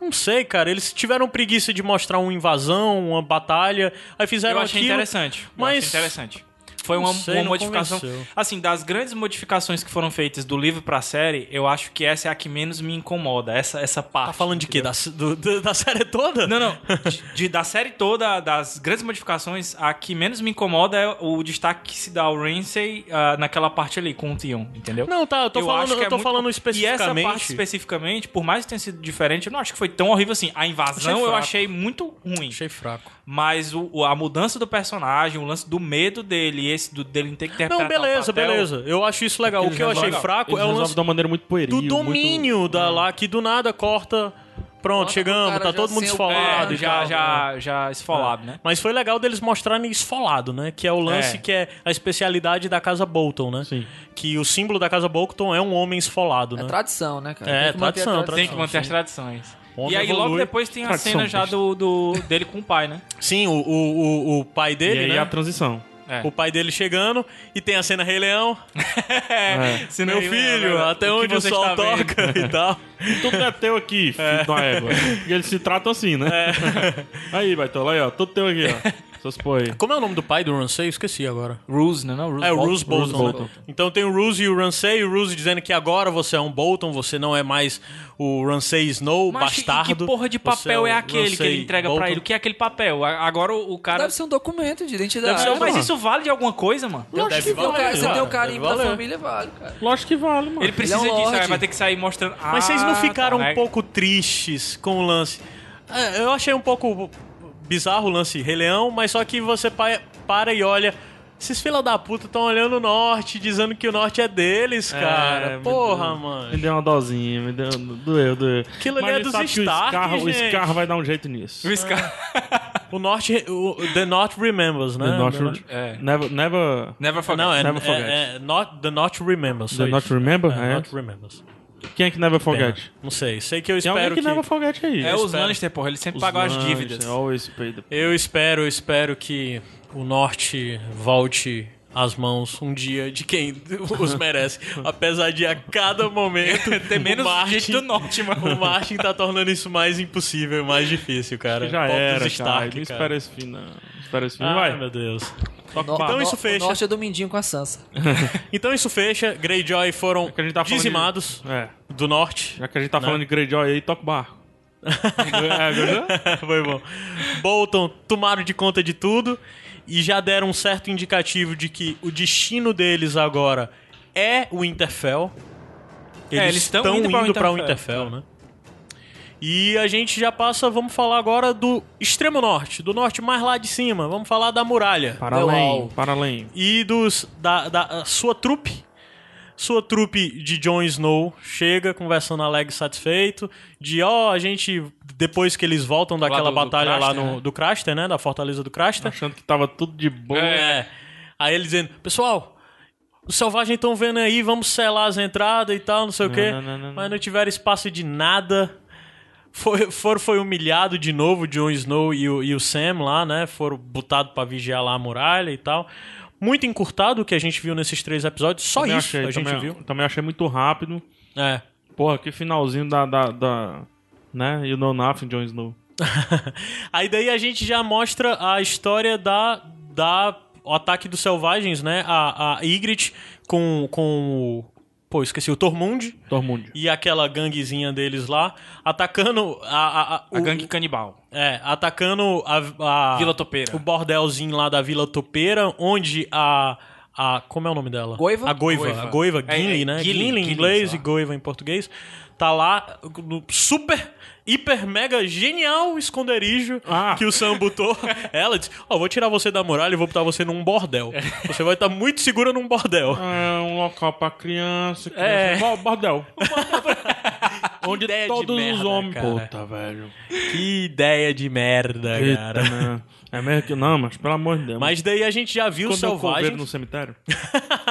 Speaker 1: Não sei, cara. Eles tiveram preguiça de mostrar uma invasão, uma batalha. Aí
Speaker 3: Eu
Speaker 1: fizeram
Speaker 3: achei
Speaker 1: aquilo.
Speaker 3: interessante.
Speaker 1: mas-
Speaker 3: Mas... interessante. Foi uma,
Speaker 1: Não sei,
Speaker 3: uma
Speaker 1: não
Speaker 3: modificação.
Speaker 1: convenceu.
Speaker 3: Assim, das grandes modificações que foram feitas do livro pra série, eu acho que essa é a que menos me incomoda. Essa, essa parte.
Speaker 1: Tá falando de quê? Da, do- do- da série toda?
Speaker 3: Não, não. De- de- da série toda, das grandes modificações, a que menos me incomoda é o destaque que se dá ao Ramsay ah, naquela parte ali com o Tion, entendeu?
Speaker 1: Não, tá, eu tô falando,
Speaker 3: acho que
Speaker 1: eu
Speaker 3: é
Speaker 1: tô
Speaker 3: muito-
Speaker 1: falando
Speaker 3: E essa parte
Speaker 1: especificamente.
Speaker 3: especificamente, por mais que tenha sido diferente, eu não acho que foi tão horrível assim. A
Speaker 1: Achei
Speaker 3: invasão eu
Speaker 1: fraco.
Speaker 3: achei muito ruim.
Speaker 1: Achei fraco.
Speaker 3: Mas o, o- a mudança do personagem, o lance do medo dele, e esse do, dele ter que interpretar
Speaker 1: Não, beleza,
Speaker 3: o papel,
Speaker 1: beleza. Eu acho isso legal. O
Speaker 2: Eles
Speaker 1: que eu achei
Speaker 2: resolvem-
Speaker 1: fraco
Speaker 2: eles
Speaker 1: é o
Speaker 2: resolvem
Speaker 1: lance
Speaker 3: um
Speaker 2: de uma maneira muito pueril.
Speaker 1: do domínio da lá, que do nada corta. Pronto,
Speaker 5: Corta pro
Speaker 1: chegamos,
Speaker 5: cara
Speaker 1: tá
Speaker 5: já
Speaker 1: todo mundo
Speaker 5: sem o
Speaker 1: esfolado
Speaker 5: pé,
Speaker 3: É,
Speaker 1: e
Speaker 3: já,
Speaker 1: tal.
Speaker 3: já, já esfolado, né?
Speaker 1: Mas foi legal deles mostrarem esfolado, né? Que é o lance
Speaker 3: É.
Speaker 1: que é a especialidade da Casa Bolton, né?
Speaker 2: Sim.
Speaker 1: Que o símbolo da Casa Bolton é um homem esfolado,
Speaker 5: É
Speaker 1: né?
Speaker 5: tradição, né, cara?
Speaker 1: É,
Speaker 5: Tem que manter a
Speaker 1: tradição,
Speaker 3: Tem que
Speaker 1: Tradição,
Speaker 3: manter
Speaker 1: sim.
Speaker 3: as tradições.
Speaker 1: Homem
Speaker 3: e aí logo
Speaker 1: evolui.
Speaker 3: depois tem a
Speaker 2: Tradição,
Speaker 3: cena já
Speaker 2: besta.
Speaker 3: do, do- dele com o pai, né?
Speaker 1: Sim, o, o, o, o pai
Speaker 2: E
Speaker 1: dele,
Speaker 2: aí
Speaker 1: né?
Speaker 2: a transição.
Speaker 3: É.
Speaker 1: O pai dele chegando e tem a cena Rei Leão.
Speaker 3: Se não
Speaker 1: Meu
Speaker 3: é Rei Leão,
Speaker 1: filho,
Speaker 3: é-
Speaker 1: até
Speaker 3: o que
Speaker 1: onde o
Speaker 3: você
Speaker 1: sol
Speaker 3: está vendo?
Speaker 1: toca e tal.
Speaker 2: Tudo é teu aqui, filho da égua. E eles se tratam assim, né?
Speaker 1: É.
Speaker 2: Aí, Baitola, aí, ó. Tudo teu aqui, ó. Essas porra aí.
Speaker 1: Como é o nome do pai do Ransay? Eu esqueci agora.
Speaker 3: Ruse, né? Não, Ruse
Speaker 1: É, o
Speaker 3: Bolton.
Speaker 1: Ruse Bolton.
Speaker 2: Ruse
Speaker 1: né?
Speaker 2: Bolton.
Speaker 1: Então tem o Ruse e o Ramsay, o Ruse dizendo que agora você é um Bolton, você não é mais o Ramsay Snow,
Speaker 3: Mas e
Speaker 1: bastardo.
Speaker 3: que porra de
Speaker 1: você
Speaker 3: papel é,
Speaker 1: o
Speaker 3: aquele que
Speaker 1: Ramsay
Speaker 3: ele entrega
Speaker 1: Bolton.
Speaker 3: pra ele? O que é aquele papel? A- Agora o, o cara...
Speaker 5: Deve ser um documento de identidade.
Speaker 3: Deve ser- mas
Speaker 2: mano.
Speaker 3: isso vale de alguma coisa, mano?
Speaker 5: Então,
Speaker 1: um Deve
Speaker 5: se tem o
Speaker 1: valer,
Speaker 5: cara- Você
Speaker 1: cara,
Speaker 5: tem o
Speaker 1: deve
Speaker 5: carimbo da
Speaker 1: valer.
Speaker 5: família, vale, cara.
Speaker 2: Lógico que vale, mano.
Speaker 3: Ele precisa
Speaker 5: é um
Speaker 3: disso,
Speaker 5: lorde.
Speaker 3: aí vai ter que sair mostrando...
Speaker 1: Mas vocês não
Speaker 3: Ah,
Speaker 1: ficaram
Speaker 3: tá,
Speaker 1: um
Speaker 3: né?
Speaker 1: pouco tristes com o lance? É, Eu achei um pouco bizarro o lance Rei Leão, mas só que você pa- para e olha. Esses fila da puta estão olhando o norte, dizendo que o norte é deles, cara.
Speaker 2: meu
Speaker 1: Porra,
Speaker 2: Deus.
Speaker 1: mano.
Speaker 2: Me deu uma dozinha, me deu. Doeu, doeu.
Speaker 1: Aquilo ali
Speaker 2: Mas
Speaker 1: é
Speaker 2: ele
Speaker 1: dos
Speaker 2: sabe que
Speaker 1: Stark,
Speaker 2: o Scar, o
Speaker 1: gente.
Speaker 2: Scar vai dar um jeito nisso.
Speaker 3: O Scar...
Speaker 1: O norte. O, the North remembers, né?
Speaker 2: The Not,
Speaker 3: É.
Speaker 2: Never, never,
Speaker 3: Never forget.
Speaker 1: Não, é,
Speaker 2: Never forget.
Speaker 1: é- é not, The Not Remembers. só
Speaker 2: The Not
Speaker 1: isso.
Speaker 2: Remember?
Speaker 1: É,
Speaker 2: É.
Speaker 1: Not Remembers.
Speaker 2: Quem é que never
Speaker 1: Pena.
Speaker 2: forget?
Speaker 1: Não sei. Sei que eu
Speaker 2: Tem alguém
Speaker 1: espero
Speaker 2: que,
Speaker 1: que...
Speaker 2: never forget aí.
Speaker 3: É os
Speaker 1: espero.
Speaker 3: Lannister, porra. Ele sempre
Speaker 2: Os
Speaker 3: pagou as
Speaker 2: lanches,
Speaker 3: dívidas.
Speaker 2: Always pay the...
Speaker 1: Eu espero, eu espero que o Norte volte às mãos um dia de quem os merece. Apesar de a cada momento
Speaker 3: Tem menos
Speaker 1: o Martin,
Speaker 3: gente do norte,
Speaker 1: o
Speaker 3: mano.
Speaker 1: Martin tá tornando isso mais impossível, mais difícil, cara.
Speaker 2: Já
Speaker 1: Pontos
Speaker 2: era, cara.
Speaker 1: É, Stark,
Speaker 2: Não espera esse fim, não. Não espera esse fim.
Speaker 1: Ah,
Speaker 2: Vai.
Speaker 1: meu Deus.
Speaker 5: No-
Speaker 1: Então
Speaker 5: no-
Speaker 1: isso fecha.
Speaker 5: O norte é do Mindinho com a Sansa.
Speaker 1: Então isso fecha. Greyjoy foram
Speaker 2: que a gente tá falando de-
Speaker 1: dizimados Né?
Speaker 2: É.
Speaker 1: do Norte.
Speaker 2: Já que a gente tá falando de Greyjoy aí, toca o barco. é, entendeu?
Speaker 1: Foi bom. Bolton tomaram de conta de tudo e já deram um certo indicativo de que o destino deles agora é o Winterfell. Eles,
Speaker 3: É, eles tão
Speaker 1: estão
Speaker 3: indo
Speaker 1: indo,
Speaker 3: pra
Speaker 1: pra
Speaker 3: Winterfell,
Speaker 1: Winterfell, né? E a gente já passa, vamos falar agora do extremo norte, do norte mais lá de cima. Vamos falar da muralha
Speaker 2: Para
Speaker 5: Deu
Speaker 2: além,
Speaker 5: ao.
Speaker 2: para além.
Speaker 1: e dos da, da a sua trupe. Sua trupe de Jon Snow chega conversando alegre e satisfeito, de ó, a gente depois que eles voltam daquela
Speaker 3: do- do
Speaker 1: batalha lá
Speaker 3: Craster,
Speaker 1: no,
Speaker 3: né?
Speaker 1: do Craster, né, da fortaleza do Craster.
Speaker 2: Achando que tava tudo de boa.
Speaker 1: É. Aí ele dizendo: "Pessoal, os selvagens estão vendo aí, vamos selar as entradas e tal, não sei o quê".
Speaker 2: não, não, não,
Speaker 1: Mas não tiveram espaço de nada. Foi, foram, foi humilhado de novo, Jon Snow e o, e o Sam lá, né? Foram botados pra vigiar lá a muralha e tal. Muito encurtado o que a gente viu nesses três episódios. Só
Speaker 2: Também
Speaker 1: isso
Speaker 2: achei,
Speaker 1: a gente
Speaker 2: também,
Speaker 1: viu.
Speaker 2: Também achei muito rápido.
Speaker 1: É.
Speaker 2: Porra, que finalzinho da... da, da né? You know nothing, Jon Snow.
Speaker 1: Aí daí a gente já mostra a história da. da o ataque dos selvagens, né? A, a Ygritte com, com o. Pô, esqueci, o Tormund
Speaker 2: Tormund.
Speaker 1: e aquela ganguezinha deles lá, atacando a. A, a-
Speaker 3: A
Speaker 1: o-
Speaker 3: gangue canibal.
Speaker 1: É, atacando a, a-
Speaker 3: Vila Topeira.
Speaker 1: O bordelzinho lá da Vila Topeira, onde a. a como é o nome dela?
Speaker 5: Goiva?
Speaker 1: A Goiva.
Speaker 3: Goiva.
Speaker 1: A Goiva,
Speaker 3: É, é,
Speaker 1: Gimli, né?
Speaker 3: Gilly,
Speaker 1: Gimli, em
Speaker 3: Gilly,
Speaker 1: inglês
Speaker 3: sei
Speaker 1: e
Speaker 3: lá.
Speaker 1: Goiva em português. Tá lá no super, hiper, mega genial esconderijo
Speaker 2: Ah.
Speaker 1: que o Sam botou. Ela disse: Ó, vou tirar você da muralha e vou botar você num bordel. Você vai estar muito segura num bordel.
Speaker 2: É um local pra criança. criança
Speaker 1: É.
Speaker 2: Bo- Bordel.
Speaker 1: Onde
Speaker 2: Todos os homens.
Speaker 1: Cara.
Speaker 2: Puta, velho.
Speaker 1: Que ideia de merda,
Speaker 2: Eita,
Speaker 1: cara.
Speaker 2: né? É mesmo que... Não, mas pelo amor de Deus.
Speaker 1: Mas daí a gente já viu
Speaker 2: Quando eu coveiro
Speaker 1: selvagens.
Speaker 2: no cemitério...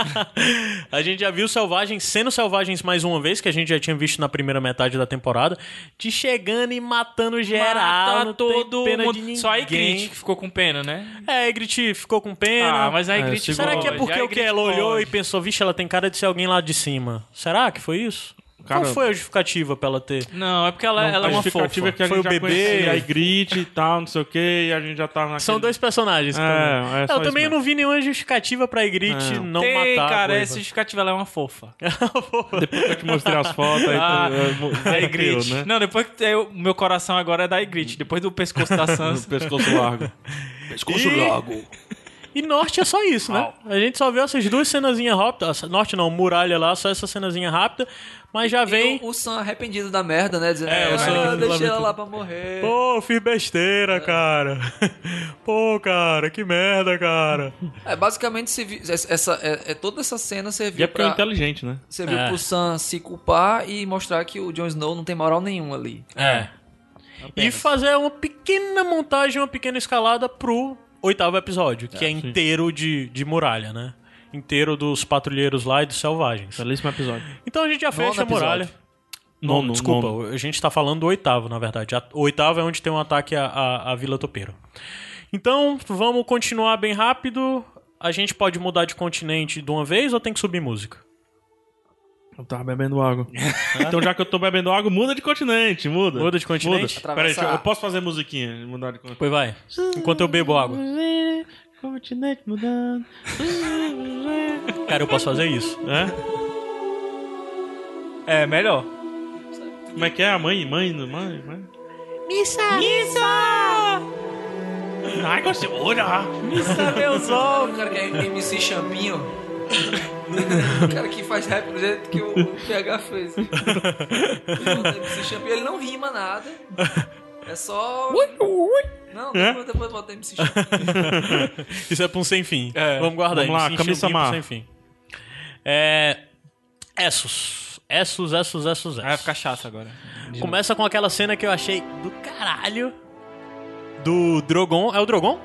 Speaker 1: a gente já viu selvagens sendo selvagens mais uma vez, que a gente já tinha visto na primeira metade da temporada, de chegando e matando geral.
Speaker 3: Mata
Speaker 1: não tem
Speaker 3: todo
Speaker 1: pena de
Speaker 3: mundo. Só a
Speaker 1: ninguém.
Speaker 3: Ygritte que ficou com pena, né?
Speaker 1: É, a Ygritte ficou com pena.
Speaker 3: Ah, mas a
Speaker 2: É,
Speaker 3: Ygritte...
Speaker 2: segura.
Speaker 1: Será que é
Speaker 3: pode,
Speaker 1: porque
Speaker 3: a
Speaker 1: o que
Speaker 3: Ygritte
Speaker 1: ela olhou
Speaker 3: pode.
Speaker 1: e pensou, vixe, ela tem cara de ser alguém lá de cima? Será que foi isso?
Speaker 2: Cara,
Speaker 1: Qual foi a justificativa pra ela ter?
Speaker 3: Não, é porque ela, ela é
Speaker 2: a
Speaker 3: uma
Speaker 2: justificativa
Speaker 3: fofa.
Speaker 2: é que a
Speaker 1: Foi
Speaker 2: gente
Speaker 1: o
Speaker 2: já
Speaker 1: bebê.
Speaker 2: conhecia, aí grite e tal, não sei o que, e a gente já tava naquele...
Speaker 1: São dois personagens.
Speaker 2: É,
Speaker 1: também.
Speaker 2: é só
Speaker 1: eu
Speaker 2: isso
Speaker 1: também
Speaker 2: mesmo.
Speaker 1: não vi nenhuma justificativa pra Ygritte
Speaker 2: Não.
Speaker 1: não
Speaker 3: É. Tem,
Speaker 1: matar. a
Speaker 3: cara,
Speaker 1: Goiva.
Speaker 3: essa justificativa ela é uma fofa.
Speaker 2: Depois que eu te mostrei as fotos, aí
Speaker 3: Ah,
Speaker 2: tu, é,
Speaker 3: A Ygritte.
Speaker 2: né?
Speaker 3: Não, depois que eu, meu coração agora é da Ygritte. Depois do pescoço da
Speaker 2: No
Speaker 3: Sansa.
Speaker 2: pescoço largo.
Speaker 1: E- E norte é só isso, né? A gente só viu essas duas cenazinhas rápidas. Norte não, muralha lá, só essa cenazinha rápida. Mas já vem.
Speaker 5: E o, o Sam arrependido da merda, né? Dizendo,
Speaker 1: É, o Sam
Speaker 5: ah,
Speaker 1: lamenta
Speaker 5: deixei ela
Speaker 1: tudo.
Speaker 5: lá pra morrer.
Speaker 1: Pô, fiz besteira, cara. Pô, cara, que merda, cara.
Speaker 5: É, basicamente, servi- essa, essa- é, é- toda essa
Speaker 2: E
Speaker 5: cena
Speaker 2: é
Speaker 5: serviu
Speaker 1: Ah.
Speaker 2: porque é
Speaker 5: pra...
Speaker 2: inteligente, né?
Speaker 5: Serviu
Speaker 1: É.
Speaker 5: pro Sam se culpar e mostrar que o Jon Snow não tem moral nenhuma ali.
Speaker 1: É. E fazer uma pequena montagem, uma pequena escalada pro oitavo episódio, que é, inteiro de, de muralha, né? Inteiro dos patrulheiros lá e dos selvagens.
Speaker 2: Belíssimo episódio.
Speaker 1: Então a gente já fecha a
Speaker 5: episódio.
Speaker 1: muralha.
Speaker 2: Nono,
Speaker 1: desculpa,
Speaker 2: nono.
Speaker 1: a gente tá falando do oitavo, na verdade. A- O oitavo é onde tem um ataque à, à, à Vila Topeiro. Então, vamos continuar bem rápido. a gente pode mudar de continente de uma vez ou tem que subir música?
Speaker 2: Eu tava tá bebendo água. então, já que eu tô bebendo água, muda de continente, muda.
Speaker 1: Muda de continente?
Speaker 2: Muda. Peraí, deixa eu,
Speaker 5: Atravessar.
Speaker 2: eu posso fazer musiquinha? Mudar de continente.
Speaker 1: Pois vai. Enquanto eu bebo água.
Speaker 2: Continente mudando.
Speaker 1: Cara, eu posso fazer isso.
Speaker 2: É?
Speaker 3: É, melhor.
Speaker 2: Como é que é? A mãe? Mãe? Mãe? mãe? Missa! Missa! Ai, gostei. Olha!
Speaker 3: Missa, meus olhos.
Speaker 5: O cara que é MC Champinho. o cara que faz rap do jeito que o PH fez. O MC Champinho, ele não rima nada. É só. Não, depois, depois bota MC Champinho.
Speaker 1: Isso é pra um sem fim.
Speaker 3: É.
Speaker 1: Vamos guardar
Speaker 2: Vamos lá,
Speaker 1: aí. Sim,
Speaker 2: camisa
Speaker 1: champinho pro
Speaker 2: mar.
Speaker 1: sem fim. É... Essos. Essos, essos, essos,
Speaker 3: Vai
Speaker 1: essos.
Speaker 3: ficar chato agora. De novo.
Speaker 1: Começa com aquela cena que eu achei do caralho. Do Drogon. É o Drogon?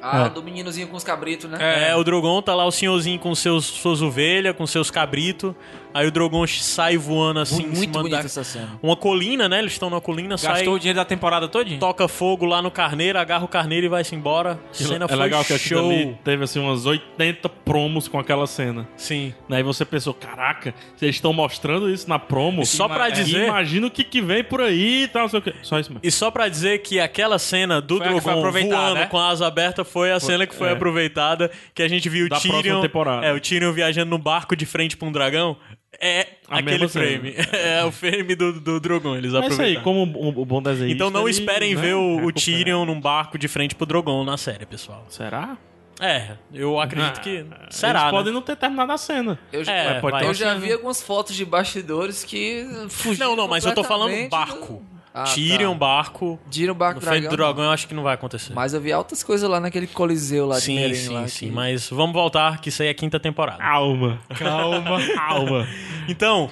Speaker 5: Ah,
Speaker 1: É.
Speaker 5: do meninozinho com os cabritos, né?
Speaker 1: É, o Drogon tá lá, o senhorzinho com seus, suas ovelhas, com seus cabritos. Aí o Drogon sai voando assim em
Speaker 5: Muito
Speaker 1: cima
Speaker 5: bonita
Speaker 1: da...
Speaker 5: essa cena.
Speaker 1: Uma colina, né? Eles estão na colina, sai,
Speaker 3: Gastou o dinheiro da temporada todinha?
Speaker 1: toca fogo lá no carneiro, agarra o carneiro e vai-se embora. A cena
Speaker 2: é
Speaker 1: foi
Speaker 2: legal que aquilo
Speaker 1: show.
Speaker 2: ali teve assim umas 80 promos com aquela cena.
Speaker 1: Sim.
Speaker 2: Daí você pensou, caraca, vocês estão mostrando isso na promo?
Speaker 1: E só pra
Speaker 3: é.
Speaker 1: dizer...
Speaker 2: Imagina o que, que vem por aí e tal, não sei o que. Só isso mesmo.
Speaker 1: E só pra dizer que aquela cena do
Speaker 3: Foi a que foi
Speaker 1: Drogon
Speaker 3: aproveitada,
Speaker 1: voando
Speaker 3: né?
Speaker 1: com a asa aberta foi a cena que foi
Speaker 2: é.
Speaker 1: aproveitada, que a gente viu
Speaker 2: Da
Speaker 1: o Tyrion,
Speaker 2: próxima temporada.
Speaker 1: é, o Tyrion viajando no barco de frente pra um dragão, é
Speaker 2: A
Speaker 1: aquele
Speaker 2: mesma cena.
Speaker 1: frame. É o frame do, do Drogon, eles
Speaker 2: É isso
Speaker 1: aproveitaram.
Speaker 2: aí, como o bom né, desenho.
Speaker 1: Então não esperem
Speaker 3: né?
Speaker 1: ver
Speaker 3: É
Speaker 2: é
Speaker 1: o, o Tyrion num barco de frente pro Drogon na série, pessoal.
Speaker 2: Será?
Speaker 1: É, eu
Speaker 3: Ah,
Speaker 1: acredito que será,
Speaker 2: Eles
Speaker 1: né?
Speaker 2: podem não ter terminado a cena.
Speaker 5: Eu já,
Speaker 1: É,
Speaker 2: Mas pode
Speaker 1: vai.
Speaker 5: eu já vi algumas fotos de bastidores que fugiram.
Speaker 1: Não, não, mas eu tô falando
Speaker 5: completamente
Speaker 1: barco.
Speaker 5: do- Ah,
Speaker 1: Tyrion,
Speaker 5: tá.
Speaker 1: barco,
Speaker 5: Tyrion,
Speaker 1: no
Speaker 5: barco,
Speaker 1: frente do
Speaker 5: dragão.
Speaker 1: Drogon eu acho que não vai acontecer.
Speaker 5: Mas eu vi altas coisas lá naquele coliseu lá de
Speaker 1: Sim,
Speaker 5: Merim,
Speaker 1: sim,
Speaker 5: lá,
Speaker 1: sim,
Speaker 5: que-
Speaker 1: mas vamos voltar que isso aí é quinta temporada.
Speaker 2: Calma. Calma. Calma.
Speaker 1: Então,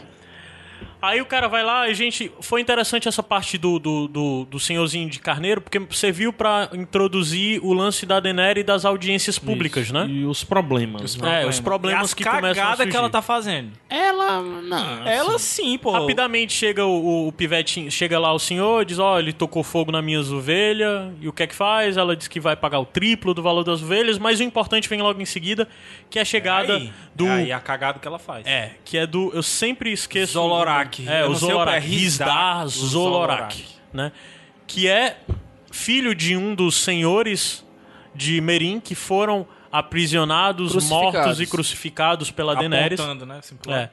Speaker 1: aí o cara vai lá e, gente, foi interessante essa parte do, do, do, do senhorzinho de carneiro, porque serviu pra introduzir o lance da Daenerys e das audiências públicas,
Speaker 2: Isso.
Speaker 1: né?
Speaker 2: E os problemas. né?
Speaker 1: É, os problemas
Speaker 3: E as
Speaker 1: que começam a
Speaker 3: cagadas que ela
Speaker 1: surgir.
Speaker 3: tá fazendo.
Speaker 2: Ela. Não.
Speaker 3: Ah, Ela sim, pô.
Speaker 1: Rapidamente chega o, o- o pivetinho, chega lá o senhor, diz, ó, ele tocou fogo nas minhas ovelhas, e o que é que faz? Ela diz que vai pagar o triplo do valor das ovelhas, mas o importante vem logo em seguida, que é a chegada
Speaker 3: Aí,
Speaker 1: do...
Speaker 3: aí a cagada que ela faz.
Speaker 1: É, que é do. Eu sempre esqueço.
Speaker 3: Zolorak.
Speaker 1: É,
Speaker 3: Eu
Speaker 1: o
Speaker 3: não sei o que é,
Speaker 1: Zolorak. Rizdar
Speaker 3: Rizdar
Speaker 1: Zolorak.
Speaker 3: Zolorak.
Speaker 1: Né? Que é filho de um dos senhores de Merim que foram aprisionados,
Speaker 5: Crucificados.
Speaker 1: mortos e crucificados pela Daenerys.
Speaker 3: Apontando, né? assim, pro
Speaker 1: É.
Speaker 3: lado.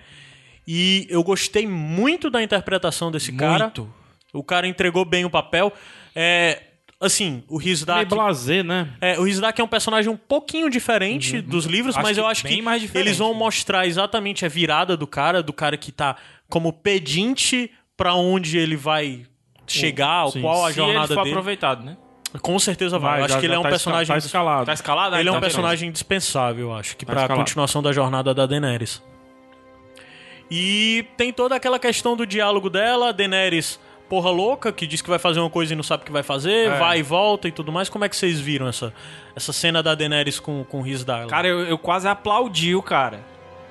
Speaker 1: E eu gostei muito da interpretação desse cara.
Speaker 3: Muito.
Speaker 1: O cara entregou bem o papel. É, assim, o Rizdar.
Speaker 2: é Meio blazer, né?
Speaker 1: É, o Hizdak é um personagem um pouquinho diferente dos livros,
Speaker 3: Uhum. Acho
Speaker 1: mas eu
Speaker 3: que
Speaker 1: acho
Speaker 3: bem
Speaker 1: que
Speaker 3: mais diferente,
Speaker 1: eles vão
Speaker 3: né?
Speaker 1: mostrar exatamente a virada do cara, do cara que tá como pedinte pra onde ele vai chegar,
Speaker 2: Sim.
Speaker 1: qual a
Speaker 3: Se
Speaker 1: jornada
Speaker 3: ele for
Speaker 1: dele.
Speaker 3: aproveitado, né?
Speaker 1: Com certeza vai. eu acho
Speaker 2: já-
Speaker 1: que ele
Speaker 2: já
Speaker 1: é um
Speaker 2: tá esca-
Speaker 1: personagem
Speaker 2: Tá escalado.
Speaker 3: Tá escalado? Ah,
Speaker 1: ele é um
Speaker 3: então beleza.
Speaker 1: personagem indispensável, eu acho, que pra
Speaker 2: escalado.
Speaker 1: continuação da jornada da Daenerys. E tem toda aquela questão do diálogo dela, Daenerys porra louca, que diz que vai fazer uma coisa e não sabe o que vai fazer,
Speaker 3: É.
Speaker 1: vai e volta e tudo mais. Como é que vocês viram essa, essa cena da Daenerys com, com o Riz Darla?
Speaker 3: Cara, eu, eu quase aplaudi o cara.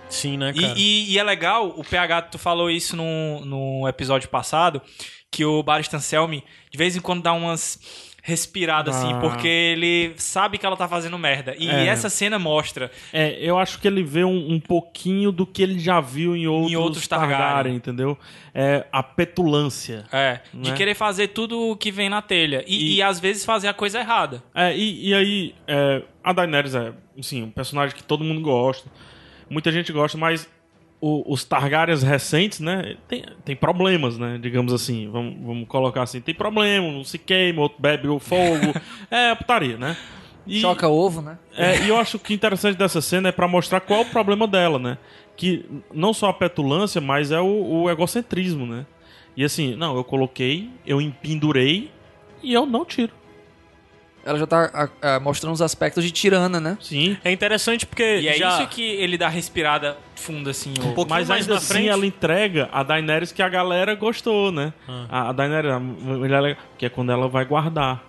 Speaker 1: Sim, né,
Speaker 3: E,
Speaker 1: cara?
Speaker 3: e- e é legal, o PH, tu falou isso num, num episódio passado, que o Barista Anselmi, de vez em quando, dá umas respiradas, assim,
Speaker 2: Ah.
Speaker 3: porque ele sabe que ela tá fazendo merda. E
Speaker 2: É.
Speaker 3: essa cena mostra.
Speaker 2: É, eu acho que ele vê um, um pouquinho do que ele já viu em outros,
Speaker 3: outros
Speaker 2: Targaryen,
Speaker 3: Targaryen.
Speaker 2: entendeu? É a petulância.
Speaker 3: É, de
Speaker 2: Né?
Speaker 3: querer fazer tudo o que vem na telha. E,
Speaker 2: E-
Speaker 3: e às vezes fazer a coisa errada.
Speaker 2: É, e, e aí, é, a Daenerys é, assim, um personagem que todo mundo gosta. Muita gente gosta, mas o- os Targaryens recentes, né, tem, tem problemas, né, digamos assim. Vamos, vamos colocar assim, tem problema, um se queima, outro bebe o fogo. é, putaria, né? E-
Speaker 5: Choca ovo, né?
Speaker 2: é, e eu acho que interessante dessa cena é pra mostrar qual é o problema dela, né? Que não só a petulância, mas é o, o egocentrismo, né? E assim, não, eu coloquei, eu empindurei e eu não tiro.
Speaker 5: Ela já tá ah, ah, mostrando os aspectos de tirana, né?
Speaker 2: Sim.
Speaker 1: É interessante porque
Speaker 3: E é
Speaker 1: já...
Speaker 3: isso que ele dá respirada funda, assim. o-
Speaker 1: pouquinho
Speaker 2: mas
Speaker 1: mais
Speaker 2: ainda
Speaker 1: na
Speaker 2: assim
Speaker 1: frente-
Speaker 2: ela entrega a Daenerys que a galera gostou, né?
Speaker 1: Ah.
Speaker 2: A, a Daenerys, a mulher legal, que é quando ela vai guardar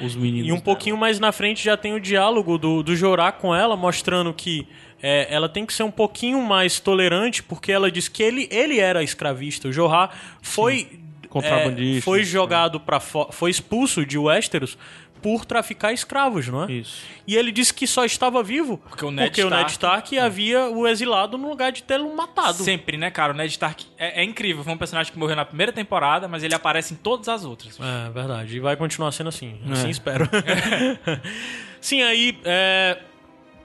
Speaker 2: os meninos.
Speaker 1: E um pouquinho mais na frente já tem o diálogo do, do Jorá com ela, mostrando que é, ela tem que ser um pouquinho mais tolerante, porque ela diz que ele, ele era escravista. O Jorá foi. é,
Speaker 2: Contrabandista,
Speaker 1: foi
Speaker 2: né?
Speaker 1: jogado para Foi expulso de Westeros por traficar escravos, não é?
Speaker 2: Isso.
Speaker 1: E ele disse que só estava vivo
Speaker 3: Porque o Ned
Speaker 1: o Ned
Speaker 3: Stark-
Speaker 2: É.
Speaker 1: Stark havia o exilado no lugar de tê-lo matado.
Speaker 3: Sempre, né, cara? O Ned Stark é, é incrível. Foi um personagem que morreu na primeira temporada, mas ele aparece em todas as outras.
Speaker 1: É, verdade. E vai continuar sendo assim. Assim espero. Sim, aí é,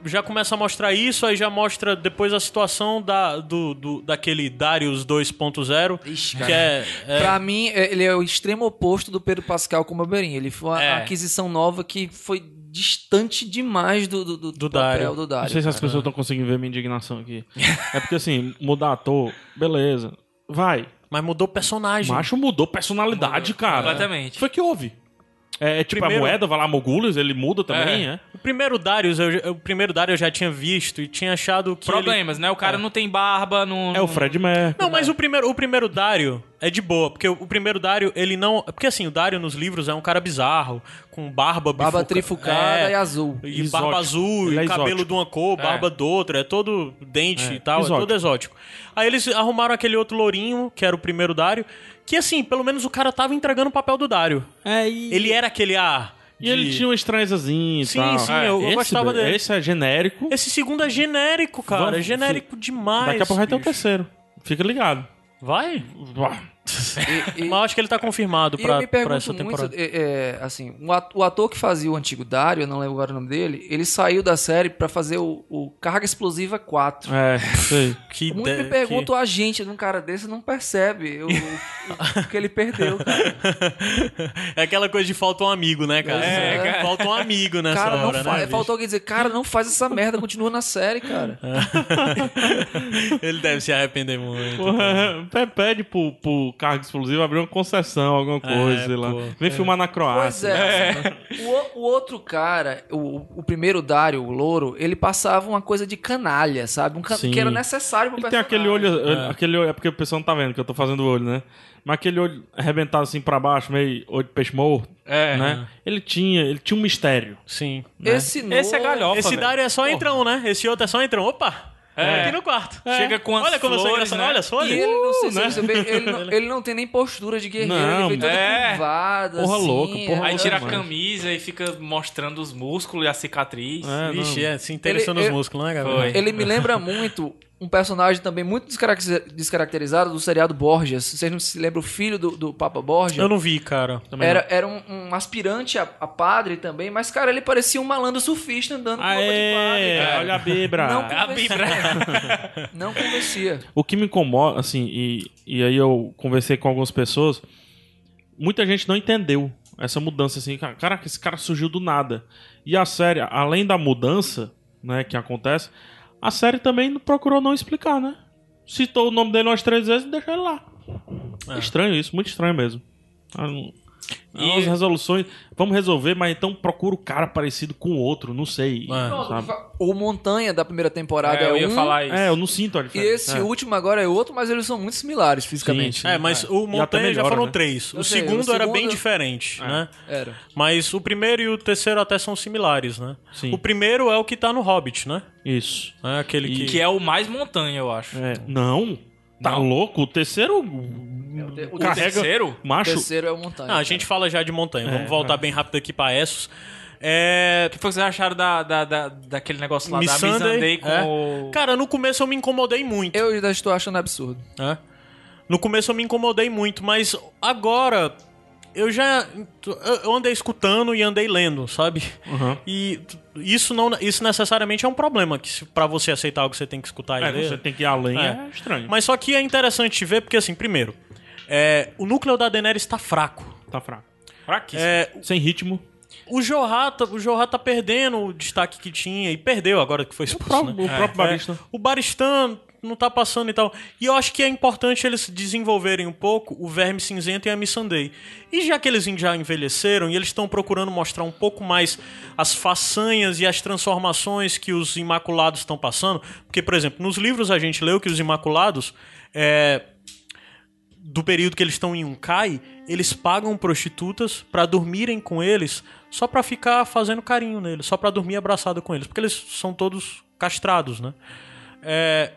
Speaker 1: já começa a mostrar isso, aí já mostra depois a situação da, do, do- daquele Darius 2.0,
Speaker 5: Ixi,
Speaker 1: que é... é-
Speaker 5: Pra mim, é- ele é o extremo oposto do Pedro Pascal com o Bobeirinho. Ele foi uma
Speaker 3: É.
Speaker 5: aquisição nova que foi distante demais do, do, do,
Speaker 1: Do
Speaker 5: papel
Speaker 1: Dário.
Speaker 5: do
Speaker 2: Não
Speaker 5: Dário.
Speaker 2: sei se as pessoas estão conseguindo ver minha indignação aqui. É porque assim, mudar ator, beleza. Vai.
Speaker 1: Mas mudou o personagem.
Speaker 2: Macho mudou personalidade, cara.
Speaker 3: completamente.
Speaker 2: Foi que houve. É, é tipo
Speaker 1: Primeiro-
Speaker 2: a moeda, vai lá, Mogulis, ele muda também, é?
Speaker 1: O primeiro Darius, eu, eu- o primeiro Darius eu já tinha visto e tinha achado que ele...
Speaker 3: Problemas, né? O cara não tem barba, não.
Speaker 2: É, o Fred Mercury.
Speaker 1: Não,
Speaker 5: né?
Speaker 1: mas o primeiro, o primeiro Dario é de boa, porque o, o primeiro Dario, ele não... Porque assim, o Dario nos livros é um cara bizarro, com barba
Speaker 5: Barba
Speaker 1: bifurca-
Speaker 5: trifurcada
Speaker 1: É.
Speaker 5: e azul.
Speaker 1: E
Speaker 2: Exótico.
Speaker 1: barba azul,
Speaker 2: Ele é
Speaker 1: e cabelo
Speaker 2: exótico.
Speaker 1: de uma cor, barba do outra, é todo dente e tal, é
Speaker 2: exótico.
Speaker 1: todo exótico. Aí eles arrumaram aquele outro lourinho, que era o primeiro Dário, que assim, pelo menos o cara tava entregando o papel do Dário.
Speaker 2: É, e...
Speaker 1: Ele era aquele ar.
Speaker 2: e ele
Speaker 1: de-
Speaker 2: tinha uma estranhezazinha e
Speaker 1: Sim,
Speaker 2: tal.
Speaker 1: sim, eu- eu
Speaker 2: esse,
Speaker 1: gostava dele.
Speaker 2: Esse é genérico.
Speaker 5: um-
Speaker 1: Esse segundo é genérico, cara.
Speaker 2: Vamos-
Speaker 1: é genérico demais.
Speaker 2: Daqui a pouco vai ter um o
Speaker 1: bicho.
Speaker 2: terceiro. Fica ligado.
Speaker 1: Vai?
Speaker 2: Uá.
Speaker 5: E, e-
Speaker 1: Mas eu acho que ele tá confirmado
Speaker 5: e eu
Speaker 1: pra,
Speaker 5: me
Speaker 1: pra
Speaker 5: pergunto
Speaker 1: essa temporada.
Speaker 5: muito, é, é, assim, o at- o ator que fazia o antigo Dário, eu não lembro agora o nome dele, ele saiu da série pra fazer o, o Carga Explosiva 4.
Speaker 2: É, sei.
Speaker 1: Que
Speaker 5: Muito
Speaker 1: ideia-
Speaker 5: me pergunto, a gente de um cara desse não percebe o, o que ele perdeu, cara.
Speaker 1: que- É aquela coisa de falta um amigo, né, cara?
Speaker 5: É, cara.
Speaker 1: Falta um amigo nessa
Speaker 5: cara não
Speaker 1: hora,
Speaker 5: fa-
Speaker 1: né? bicho?
Speaker 5: faltou alguém dizer, cara, não faz essa merda, continua na série, cara.
Speaker 1: É. Ele deve se arrepender muito.
Speaker 2: Porra, pe- pede pro, pro cargo explosivo abrir uma concessão, alguma coisa,
Speaker 1: É,
Speaker 2: sei lá.
Speaker 1: pô.
Speaker 2: Vem filmar na
Speaker 5: Pois
Speaker 2: Croácia.
Speaker 5: é.
Speaker 1: né?
Speaker 5: assim, O, o outro cara, o, o primeiro Dário, o louro, ele passava uma coisa de canalha, sabe? Um can-
Speaker 2: Sim.
Speaker 5: que era necessário pro
Speaker 2: Ele tem
Speaker 5: um personagem.
Speaker 2: aquele olho, olho- aquele olho, é porque o pessoal não tá vendo que eu tô fazendo o olho, né? Mas aquele olho arrebentado assim pra baixo, meio olho de peixe morto,
Speaker 3: É.
Speaker 2: né? Ele tinha, ele tinha um mistério.
Speaker 1: Sim.
Speaker 2: né?
Speaker 5: Esse, novo,
Speaker 3: Esse é galhofa.
Speaker 1: Esse
Speaker 3: velho.
Speaker 1: Dário é só entrão, né? Esse outro é só entrão. Opa!
Speaker 3: É.
Speaker 1: Aqui no quarto.
Speaker 3: É. Chega com as
Speaker 1: Olha como eu sou
Speaker 3: flores,
Speaker 1: engraçado.
Speaker 3: né?
Speaker 1: Olha as
Speaker 5: E
Speaker 1: flores.
Speaker 5: ele, não sei
Speaker 2: Uh,
Speaker 5: se
Speaker 2: né?
Speaker 5: você vê, ele, não, ele não tem nem postura de guerreiro,
Speaker 2: Não,
Speaker 5: ele vem todo
Speaker 3: é.
Speaker 5: curvado,
Speaker 2: Porra
Speaker 5: assim,
Speaker 2: louco, porra
Speaker 5: é.
Speaker 3: Aí tira a
Speaker 2: Mano.
Speaker 3: camisa e fica mostrando os músculos e a cicatriz.
Speaker 2: É,
Speaker 1: Vixe, é, se interessou
Speaker 5: interessou Ele- nos
Speaker 1: nos
Speaker 5: eu-
Speaker 1: músculos, né,
Speaker 3: Gabriel? Foi.
Speaker 1: Gabriel?
Speaker 5: Ele me lembra muito um personagem também muito descarac- descaracterizado do seriado Borges. Vocês não se lembram o filho do, do Papa Borges?
Speaker 1: Eu não vi, cara.
Speaker 5: Era, era um, um aspirante a, a padre também, mas, cara, ele parecia um malandro surfista andando com roupa de padre.
Speaker 2: Aê, é.
Speaker 5: cara.
Speaker 2: olha a bibra.
Speaker 5: Não,
Speaker 3: A Bíblia.
Speaker 5: Não convencia.
Speaker 2: O que me incomoda, assim, e, e aí eu conversei com algumas pessoas, muita gente não entendeu essa mudança, assim, cara, caraca, esse cara surgiu do nada. E a série, além da mudança, né, que acontece, a série também não- procurou não explicar, né? Citou o nome dele umas três vezes e deixou ele lá. É estranho isso, muito estranho mesmo. Ah, não-
Speaker 3: E-
Speaker 2: As resoluções, vamos resolver, mas então procura o cara parecido com o outro, não sei.
Speaker 1: É.
Speaker 2: sabe?
Speaker 5: O Montanha da primeira temporada é,
Speaker 3: eu ia
Speaker 5: um,
Speaker 3: falar isso.
Speaker 2: É, eu não sinto a
Speaker 5: e
Speaker 2: diferença.
Speaker 5: esse
Speaker 2: é.
Speaker 5: último agora é outro, mas eles são muito similares fisicamente. né?
Speaker 2: Sim, sim.
Speaker 1: É, mas o
Speaker 2: E até
Speaker 1: Montanha já
Speaker 2: melhora,
Speaker 1: foram
Speaker 2: né?
Speaker 1: três.
Speaker 5: Eu
Speaker 1: O
Speaker 5: sei, o
Speaker 1: segundo era bem
Speaker 5: segundo-
Speaker 1: diferente, né?
Speaker 5: Era.
Speaker 1: Mas o primeiro e o terceiro até são similares, né?
Speaker 2: Sim.
Speaker 1: O primeiro é o que tá no Hobbit, né?
Speaker 2: Isso.
Speaker 1: É aquele que...
Speaker 3: Que é o mais montanha, eu acho.
Speaker 2: É, não. É, Tá louco? O terceiro.
Speaker 5: O, te- o
Speaker 3: O terceiro?
Speaker 2: Macho.
Speaker 5: terceiro é o Montanha.
Speaker 1: Ah, a gente fala já de Montanha. Vamos voltar bem rápido aqui pra Essos. É...
Speaker 3: O que foi que vocês acharam da, da, da- daquele negócio lá
Speaker 1: Miss
Speaker 3: da Miss Sunday
Speaker 1: Sunday,
Speaker 3: com
Speaker 1: é.
Speaker 3: o.
Speaker 1: Cara, no começo eu me incomodei muito.
Speaker 5: Eu já estou achando absurdo.
Speaker 1: né? No começo eu me incomodei muito, mas agora eu já eu andei escutando e andei lendo, sabe?
Speaker 2: Aham.
Speaker 1: E isso não isso necessariamente é um problema que se- pra você aceitar algo você tem que escutar e
Speaker 2: É,
Speaker 1: ler.
Speaker 2: você tem que ir além.
Speaker 1: É.
Speaker 2: É, estranho.
Speaker 1: Mas só que é interessante ver porque assim, primeiro, é, o núcleo da Daenerys tá fraco.
Speaker 2: Tá fraco.
Speaker 3: Fraquíssimo.
Speaker 1: É,
Speaker 2: Sem ritmo.
Speaker 1: o Jorah, tá, o Jorah tá perdendo o destaque que tinha e perdeu agora que foi
Speaker 2: O
Speaker 1: expulso. né?
Speaker 2: próprio, o próprio barista.
Speaker 1: O Baristan não tá passando e tal. E eu acho que é importante eles desenvolverem um pouco o Verme Cinzento e a Missandei. E já que eles já envelheceram e eles estão procurando mostrar um pouco mais as façanhas e as transformações que os Imaculados estão passando, porque, por exemplo, nos livros a gente leu que os Imaculados. é, do período que eles estão em Unkai, eles pagam prostitutas pra dormirem com eles, só pra ficar fazendo carinho neles, só pra dormir abraçado com eles, porque eles são todos castrados, né? É,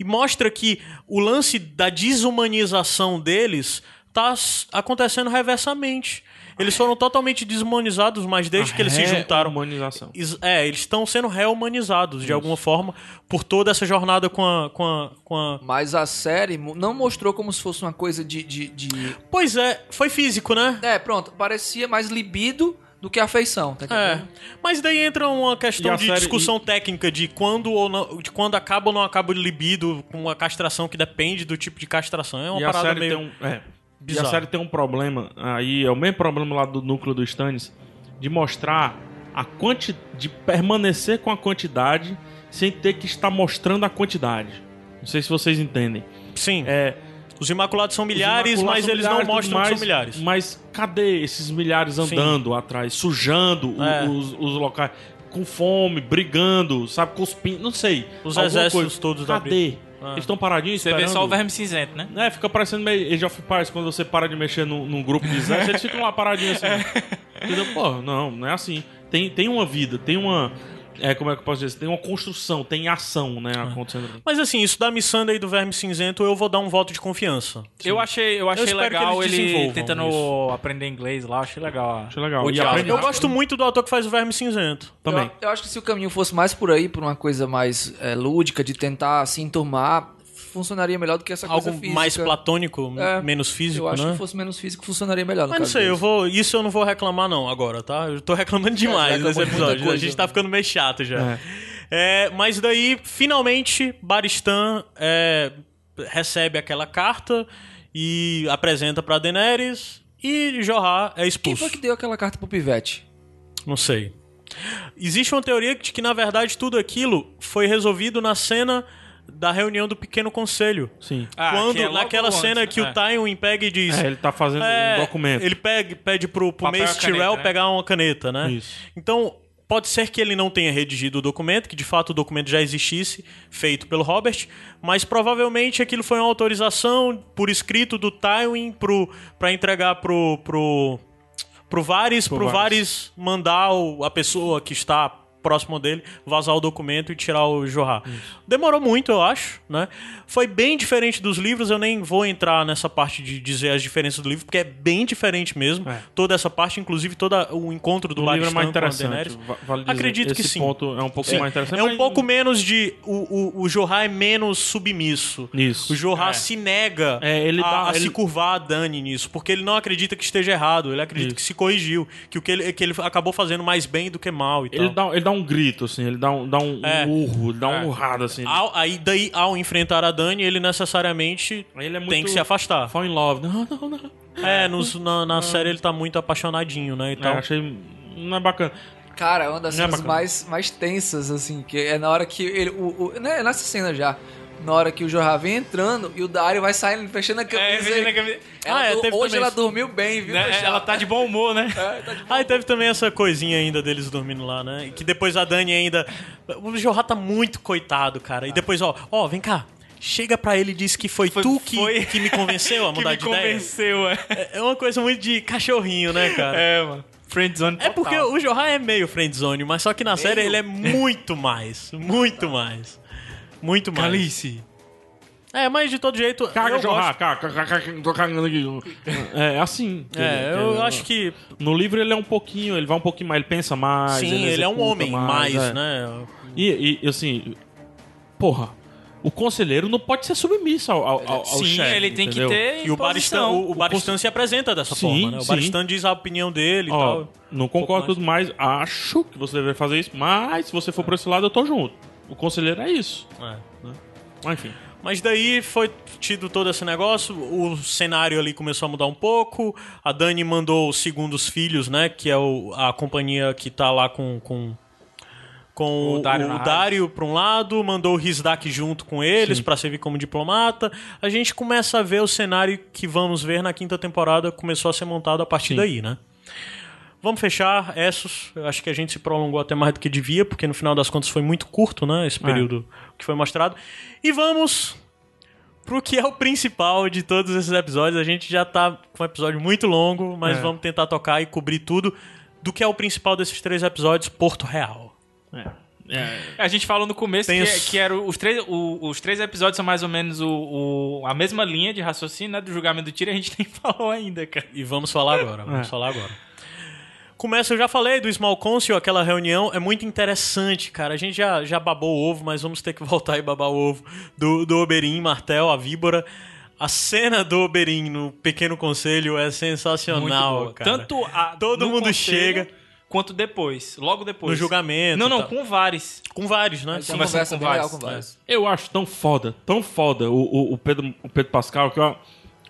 Speaker 1: E mostra que o lance da desumanização deles tá s- acontecendo reversamente. Eles foram totalmente desumanizados, mas desde
Speaker 2: Ah,
Speaker 1: que eles se
Speaker 2: é?
Speaker 1: juntaram.
Speaker 2: Humanização.
Speaker 1: is- É, eles estão sendo reumanizados de alguma forma por toda essa jornada com a. Com a, com a...
Speaker 5: Mas a série mo- não mostrou como se fosse uma coisa de, de, de-
Speaker 1: Pois é, foi físico, né?
Speaker 5: É, pronto, parecia mais libido do que afeição, tá
Speaker 1: É.
Speaker 5: entendendo?
Speaker 1: Mas daí entra uma
Speaker 2: E
Speaker 1: questão
Speaker 2: a
Speaker 1: de
Speaker 2: série-
Speaker 1: discussão técnica de quando ou não, de quando acaba ou não acaba o libido com a castração que depende do tipo de castração. É uma
Speaker 2: e a
Speaker 1: parada
Speaker 2: série
Speaker 1: meio
Speaker 2: tem um, é, e a
Speaker 1: bizarra.
Speaker 2: série tem um problema aí é o mesmo problema lá do núcleo do Stannis de mostrar a quanti de permanecer com a quantidade sem ter que estar mostrando a quantidade. Não sei se vocês entendem.
Speaker 1: Sim.
Speaker 2: É,
Speaker 1: Os Imaculados são
Speaker 2: Os
Speaker 1: milhares,
Speaker 2: Imaculados
Speaker 1: mas
Speaker 2: são
Speaker 1: eles
Speaker 2: milhares,
Speaker 1: não mostram
Speaker 2: mas,
Speaker 1: que são milhares.
Speaker 2: Mas cadê esses milhares
Speaker 1: Sim.
Speaker 2: andando atrás, sujando o-
Speaker 1: É.
Speaker 2: os, os locais, com fome, brigando, sabe, cuspindo, não sei.
Speaker 1: Os
Speaker 2: alguma
Speaker 1: exércitos todos da
Speaker 2: Cadê?
Speaker 1: Ah.
Speaker 2: Eles estão paradinhos
Speaker 3: Você
Speaker 2: esperando.
Speaker 3: vê só o verme cinzento, né?
Speaker 2: É, fica parecendo meio Age of Empires, quando você para de mexer num, num grupo de exército, eles ficam lá paradinhos assim. Entendeu? Pô, não, não é assim. Tem, tem uma vida, tem uma... É, como é que eu posso dizer? Tem uma construção, tem ação,
Speaker 1: É.
Speaker 2: né, acontecendo.
Speaker 1: Mas assim, isso da Missandei e do Verme Cinzento, eu vou dar um voto de confiança.
Speaker 3: Eu achei, eu achei
Speaker 1: espero que
Speaker 3: legal
Speaker 1: eles
Speaker 3: ele
Speaker 1: desenvolvam
Speaker 3: tentando
Speaker 1: isso.
Speaker 3: aprender inglês lá, achei legal.
Speaker 2: Achei legal.
Speaker 3: O
Speaker 2: E
Speaker 3: diálogo.
Speaker 2: aprende-
Speaker 1: Eu gosto muito do ator que faz o Verme Cinzento.
Speaker 2: Também.
Speaker 5: Eu, eu acho que se o caminho fosse mais por aí, por uma coisa mais é, lúdica, de tentar se enturmar, funcionaria melhor do que essa
Speaker 1: Algo
Speaker 5: é coisa física.
Speaker 1: mais platônico,
Speaker 5: É.
Speaker 1: menos físico,
Speaker 5: Eu acho
Speaker 1: né?
Speaker 5: que fosse menos físico, funcionaria melhor. no
Speaker 1: Mas não
Speaker 5: caso
Speaker 1: sei, eu
Speaker 5: deles.
Speaker 1: vou. Isso eu não vou reclamar, não, agora, tá? Eu tô reclamando
Speaker 5: É,
Speaker 1: demais
Speaker 5: reclamou
Speaker 1: nesse
Speaker 5: muita
Speaker 1: episódio. A
Speaker 5: coisa.
Speaker 1: gente tá ficando meio chato já. É, mas daí, finalmente, Baristan é, recebe aquela carta e apresenta pra Daenerys e Jorah é
Speaker 5: Quem
Speaker 1: expulso.
Speaker 5: foi que deu aquela carta pro Pivete?
Speaker 1: Não sei. Existe uma teoria de que, na verdade, tudo aquilo foi resolvido na cena da reunião do Pequeno Conselho.
Speaker 2: Sim.
Speaker 3: Ah,
Speaker 1: quando,
Speaker 3: que é logo
Speaker 1: naquela
Speaker 3: antes,
Speaker 1: cena
Speaker 3: né?
Speaker 1: que
Speaker 3: É.
Speaker 1: o Tywin pega e diz...
Speaker 2: É, ele tá fazendo
Speaker 1: É,
Speaker 2: um documento.
Speaker 1: Ele pega, pede pro, pro
Speaker 3: Papel e
Speaker 1: Mace
Speaker 3: caneta,
Speaker 1: Tyrell
Speaker 3: né?
Speaker 1: pegar uma caneta, né?
Speaker 2: Isso.
Speaker 1: Então, pode ser que ele não tenha redigido o documento, que de fato o documento já existisse, feito pelo Robert, mas provavelmente aquilo foi uma autorização por escrito do Tywin pro, pra entregar pro. pro pro Varys, pro, Varys mandar o- a pessoa que está próximo dele vazar o documento e tirar o Jorra. Demorou muito, eu acho, né? Foi bem diferente dos livros, eu nem vou entrar nessa parte de dizer as diferenças do livro, porque é bem diferente mesmo.
Speaker 2: É.
Speaker 1: Toda essa parte, inclusive todo o encontro do
Speaker 2: o livro é
Speaker 1: Laristan
Speaker 2: mais
Speaker 1: com a
Speaker 2: interessante.
Speaker 1: Daenerys.
Speaker 2: va- vale dizer.
Speaker 1: Acredito que
Speaker 2: Esse
Speaker 1: sim.
Speaker 2: ponto é um pouco mais interessante.
Speaker 1: É um
Speaker 2: mas-
Speaker 1: pouco menos de. O, o, o Jorah é menos submisso.
Speaker 2: Isso.
Speaker 1: O Jorah
Speaker 3: É.
Speaker 1: se nega
Speaker 2: É, ele
Speaker 1: a,
Speaker 2: dá-
Speaker 1: a
Speaker 2: ele-
Speaker 1: se curvar a Dani nisso, porque ele não acredita que esteja errado, ele acredita
Speaker 2: Isso.
Speaker 1: que se corrigiu, que o que ele, que ele acabou fazendo mais bem do que mal e
Speaker 2: Ele
Speaker 1: tal.
Speaker 2: dá, ele dá um grito, assim, ele dá um, dá um, um
Speaker 1: É. Ah,
Speaker 2: urro, ele dá um urrado, assim. Ele,
Speaker 1: Ao- aí daí, ao enfrentar a Dani, ele necessariamente
Speaker 2: Ele é muito-
Speaker 1: tem que se afastar.
Speaker 2: Fall in love. Não, não, não.
Speaker 1: É, nos- na, na série ele tá muito apaixonadinho, né? E
Speaker 2: É,
Speaker 1: tal.
Speaker 2: achei. Não é bacana.
Speaker 5: Cara, é uma das
Speaker 2: Não é
Speaker 5: cenas
Speaker 2: bacana.
Speaker 5: mais, mais tensas, assim, que é na hora que ele. O, o, né, nessa cena já. Na hora que o Jorra vem entrando e o Dario vai saindo, fechando a camisa.
Speaker 3: É, imagina que-
Speaker 5: Ela
Speaker 1: Ah, é,
Speaker 5: dur-
Speaker 1: teve
Speaker 5: hoje
Speaker 1: também
Speaker 5: ela
Speaker 1: isso.
Speaker 5: dormiu bem, viu?
Speaker 3: né?
Speaker 5: Michel?
Speaker 3: Ela tá de bom humor, né?
Speaker 5: É, tá de boa.
Speaker 1: Ah, e teve também essa coisinha ainda deles dormindo lá, né? E que depois a Dani ainda. O Jorra tá muito coitado, cara. E depois, ó, ó, vem cá. Chega pra ele e diz que foi,
Speaker 3: Ah. Foi-
Speaker 1: tu que,
Speaker 3: foi-
Speaker 1: que me convenceu a
Speaker 3: Que
Speaker 1: mudar
Speaker 3: me
Speaker 1: de ideia.
Speaker 3: convenceu, é.
Speaker 1: É é uma coisa muito de cachorrinho, né, cara? É.
Speaker 3: É, mano. Friendzone total.
Speaker 1: porque o Jorra é meio friendzone, mas só que na série ele é muito mais. Muito mais. Muito mais.
Speaker 3: Calice.
Speaker 1: É, mas de todo jeito.
Speaker 2: Caga,
Speaker 1: eu
Speaker 2: jorrar,
Speaker 1: gosto.
Speaker 2: caga, caga, caga, tô cagando aqui. É assim.
Speaker 1: É,
Speaker 2: entendeu?
Speaker 1: eu acho que.
Speaker 2: No livro ele é um pouquinho, ele vai um pouquinho mais, ele pensa mais.
Speaker 1: Sim, ele é um
Speaker 2: executa
Speaker 1: homem, mais,
Speaker 2: é.
Speaker 1: né?
Speaker 2: E, e, assim, porra, o conselheiro não pode ser submisso ao, ao, ao
Speaker 3: Sim,
Speaker 2: chefe,
Speaker 3: ele tem
Speaker 2: entendeu?
Speaker 3: que ter
Speaker 1: E o Baristan,
Speaker 3: posição.
Speaker 1: o, o Baristan se apresenta dessa
Speaker 2: Sim,
Speaker 1: forma, né? O
Speaker 2: sim.
Speaker 1: Baristan diz a opinião dele e
Speaker 2: Ó,
Speaker 1: tal.
Speaker 2: não concordo tudo mais, acho que você deve fazer isso, mas se você for por esse lado, eu tô junto. O conselheiro é isso.
Speaker 1: É.
Speaker 2: Mas, enfim.
Speaker 1: Mas daí foi tido todo esse negócio, o cenário ali começou a mudar um pouco, a Dani mandou os segundos filhos, né? Que é o- a companhia que tá lá com... com com
Speaker 3: O
Speaker 1: o
Speaker 3: Dário na
Speaker 1: Dário,
Speaker 3: rádio.
Speaker 1: pra um lado, mandou o Rizdak junto com eles pra servir como diplomata. A gente começa a ver o cenário que vamos ver na quinta temporada começou a ser montado a partir daí, né? Vamos fechar, Essos. Eu acho que a gente se prolongou até mais do que devia, porque no final das contas foi muito curto, né? Esse período que foi mostrado. E vamos pro que é o principal de todos esses episódios. A gente já tá com um episódio muito longo, mas
Speaker 2: É.
Speaker 1: vamos tentar tocar e cobrir tudo do que é o principal desses três episódios, Porto Real.
Speaker 2: É.
Speaker 3: A gente falou no começo que,
Speaker 1: Tenso.
Speaker 3: que era os três, o- os três episódios são mais ou menos o, o- a mesma linha de raciocínio, né? Do julgamento do tiro, e a gente nem falou ainda, cara.
Speaker 1: E vamos falar agora, vamos falar agora. Começa, eu já falei do Small Council, aquela reunião, é muito interessante, cara. A gente já, já babou o ovo, mas vamos ter que voltar e babar o ovo do, do Oberyn, Martel, a víbora. A cena do Oberyn no Pequeno Conselho é
Speaker 3: Muito
Speaker 1: sensacional,
Speaker 3: boa.
Speaker 1: cara.
Speaker 3: Tanto a,
Speaker 1: Todo
Speaker 3: no
Speaker 1: mundo
Speaker 3: conselho,
Speaker 1: chega.
Speaker 3: Quanto depois, logo depois.
Speaker 1: no julgamento. tá.
Speaker 3: Não,
Speaker 1: e
Speaker 3: não,
Speaker 1: tal.
Speaker 3: com vários.
Speaker 1: com vários, né?
Speaker 5: Essa é uma
Speaker 3: Conversando
Speaker 5: conversa
Speaker 3: com
Speaker 5: bem legal
Speaker 3: vários,
Speaker 5: com vários.
Speaker 2: Eu acho tão foda, tão foda o, o, o Pedro, o Pedro Pascal que, ó,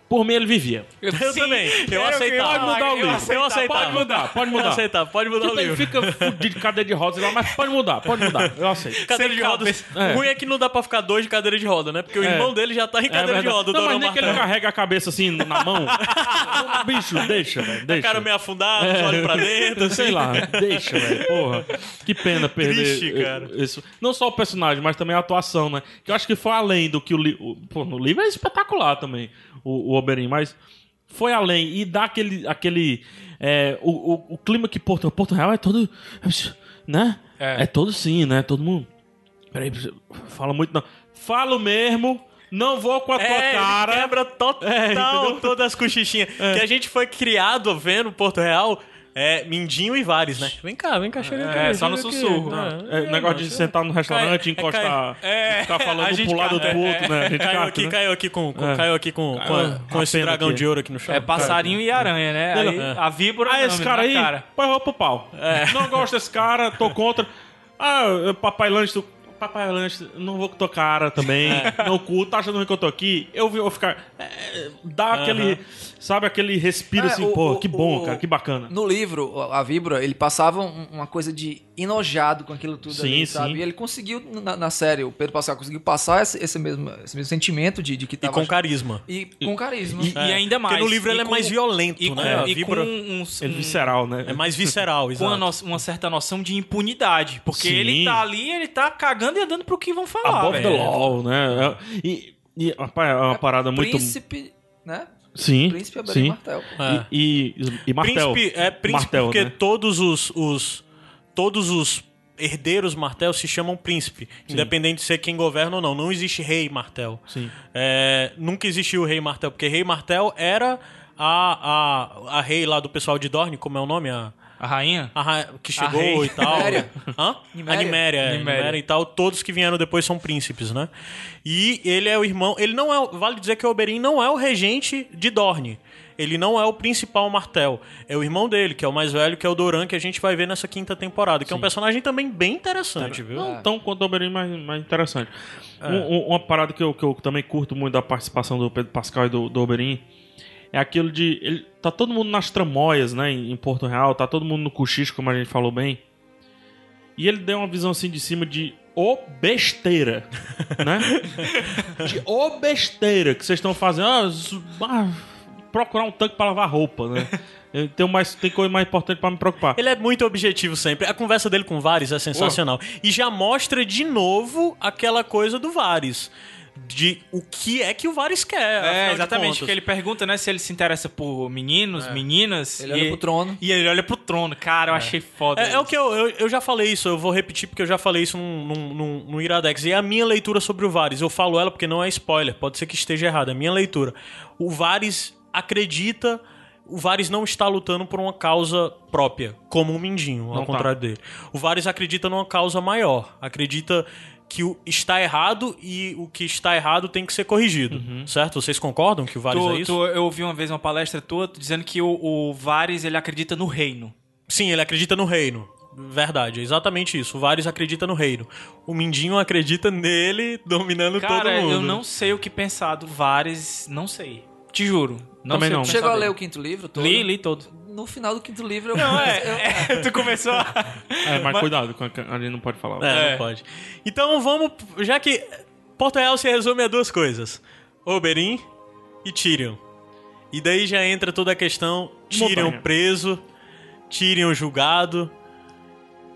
Speaker 2: por mim ele vivia.
Speaker 1: Eu também. Eu aceitava.
Speaker 2: Pode mudar o livro.
Speaker 1: Eu aceitava.
Speaker 2: Pode mudar, pode
Speaker 1: Eu
Speaker 2: mudar.
Speaker 1: aceitava, pode mudar o
Speaker 2: Tipo, ele
Speaker 1: livro.
Speaker 2: fica fudido de cadeira de rodas lá, mas pode mudar, pode mudar. Eu aceito.
Speaker 1: Cadeira de rodas.
Speaker 2: É.
Speaker 1: O ruim é que não dá pra ficar dois de cadeira de roda, né? Porque o
Speaker 2: É.
Speaker 1: irmão dele já tá em
Speaker 2: É
Speaker 1: cadeira de
Speaker 2: verdade.
Speaker 1: roda, o
Speaker 2: não, mas
Speaker 1: Dorão
Speaker 2: nem que ele
Speaker 1: Martel.
Speaker 2: carrega a cabeça assim na mão. Bicho, deixa, velho.
Speaker 1: O
Speaker 2: Deixa.
Speaker 1: cara meio afundado,
Speaker 2: É.
Speaker 1: os olhos pra dentro. assim.
Speaker 2: Sei lá, deixa, velho. Porra. Que pena perder. eh,
Speaker 1: Triste, cara.
Speaker 2: Isso. Não só o personagem, mas também a atuação, né? Que eu acho que foi além do que o livro. Pô, no livro é espetacular também, o, o Oberyn, mas foi além. E dá aquele. aquele é, o, o, o clima que Porto, Porto Real é todo. Né?
Speaker 3: É.
Speaker 2: É. todo sim, né? Todo mundo. Peraí, fala muito não. Falo mesmo, não vou com a tua
Speaker 1: É, ele
Speaker 2: cara.
Speaker 1: quebra total
Speaker 2: É, entendeu?
Speaker 1: todas as cochichinhas. Que a gente foi criado vendo Porto Real, é, Mindinho e Vares, né? Vem cá, vem cá, chega aqui.
Speaker 3: É, só no
Speaker 1: chega aqui.
Speaker 3: sussurro.
Speaker 2: É, o negócio de sentar no restaurante,
Speaker 1: Cai-
Speaker 2: encostar,
Speaker 1: é,
Speaker 2: ficar
Speaker 1: a
Speaker 2: falando um
Speaker 1: gente
Speaker 2: pro lado do
Speaker 1: cai- é,
Speaker 2: outro, né? A gente
Speaker 1: Caiu
Speaker 2: cata,
Speaker 1: aqui,
Speaker 2: né?
Speaker 1: caiu aqui com, com-
Speaker 2: É.
Speaker 1: caiu aqui com, com, a- com
Speaker 2: a
Speaker 1: esse
Speaker 2: pena
Speaker 1: dragão
Speaker 2: aqui.
Speaker 1: de ouro aqui no chão.
Speaker 3: É passarinho e aranha, né? Aí,
Speaker 1: É.
Speaker 3: A víbora
Speaker 2: Ah,
Speaker 3: não,
Speaker 2: esse
Speaker 3: me
Speaker 2: cara
Speaker 3: dá
Speaker 2: aí,
Speaker 3: cara.
Speaker 2: põe roupa pro pau. Não gosto desse cara, tô contra. Ah, eu- papai lanche, tu... papai lanche, não vou com tua cara também.
Speaker 1: É.
Speaker 2: Não curto, tá achando ruim que eu tô aqui? Eu vi- vou ficar. é, dá aquele. Sabe, aquele respiro
Speaker 5: É,
Speaker 2: assim,
Speaker 5: o-
Speaker 2: pô,
Speaker 5: o-
Speaker 2: que bom,
Speaker 5: o-
Speaker 2: cara, que bacana.
Speaker 5: No livro, a Vibra, ele passava um- uma coisa de enojado com aquilo tudo
Speaker 2: Sim,
Speaker 5: ali, sabe?
Speaker 2: sim.
Speaker 5: E ele conseguiu, na, na série, o Pedro Pascal conseguiu passar esse, esse mesmo, esse mesmo sentimento de, de que
Speaker 1: E
Speaker 5: tava...
Speaker 1: com carisma.
Speaker 5: e com carisma.
Speaker 3: E, e ainda mais.
Speaker 1: Porque no livro
Speaker 3: E
Speaker 1: ele é
Speaker 3: com-
Speaker 1: mais violento,
Speaker 3: E com,
Speaker 1: né? A
Speaker 3: e com
Speaker 1: víbora
Speaker 3: um,
Speaker 2: É
Speaker 3: um-
Speaker 2: visceral, né?
Speaker 1: é mais visceral,
Speaker 3: com
Speaker 1: exato.
Speaker 3: uma, no- uma certa noção de impunidade. Porque
Speaker 2: Sim.
Speaker 3: ele tá ali, ele tá cagando e andando pro que vão
Speaker 1: Ah,
Speaker 3: falar.
Speaker 2: Above the
Speaker 3: velho.
Speaker 2: law, né? É- E, e é uma pa- é uma parada muito.
Speaker 5: Príncipe, né?
Speaker 2: Sim.
Speaker 5: Príncipe Abelha
Speaker 2: sim.
Speaker 5: Martel. pô.
Speaker 1: É.
Speaker 2: E, e, e martel.
Speaker 1: Príncipe, é príncipe
Speaker 2: Martel,
Speaker 1: porque
Speaker 2: né?
Speaker 1: todos os, os- todos os herdeiros martel se chamam príncipe, independente de ser quem governa ou não. Não existe rei martel.
Speaker 2: Sim.
Speaker 1: É, nunca existiu o rei martel, porque rei martel era a, a, a rei lá do pessoal de Dorne, como é o nome? A,
Speaker 3: A rainha?
Speaker 1: a ra- que chegou
Speaker 3: rei.
Speaker 1: e tal.
Speaker 5: Niméria.
Speaker 1: Hã?
Speaker 5: Niméria.
Speaker 1: A Niméria, é,
Speaker 3: Niméria.
Speaker 1: Niméria e tal. Todos que vieram depois são príncipes, né? E ele é o irmão. Ele não é. o- Vale dizer que o Oberyn não é o regente de Dorne. Ele não é o principal martel. É o irmão dele, que é o mais velho, que é o Doran, que a gente vai ver nessa quinta temporada. Que é um personagem também bem interessante,
Speaker 3: Tá,
Speaker 1: viu?
Speaker 2: Não tão Então, quanto o Oberyn, mas, mas interessante. Um- um- uma parada que eu, que eu também curto muito da participação do Pedro Pascal e do, do Oberyn é aquilo de. Ele, tá todo mundo nas tramóias, né? Em, em Porto Real, tá todo mundo no cochicho, como a gente falou bem. E ele deu uma visão assim de cima de ô besteira, né? De ô besteira que vocês estão fazendo. Ah, isso- ah, procurar um tanque pra lavar roupa, né? Eu tenho mais, tem coisa mais importante pra me preocupar.
Speaker 1: Ele é muito objetivo sempre. A conversa dele com o Vares é sensacional. E já mostra de novo aquela coisa do Vares. De o que é que o Vares quer. afinal
Speaker 3: É,
Speaker 1: de
Speaker 3: exatamente.
Speaker 1: contas.
Speaker 3: Porque ele pergunta, né, se ele se interessa por meninos, meninas.
Speaker 5: É. Ele
Speaker 3: e,
Speaker 5: olha pro trono.
Speaker 3: E ele olha pro trono. Cara, eu achei foda.
Speaker 1: É, é o
Speaker 3: isso.
Speaker 1: que eu, eu, eu já falei isso, eu vou repetir porque eu já falei isso num- num- num- no Iradex. E é a minha leitura sobre o Vares. Eu falo ela porque não é spoiler, pode ser que esteja errada. É a minha leitura. O Vares acredita. O Vares não está lutando por uma causa própria, como o Mindinho, ao
Speaker 2: Não tá.
Speaker 1: contrário dele. O Vares acredita numa causa maior. Acredita que o está errado e o que está errado tem que ser corrigido.
Speaker 2: Uhum.
Speaker 1: Certo? Vocês concordam que o Vares
Speaker 3: Tu-
Speaker 1: é isso?
Speaker 3: tu- eu ouvi uma vez uma palestra tua tu dizendo que o, o Vares ele acredita no reino.
Speaker 1: Sim, ele acredita no reino. Verdade, é exatamente isso. O Varys acredita no reino. O Mindinho acredita nele dominando todo
Speaker 3: Cara,
Speaker 1: mundo.
Speaker 3: eu não sei o que pensar do Vares, não sei. Te juro. Não
Speaker 2: Também
Speaker 3: sei o
Speaker 2: não.
Speaker 3: que
Speaker 5: Chegou
Speaker 3: pensar
Speaker 5: a ler
Speaker 3: dele.
Speaker 5: o quinto livro todo?
Speaker 3: Li, li todo.
Speaker 5: No final do quinto livro eu...
Speaker 3: Não,
Speaker 5: eu-
Speaker 3: é, é, tu começou a...
Speaker 2: É, mas, cuidado, com a, a gente não pode falar.
Speaker 1: É,
Speaker 3: É.
Speaker 1: não pode. Então vamos. Já que Porto Real se resume a duas coisas: Oberyn e Tyrion. E daí já entra toda a questão: Tyrion
Speaker 2: Montanha.
Speaker 1: preso, Tyrion julgado.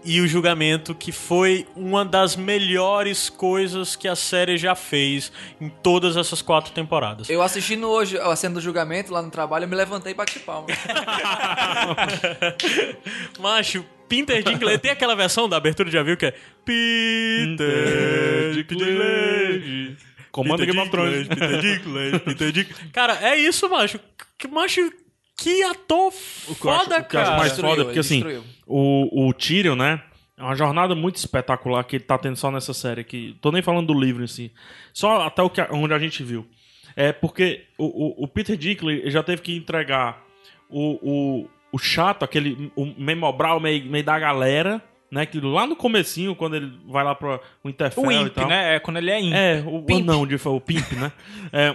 Speaker 1: E o julgamento, que foi uma das melhores coisas que a série já fez em todas essas quatro temporadas.
Speaker 5: Eu assistindo hoje a cena do julgamento lá no trabalho, eu me levantei e bati palma.
Speaker 1: Macho, Peter Dinklage. Tem aquela versão da abertura de navio que é Peter Dinklage.
Speaker 2: Comando Game of Thrones.
Speaker 1: Peter Dinklage, Peter Dinklage. Cara, é isso, macho. Que macho... Que ator
Speaker 2: O que eu acho-
Speaker 1: foda,
Speaker 2: o que eu acho
Speaker 1: cara.
Speaker 2: mais
Speaker 5: Destruiu,
Speaker 2: foda, porque
Speaker 5: ele
Speaker 2: assim,
Speaker 5: destruiu.
Speaker 2: o, o Tyrion, né? É uma jornada muito espetacular que ele tá tendo só nessa série aqui. Tô nem falando do livro em si. Só até o que, a- onde a gente viu. É porque o, o- o Peter Dinklage já teve que entregar o, o, o chato, aquele o memobral meio, meio da galera, né? Que lá no comecinho, quando ele vai lá pro o Interfell
Speaker 3: O
Speaker 2: e
Speaker 3: Imp,
Speaker 2: tal.
Speaker 3: né? É quando ele é Imp.
Speaker 2: É, o
Speaker 3: Pimp.
Speaker 2: anão, de, o Pimp, né? É,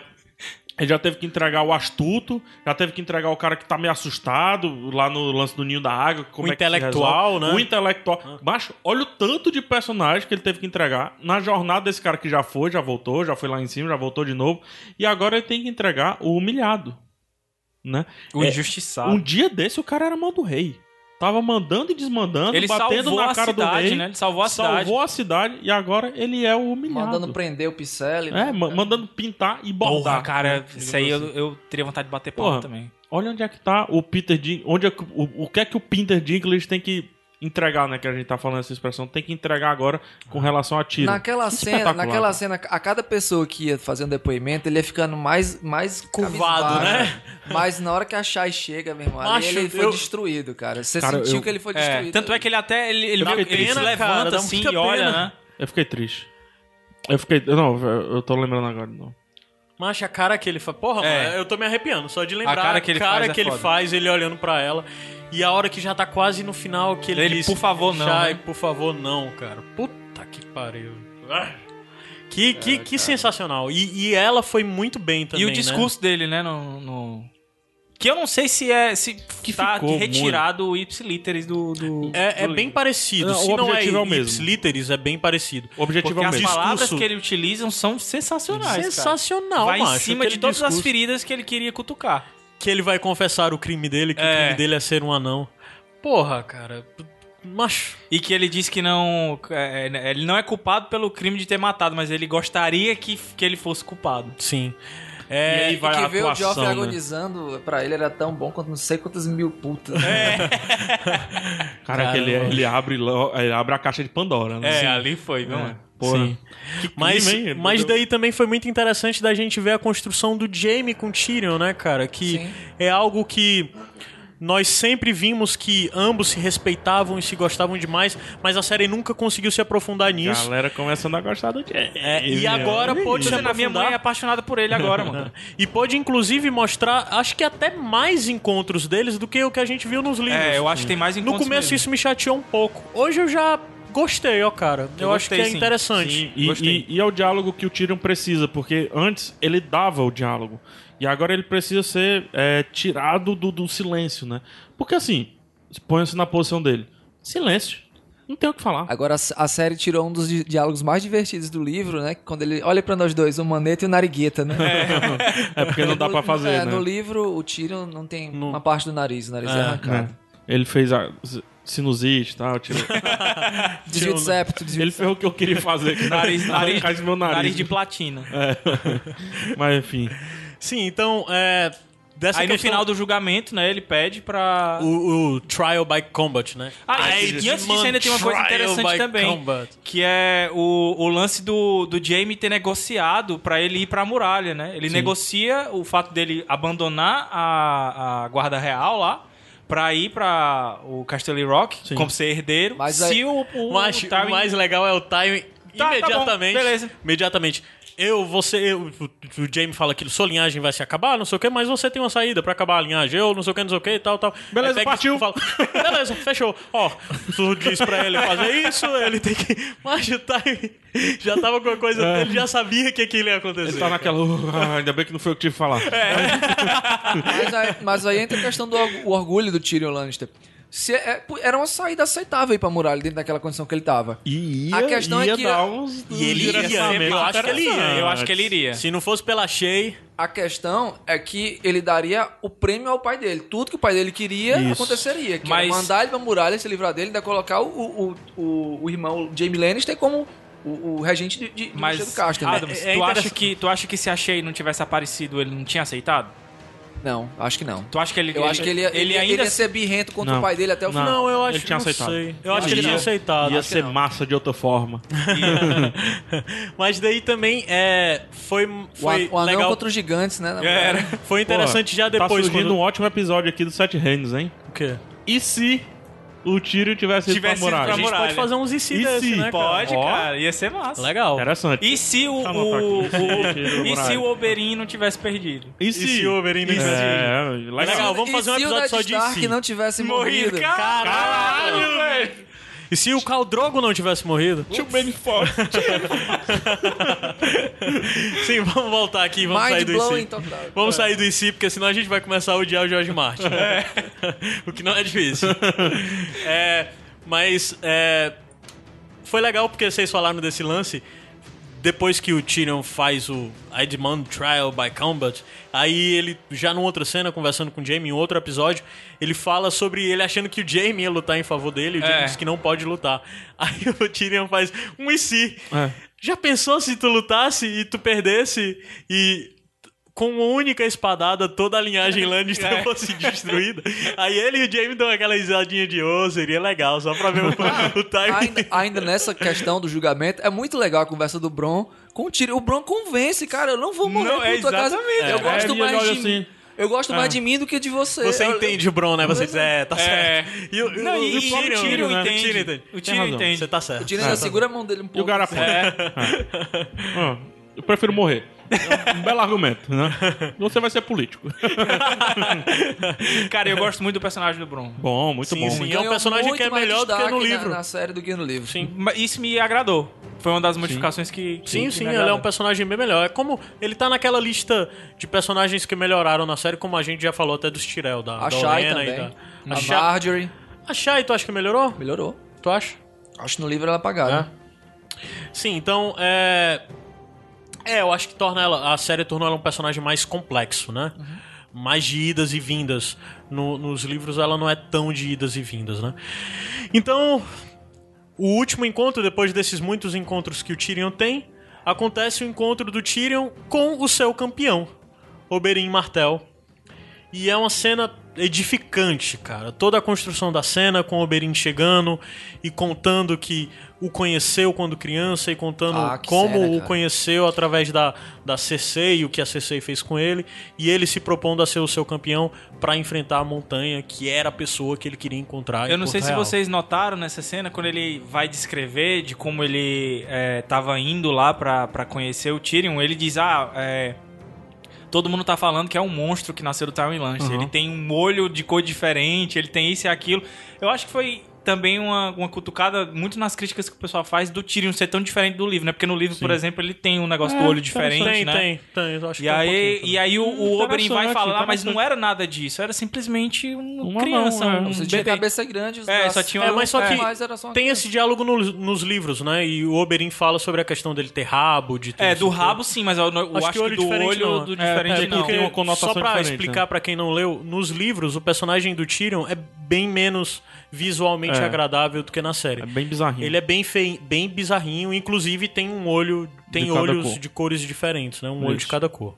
Speaker 2: ele já teve que entregar o astuto, já teve que entregar o cara que tá meio assustado lá no lance do ninho da água. Como
Speaker 1: O
Speaker 2: é que se
Speaker 1: intelectual,
Speaker 2: resolve.
Speaker 1: né?
Speaker 2: O
Speaker 3: Ah.
Speaker 2: intelectual. Macho, olha o tanto de personagem que ele teve que entregar na jornada desse cara que já foi, já voltou, já foi lá em cima, já voltou de novo. E agora ele tem que entregar o humilhado, né?
Speaker 3: O
Speaker 2: É,
Speaker 3: injustiçado.
Speaker 2: Um dia desse o cara era mão do rei. Tava mandando e desmandando,
Speaker 3: Ele
Speaker 2: batendo
Speaker 3: salvou
Speaker 2: na
Speaker 3: a
Speaker 2: cara do
Speaker 3: cidade,
Speaker 2: rei.
Speaker 3: né? Ele salvou a cidade.
Speaker 2: salvou a cidade e agora ele é o humilhado.
Speaker 5: Mandando prender o Picelli. né?
Speaker 2: É, ma- mandando pintar e bordar. Né,
Speaker 3: Porra, cara, isso aí
Speaker 2: Digamos
Speaker 3: eu, eu teria vontade de bater palma
Speaker 2: Porra.
Speaker 3: também.
Speaker 2: Olha onde é que tá o Peter Din... Onde é que- o, o que é que o Peter Dinklage tem que entregar, né? Que a gente tá falando essa expressão. Tem que entregar agora com relação a tiro.
Speaker 5: Naquela
Speaker 2: Isso é
Speaker 5: cena,
Speaker 2: espetacular.
Speaker 5: naquela cena, a cada pessoa que ia fazer um depoimento, ele ia ficando mais, mais
Speaker 1: Curvado,
Speaker 5: cabisbaixo.
Speaker 2: né?
Speaker 5: Mas na hora que a Shai chega, meu irmão, ali
Speaker 1: Macho,
Speaker 5: ele foi
Speaker 1: eu-
Speaker 5: destruído, cara. Você
Speaker 2: Cara,
Speaker 5: sentiu
Speaker 2: eu-
Speaker 5: que ele foi destruído.
Speaker 3: É, tanto é que ele até ele, ele,
Speaker 1: Dá
Speaker 3: meio que- ele
Speaker 1: pena,
Speaker 3: se levanta
Speaker 1: cara, dá
Speaker 3: assim
Speaker 1: muita
Speaker 3: e olha,
Speaker 1: pena.
Speaker 3: né?
Speaker 2: Eu fiquei triste. Eu fiquei... Não, eu eu tô lembrando agora. Não.
Speaker 1: Macho, a cara que ele faz. Porra,
Speaker 3: É.
Speaker 1: mano, eu tô me arrepiando só de lembrar.
Speaker 3: A cara que ele faz é
Speaker 1: que ele
Speaker 3: foda.
Speaker 1: faz, ele olhando pra ela. E a hora que já tá quase no final, que ele,
Speaker 3: Ele,
Speaker 1: diz,
Speaker 3: "Por favor, não",
Speaker 1: Shai,
Speaker 3: né?
Speaker 1: por favor, não, cara. Puta que pariu. Ah. Que, que, que sensacional. E, e ela foi muito bem também. né?
Speaker 3: e o discurso dele, né? No, no- Que eu não sei se é. Se
Speaker 2: Que
Speaker 3: tá
Speaker 2: ficou
Speaker 3: retirado o ipsiliteres do. do
Speaker 1: Né? É, é
Speaker 3: do
Speaker 1: bem
Speaker 3: livro.
Speaker 1: parecido.
Speaker 2: Não,
Speaker 1: Se
Speaker 2: o
Speaker 1: não é,
Speaker 2: objetivo é o mesmo.
Speaker 1: Ipsiliteris, é bem parecido.
Speaker 2: O objetivo
Speaker 3: Porque
Speaker 2: é o
Speaker 3: as
Speaker 2: mesmo.
Speaker 3: palavras
Speaker 1: um Discurso-
Speaker 3: que ele utiliza são sensacionais. Sensacional.
Speaker 1: Sensacional,
Speaker 3: Vai
Speaker 1: macho.
Speaker 3: em cima
Speaker 1: Aquele
Speaker 3: de todas as
Speaker 1: discurso
Speaker 3: feridas que ele queria cutucar.
Speaker 1: Que ele vai confessar o crime dele, que o
Speaker 3: É.
Speaker 1: crime dele é ser um anão. Porra, cara. Macho.
Speaker 3: E que ele diz que não. é, é, ele não é culpado pelo crime de ter matado, mas ele gostaria que, que ele fosse culpado.
Speaker 1: Sim.
Speaker 2: E
Speaker 1: É,
Speaker 2: aí vai
Speaker 5: que
Speaker 2: a
Speaker 5: ver o Joffrey
Speaker 2: atuação, né?
Speaker 5: agonizando, pra ele era tão bom quanto não sei quantas mil putas.
Speaker 2: É. Cara, é que ele,
Speaker 1: Caramba.
Speaker 2: ele, abre, lo- ele abre a caixa de Pandora, né? Sim.
Speaker 3: ali foi, viu, mano?
Speaker 2: Porra.
Speaker 1: É, Sim. Mas,
Speaker 2: crime, hein?
Speaker 1: mas
Speaker 2: Entendeu?
Speaker 1: daí também foi muito interessante da gente ver a construção do Jamie com Tyrion, né, cara? Que
Speaker 5: Sim.
Speaker 1: é algo que nós sempre vimos que ambos se respeitavam e se gostavam demais, mas a série nunca conseguiu se aprofundar nisso.
Speaker 2: Galera começando a gostar do Jack.
Speaker 1: É, e agora pode
Speaker 3: Poxa,
Speaker 1: se
Speaker 3: a minha mãe é
Speaker 1: aprofundar
Speaker 3: apaixonada por ele agora, mano.
Speaker 1: e pôde inclusive mostrar, acho que até mais encontros deles do que o que a gente viu nos livros.
Speaker 3: É, eu acho que tem mais
Speaker 1: no
Speaker 3: encontros
Speaker 1: começo
Speaker 3: mesmo.
Speaker 1: isso me chateou um pouco. Hoje eu já gostei, ó, cara. Eu,
Speaker 3: Eu
Speaker 1: acho que
Speaker 3: gostei,
Speaker 1: é
Speaker 3: sim.
Speaker 1: interessante.
Speaker 2: Sim, e,
Speaker 3: Gostei.
Speaker 2: e- e é o diálogo que o Tyrion precisa, porque antes ele dava o diálogo. E agora ele precisa ser é, tirado do, do silêncio, né? Porque assim, põe-se na posição dele. Silêncio. Não tem o que falar.
Speaker 5: Agora a s- a série tirou um dos di- diálogos mais divertidos do livro, né? Quando ele olha pra nós dois, o Maneta e o Narigueta, né?
Speaker 2: É porque não dá pra fazer,
Speaker 5: É,
Speaker 2: né?
Speaker 5: No livro, o Tyrion não tem
Speaker 1: Não-
Speaker 5: uma parte do nariz, o nariz é, arrancado.
Speaker 2: Né? Ele fez a s- sinusite e tal. Tirou...
Speaker 5: Desvio de septo, desvio
Speaker 2: ele fez o que eu queria fazer. que
Speaker 3: Nariz, nariz,
Speaker 2: arrancasse meu nariz.
Speaker 3: nariz de platina.
Speaker 2: Mas enfim.
Speaker 1: Sim, então, é, dessa
Speaker 3: Aí no
Speaker 1: questão-
Speaker 3: final do julgamento, né, ele pede pra.
Speaker 1: o, o Trial by Combat, né?
Speaker 3: Ah, e antes disso ainda tem uma coisa
Speaker 1: Trial
Speaker 3: interessante
Speaker 1: by
Speaker 3: também.
Speaker 1: Combat.
Speaker 3: Que é o, o lance do, do Jamie ter negociado pra ele ir pra muralha, né? Ele negocia o fato dele abandonar a, a guarda real lá pra ir pra o Castelli Rock
Speaker 2: Sim.
Speaker 3: como ser herdeiro.
Speaker 5: Mas
Speaker 3: se
Speaker 5: aí-
Speaker 3: o, o,
Speaker 1: Mas
Speaker 3: o
Speaker 1: o,
Speaker 3: Tywin-
Speaker 1: mais legal é o time
Speaker 3: Tá, tá
Speaker 1: imediatamente.
Speaker 3: bom, beleza.
Speaker 1: Imediatamente. Eu, você, eu- o o Jamie fala que sua linhagem vai se acabar, não sei o que, mas você tem uma saída pra acabar a linhagem. Eu, não sei o que, não sei o que, tal, tal.
Speaker 2: Beleza,
Speaker 1: Aí pega e
Speaker 2: partiu.
Speaker 1: Fala, Beleza, fechou. Ó, tu diz pra ele fazer isso, ele tem que. Mas o time já tava com a coisa,
Speaker 3: É.
Speaker 1: ele já sabia que aquilo ia acontecer.
Speaker 2: Ele tá naquela. "Uh, ah, ainda bem que não foi eu que tive que falar.
Speaker 5: Mas aí, mas aí entra a questão do org- o orgulho do Tyrion Lannister. Se é- é- era uma saída aceitável ir pra muralha dentro daquela condição que ele tava.
Speaker 2: E
Speaker 5: A questão é que-
Speaker 2: dar uns,
Speaker 1: E ele
Speaker 2: uns
Speaker 1: ia,
Speaker 2: direcionamentos
Speaker 1: eu acho que ele ia,
Speaker 3: Eu acho que ele iria.
Speaker 1: Se não fosse pela Shea,
Speaker 5: A questão é que ele daria o prêmio ao pai dele. Tudo que o pai dele queria
Speaker 2: Isso.
Speaker 5: aconteceria. Que
Speaker 3: Mas-
Speaker 5: era mandar ele pra muralha, se livrar dele, ainda colocar o, o, o, o irmão Jamie Lannister como o, o regente de, de,
Speaker 3: Mas,
Speaker 5: do Castro. né?
Speaker 3: Adams,
Speaker 1: É- é
Speaker 3: tu, acha
Speaker 1: interessante.
Speaker 3: que, tu acha que se a Shea não tivesse aparecido, ele não tinha aceitado?
Speaker 4: Não, acho que não.
Speaker 3: Tu acha que ele
Speaker 5: Eu acho que ele, ia- ele,
Speaker 3: ainda
Speaker 5: ele ia ser birrento contra
Speaker 2: Não.
Speaker 5: o pai dele até o
Speaker 2: Não.
Speaker 5: final.
Speaker 1: Não, eu acho
Speaker 2: ele tinha
Speaker 1: não
Speaker 2: aceitado.
Speaker 1: sei. Eu acho que ele
Speaker 2: Ia-
Speaker 1: tinha aceitado.
Speaker 2: Ia
Speaker 1: Acho que
Speaker 2: ser
Speaker 1: não.
Speaker 2: massa de outra forma.
Speaker 1: Mas daí também é, foi,
Speaker 5: O, an-
Speaker 1: foi
Speaker 5: o anão
Speaker 1: legal.
Speaker 5: contra os gigantes, né? na
Speaker 1: Era.
Speaker 5: verdade.
Speaker 1: Foi interessante já
Speaker 2: Tá
Speaker 1: depois.
Speaker 2: surgindo
Speaker 1: quando...
Speaker 2: um ótimo episódio aqui do Sete Reinos, hein?
Speaker 1: O quê?
Speaker 2: E se o Tyrion tivesse ido pra
Speaker 3: Tivesse ido
Speaker 2: muralha?
Speaker 1: A
Speaker 3: pra
Speaker 1: gente
Speaker 3: muralha.
Speaker 1: pode fazer uns né? e se
Speaker 2: E
Speaker 1: desse,
Speaker 2: se?
Speaker 1: né, cara?
Speaker 3: Pode,
Speaker 2: Ó.
Speaker 3: cara. Ia ser massa.
Speaker 1: Legal.
Speaker 2: Interessante.
Speaker 3: E se o,
Speaker 2: Calma,
Speaker 3: o,
Speaker 2: Paquito.
Speaker 3: o-
Speaker 2: Tira o
Speaker 3: e se
Speaker 2: horário.
Speaker 3: o Oberyn não tivesse perdido?
Speaker 2: E
Speaker 1: se o Oberyn não tivesse
Speaker 2: É, legal.
Speaker 1: Legal, vamos
Speaker 5: E
Speaker 1: fazer um
Speaker 5: se o
Speaker 1: episódio
Speaker 5: Ned
Speaker 1: só de e
Speaker 5: Stark
Speaker 1: se.
Speaker 5: não tivesse
Speaker 3: Morrido,
Speaker 5: morrido.
Speaker 3: Caralho, velho.
Speaker 1: E se o Khal Drogo não tivesse morrido?
Speaker 2: Tio Ben Fox.
Speaker 1: Sim, vamos voltar aqui, vamos sair
Speaker 5: Mind então.
Speaker 1: do
Speaker 5: blowing
Speaker 1: IC.
Speaker 5: total.
Speaker 1: Vamos sair do IC, porque senão a gente vai começar a odiar o George Martin. o que não é difícil. É, mas é, foi legal porque vocês falaram desse lance. Depois que o Tyrion faz o I Demand Trial by Combat, aí ele, já numa outra cena, conversando com o Jaime em um outro episódio, ele fala sobre ele achando que o Jaime ia lutar em favor dele, e o Jaime
Speaker 3: É.
Speaker 1: diz que não pode lutar. Aí o Tyrion faz um e se.
Speaker 2: É.
Speaker 1: Já pensou se tu lutasse e tu perdesse e t- com uma única espadada toda a linhagem Lannister
Speaker 3: É.
Speaker 1: fosse destruída? Aí ele e o Jaime dão aquela risadinha de ô, seria legal, só pra ver o, o timing.
Speaker 5: Ainda, ainda nessa questão do julgamento, é muito legal a conversa do Bron com o Tyrion. O Bron convence, cara, eu não vou morrer
Speaker 3: Não,
Speaker 5: por
Speaker 3: é
Speaker 5: tua casa.
Speaker 3: exatamente.
Speaker 5: Eu
Speaker 3: É,
Speaker 5: gosto
Speaker 2: ele
Speaker 5: mais
Speaker 2: olha
Speaker 5: de mim.
Speaker 2: assim.
Speaker 5: Eu gosto mais de mim do que de você.
Speaker 1: Você
Speaker 5: Eu- eu-
Speaker 1: entende o Bron, né? Você diz, é, tá
Speaker 3: É.
Speaker 1: certo. E o,
Speaker 3: Não, e- e o Tyrion
Speaker 1: né?
Speaker 3: entende.
Speaker 1: O Tyrion entende.
Speaker 3: O Tyrion
Speaker 2: razão.
Speaker 3: entende.
Speaker 1: Você tá certo.
Speaker 5: O Tyrion ainda segura a mão dele um pouco.
Speaker 2: E o Garapó.
Speaker 1: É.
Speaker 2: Ah, eu prefiro morrer. É Um belo argumento, né? Você vai ser político.
Speaker 3: Cara, eu gosto muito do personagem do Bron.
Speaker 2: Bom, muito
Speaker 1: Sim,
Speaker 2: bom.
Speaker 1: sim.
Speaker 5: Ele
Speaker 1: E é um
Speaker 5: ganhou
Speaker 1: personagem
Speaker 5: muito
Speaker 1: que é
Speaker 5: mais
Speaker 1: melhor do que
Speaker 5: destaque
Speaker 1: no
Speaker 5: na-
Speaker 1: livro.
Speaker 5: Na, série do que no livro. Sim.
Speaker 3: Mas Isso me agradou. Foi uma das modificações que. que-
Speaker 1: Sim,
Speaker 3: que
Speaker 1: sim,
Speaker 5: né,
Speaker 1: ele
Speaker 3: me
Speaker 1: é um
Speaker 3: agradou.
Speaker 1: personagem bem melhor. É como ele tá naquela lista de personagens que melhoraram na série, como a gente já falou até dos Tirel, da,
Speaker 5: A
Speaker 1: da
Speaker 5: Shai
Speaker 1: Olenna e
Speaker 5: também.
Speaker 1: da.
Speaker 5: A
Speaker 1: A Shai-
Speaker 5: Marjorie.
Speaker 1: a Shai, tu acha que melhorou?
Speaker 5: Melhorou.
Speaker 1: Tu acha?
Speaker 5: Acho que no livro ela é apagada.
Speaker 1: Sim, então é. É, eu acho que torna ela. A série tornou ela um personagem mais complexo, né?
Speaker 5: Uhum.
Speaker 1: Mais de idas e vindas. No- nos livros ela não é tão de idas e vindas, né? Então, o último encontro, depois desses muitos encontros que o Tyrion tem, acontece o encontro do Tyrion com o seu campeão, Oberyn Martel. E é uma cena edificante, cara. Toda a construção da cena, com o Oberyn chegando e contando que o conheceu quando criança e contando
Speaker 5: Ah, que
Speaker 1: como
Speaker 5: cena,
Speaker 1: o
Speaker 5: cara.
Speaker 1: conheceu através da, da Cersei e o que a Cersei fez com ele. E ele se propondo a ser o seu campeão pra enfrentar a montanha, que era a pessoa que ele queria encontrar.
Speaker 3: Eu
Speaker 1: em
Speaker 3: não
Speaker 1: Porto
Speaker 3: sei se
Speaker 1: Real. É,
Speaker 3: vocês notaram nessa cena, quando ele vai descrever de como ele é, tava indo lá pra, pra conhecer o Tyrion, ele diz, ah, é, todo mundo tá falando que é um monstro que nasceu do Tywin Lannister.
Speaker 5: Uhum.
Speaker 3: Ele tem um molho de cor diferente, ele tem isso e aquilo. Eu acho que foi também uma, uma cutucada muito nas críticas que o pessoal faz do Tyrion ser tão diferente do livro, né? Porque no livro, por exemplo, ele tem um negócio do olho diferente,
Speaker 1: É, tem,
Speaker 3: né?
Speaker 1: Tem, tem, eu acho
Speaker 3: E
Speaker 1: que tem um
Speaker 3: aí,
Speaker 1: pouquinho também.
Speaker 3: e aí o, o Oberyn vai
Speaker 2: Interessante,
Speaker 3: falar, "Ah, mas não
Speaker 2: interessante.
Speaker 3: era nada disso, era simplesmente uma,
Speaker 2: Uma mão,
Speaker 3: criança,
Speaker 2: é.
Speaker 3: um
Speaker 5: Você tinha
Speaker 3: bebê.
Speaker 5: cabeça grande, os
Speaker 3: É,
Speaker 5: braços-
Speaker 3: só tinha
Speaker 1: É, mas só que
Speaker 5: Mas era só uma
Speaker 1: tem
Speaker 5: criança.
Speaker 1: esse diálogo no- nos livros, né? E o Oberyn fala sobre a questão dele ter rabo, de ter
Speaker 3: É,
Speaker 1: isso
Speaker 3: do
Speaker 1: tudo.
Speaker 3: rabo sim, mas eu,
Speaker 1: Acho
Speaker 3: eu acho,
Speaker 1: que o olho
Speaker 3: que do
Speaker 1: diferente
Speaker 3: olho
Speaker 1: não.
Speaker 3: do
Speaker 1: É,
Speaker 3: diferente
Speaker 2: é,
Speaker 3: não.
Speaker 1: Porque,
Speaker 2: tem uma
Speaker 1: só
Speaker 2: conotação
Speaker 1: pra
Speaker 2: diferente,
Speaker 1: explicar
Speaker 2: né?
Speaker 1: pra quem não leu, nos livros o personagem do Tyrion é bem menos visualmente
Speaker 2: É.
Speaker 1: agradável do que na série.
Speaker 2: É bem bizarrinho.
Speaker 1: Ele é bem fei, bem bizarrinho, inclusive tem um olho, tem
Speaker 2: cada
Speaker 1: olhos
Speaker 2: cor.
Speaker 1: de cores diferentes, né? Um olho de
Speaker 2: Isso.
Speaker 1: cada cor.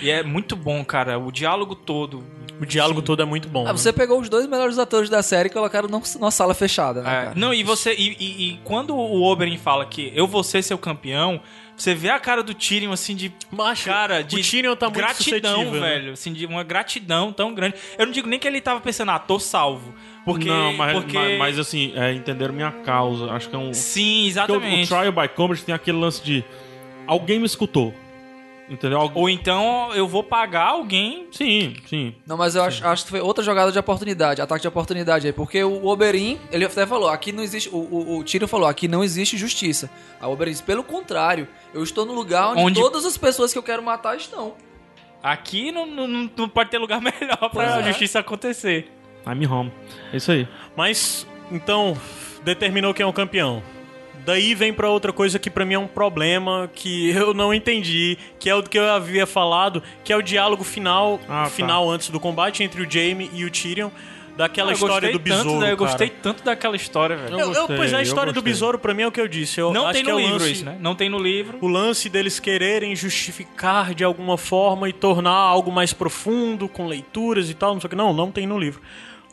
Speaker 3: E é muito bom, cara, o diálogo todo.
Speaker 1: O diálogo todo é muito bom.
Speaker 5: Ah, você pegou os dois melhores atores da série e colocaram num- numa sala fechada, né,
Speaker 3: É,
Speaker 5: cara?
Speaker 3: Não, e você e, e- e quando o Oberyn fala que eu vou ser seu campeão, você vê a cara do Tyrion assim de
Speaker 1: Macho,
Speaker 3: cara,
Speaker 1: o
Speaker 3: de
Speaker 1: Tyrion tá muito
Speaker 3: gratidão,
Speaker 1: suscetível, né?
Speaker 3: velho, assim de uma gratidão tão grande. Eu não digo nem que ele tava pensando, ah, tô salvo, porque
Speaker 2: Não, mas,
Speaker 3: porque
Speaker 2: mas, mas, assim, é, entenderam minha causa. Acho que é um...
Speaker 3: sim,
Speaker 2: Porque o, o
Speaker 3: exatamente.
Speaker 2: Trial by Combat tem aquele lance de... Alguém me escutou. Entendeu? Algu-
Speaker 3: Ou então eu vou pagar alguém.
Speaker 2: Sim, sim.
Speaker 5: Não, mas eu acho, acho que foi outra jogada de oportunidade, ataque de oportunidade aí, porque o Oberyn, ele até falou, aqui não existe, o, o, o Tyrion falou, aqui não existe justiça. A Oberyn disse, pelo contrário, eu estou no lugar onde,
Speaker 3: Onde-
Speaker 5: todas as pessoas que eu quero matar estão.
Speaker 3: Aqui não, não, não- não pode ter lugar melhor
Speaker 5: Pois
Speaker 3: pra
Speaker 5: é.
Speaker 3: justiça acontecer.
Speaker 2: I'm home. É isso aí.
Speaker 1: Mas então determinou quem é o campeão. Daí vem pra outra coisa que pra mim é um problema que eu não entendi, que é o que eu havia falado, que é o diálogo final,
Speaker 2: Ah, tá.
Speaker 1: final antes do combate entre o Jaime e o Tyrion, daquela
Speaker 3: Ah, eu
Speaker 1: história
Speaker 3: gostei
Speaker 1: do besouro.
Speaker 3: Tanto, da- eu
Speaker 1: cara.
Speaker 3: gostei tanto daquela história, velho.
Speaker 1: Eu- eu-
Speaker 2: gostei,
Speaker 1: pois é, a
Speaker 2: eu
Speaker 1: história do
Speaker 2: gostei.
Speaker 1: besouro, pra mim, é o que eu disse. Eu
Speaker 3: Não
Speaker 1: acho
Speaker 3: tem
Speaker 1: que
Speaker 3: no
Speaker 1: é o
Speaker 3: livro
Speaker 1: lance-
Speaker 3: isso, né? Não tem no livro.
Speaker 1: O lance deles quererem justificar de alguma forma e tornar algo mais profundo, com leituras e tal, não sei o que. Não, não tem no livro.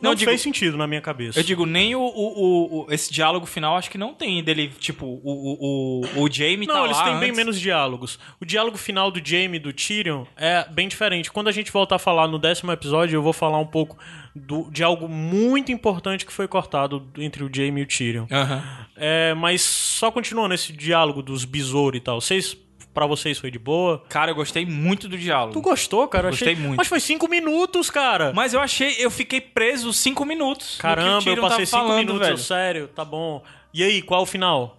Speaker 1: Não,
Speaker 3: Não, digo-
Speaker 1: fez sentido na minha cabeça.
Speaker 3: Eu digo, nem o, o- o- o- esse diálogo final, acho que não tem dele, tipo, o, o, o, o Jamie tá
Speaker 1: Não, eles
Speaker 3: lá
Speaker 1: têm bem
Speaker 3: antes.
Speaker 1: menos diálogos. O diálogo final do Jamie e do Tyrion é bem diferente. Quando a gente voltar a falar no décimo episódio, eu vou falar um pouco do- de algo muito importante que foi cortado entre o Jamie e o Tyrion.
Speaker 3: Aham.
Speaker 1: É, mas só continuando esse diálogo dos besouros e tal, vocês, pra vocês foi de boa?
Speaker 3: Cara, eu gostei muito do diálogo.
Speaker 1: Tu gostou, cara? Eu
Speaker 3: Gostei
Speaker 1: achei...
Speaker 3: muito.
Speaker 1: Mas foi cinco minutos, cara.
Speaker 3: Mas eu achei, eu fiquei preso cinco minutos. no que o
Speaker 1: Caramba, eu
Speaker 3: Tyrion
Speaker 1: passei
Speaker 3: tava
Speaker 1: cinco
Speaker 3: tá falando,
Speaker 1: minutos,
Speaker 3: velho.
Speaker 1: sério, tá bom. E aí, qual o final?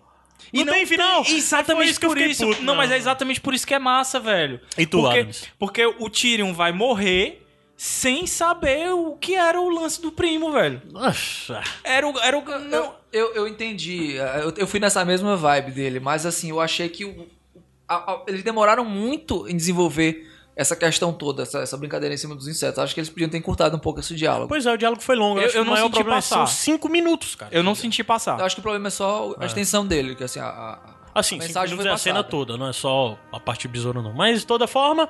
Speaker 3: E
Speaker 1: não, tem final? É,
Speaker 3: Exatamente
Speaker 1: Foi isso que eu
Speaker 3: por
Speaker 1: fiquei
Speaker 3: isso.
Speaker 1: puto,
Speaker 3: não,
Speaker 1: né?
Speaker 3: mas é exatamente por isso que é massa, velho.
Speaker 1: E tu,
Speaker 3: porque,
Speaker 1: Adams?
Speaker 3: porque o Tyrion vai morrer sem saber o que era o lance do primo, velho.
Speaker 1: Nossa.
Speaker 3: Era o. Era o
Speaker 5: Não, eu, eu entendi. eh, Eu, eu fui nessa mesma vibe dele, mas assim, eu achei que o- a- a- eles demoraram muito em desenvolver essa questão toda, essa, essa brincadeira em cima dos insetos. Acho que eles podiam ter encurtado um pouco esse diálogo.
Speaker 1: Pois é, o diálogo foi longo.
Speaker 3: Eu-
Speaker 1: acho que
Speaker 3: eu
Speaker 1: o
Speaker 3: não
Speaker 1: maior
Speaker 3: senti
Speaker 1: problema é que
Speaker 3: passar.
Speaker 1: são cinco minutos, cara.
Speaker 3: Eu não senti
Speaker 5: Eu
Speaker 3: passar.
Speaker 5: acho que o problema é só a extensão dele, que assim, a, a-
Speaker 1: Assim,
Speaker 5: a
Speaker 1: cinco
Speaker 5: mensagem
Speaker 1: minutos
Speaker 5: foi
Speaker 1: é a cena
Speaker 5: passada.
Speaker 1: toda, não é só a parte do besouro, não. Mas, de toda forma,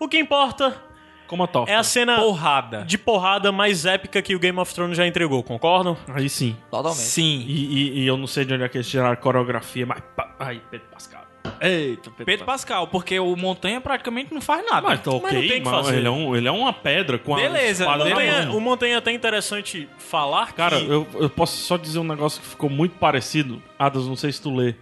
Speaker 1: o que importa
Speaker 2: Como a torta.
Speaker 1: é a cena
Speaker 3: Porrada.
Speaker 1: de porrada mais épica que o Game of Thrones já entregou, concordam?
Speaker 2: Aí sim.
Speaker 5: Totalmente.
Speaker 3: Sim.
Speaker 2: E, e- e eu não sei de onde é que eles tiraram a coreografia, mas. pa- Ai, Pedro Pascal. Eita, Pedro,
Speaker 3: Pedro
Speaker 2: Pascal.
Speaker 3: Pascal, porque o Montanha praticamente não faz nada.
Speaker 2: Mas tá ok,
Speaker 1: Mas não tem o que
Speaker 2: mas
Speaker 1: fazer.
Speaker 2: ele, é um, ele é uma pedra com a
Speaker 3: Beleza,
Speaker 2: espada na
Speaker 3: beleza.
Speaker 2: mão.
Speaker 1: Montanha, o Montanha é até interessante falar
Speaker 2: Cara,
Speaker 1: que...
Speaker 2: eu, eu posso só dizer um negócio que ficou muito parecido. Adas, não sei se tu lê.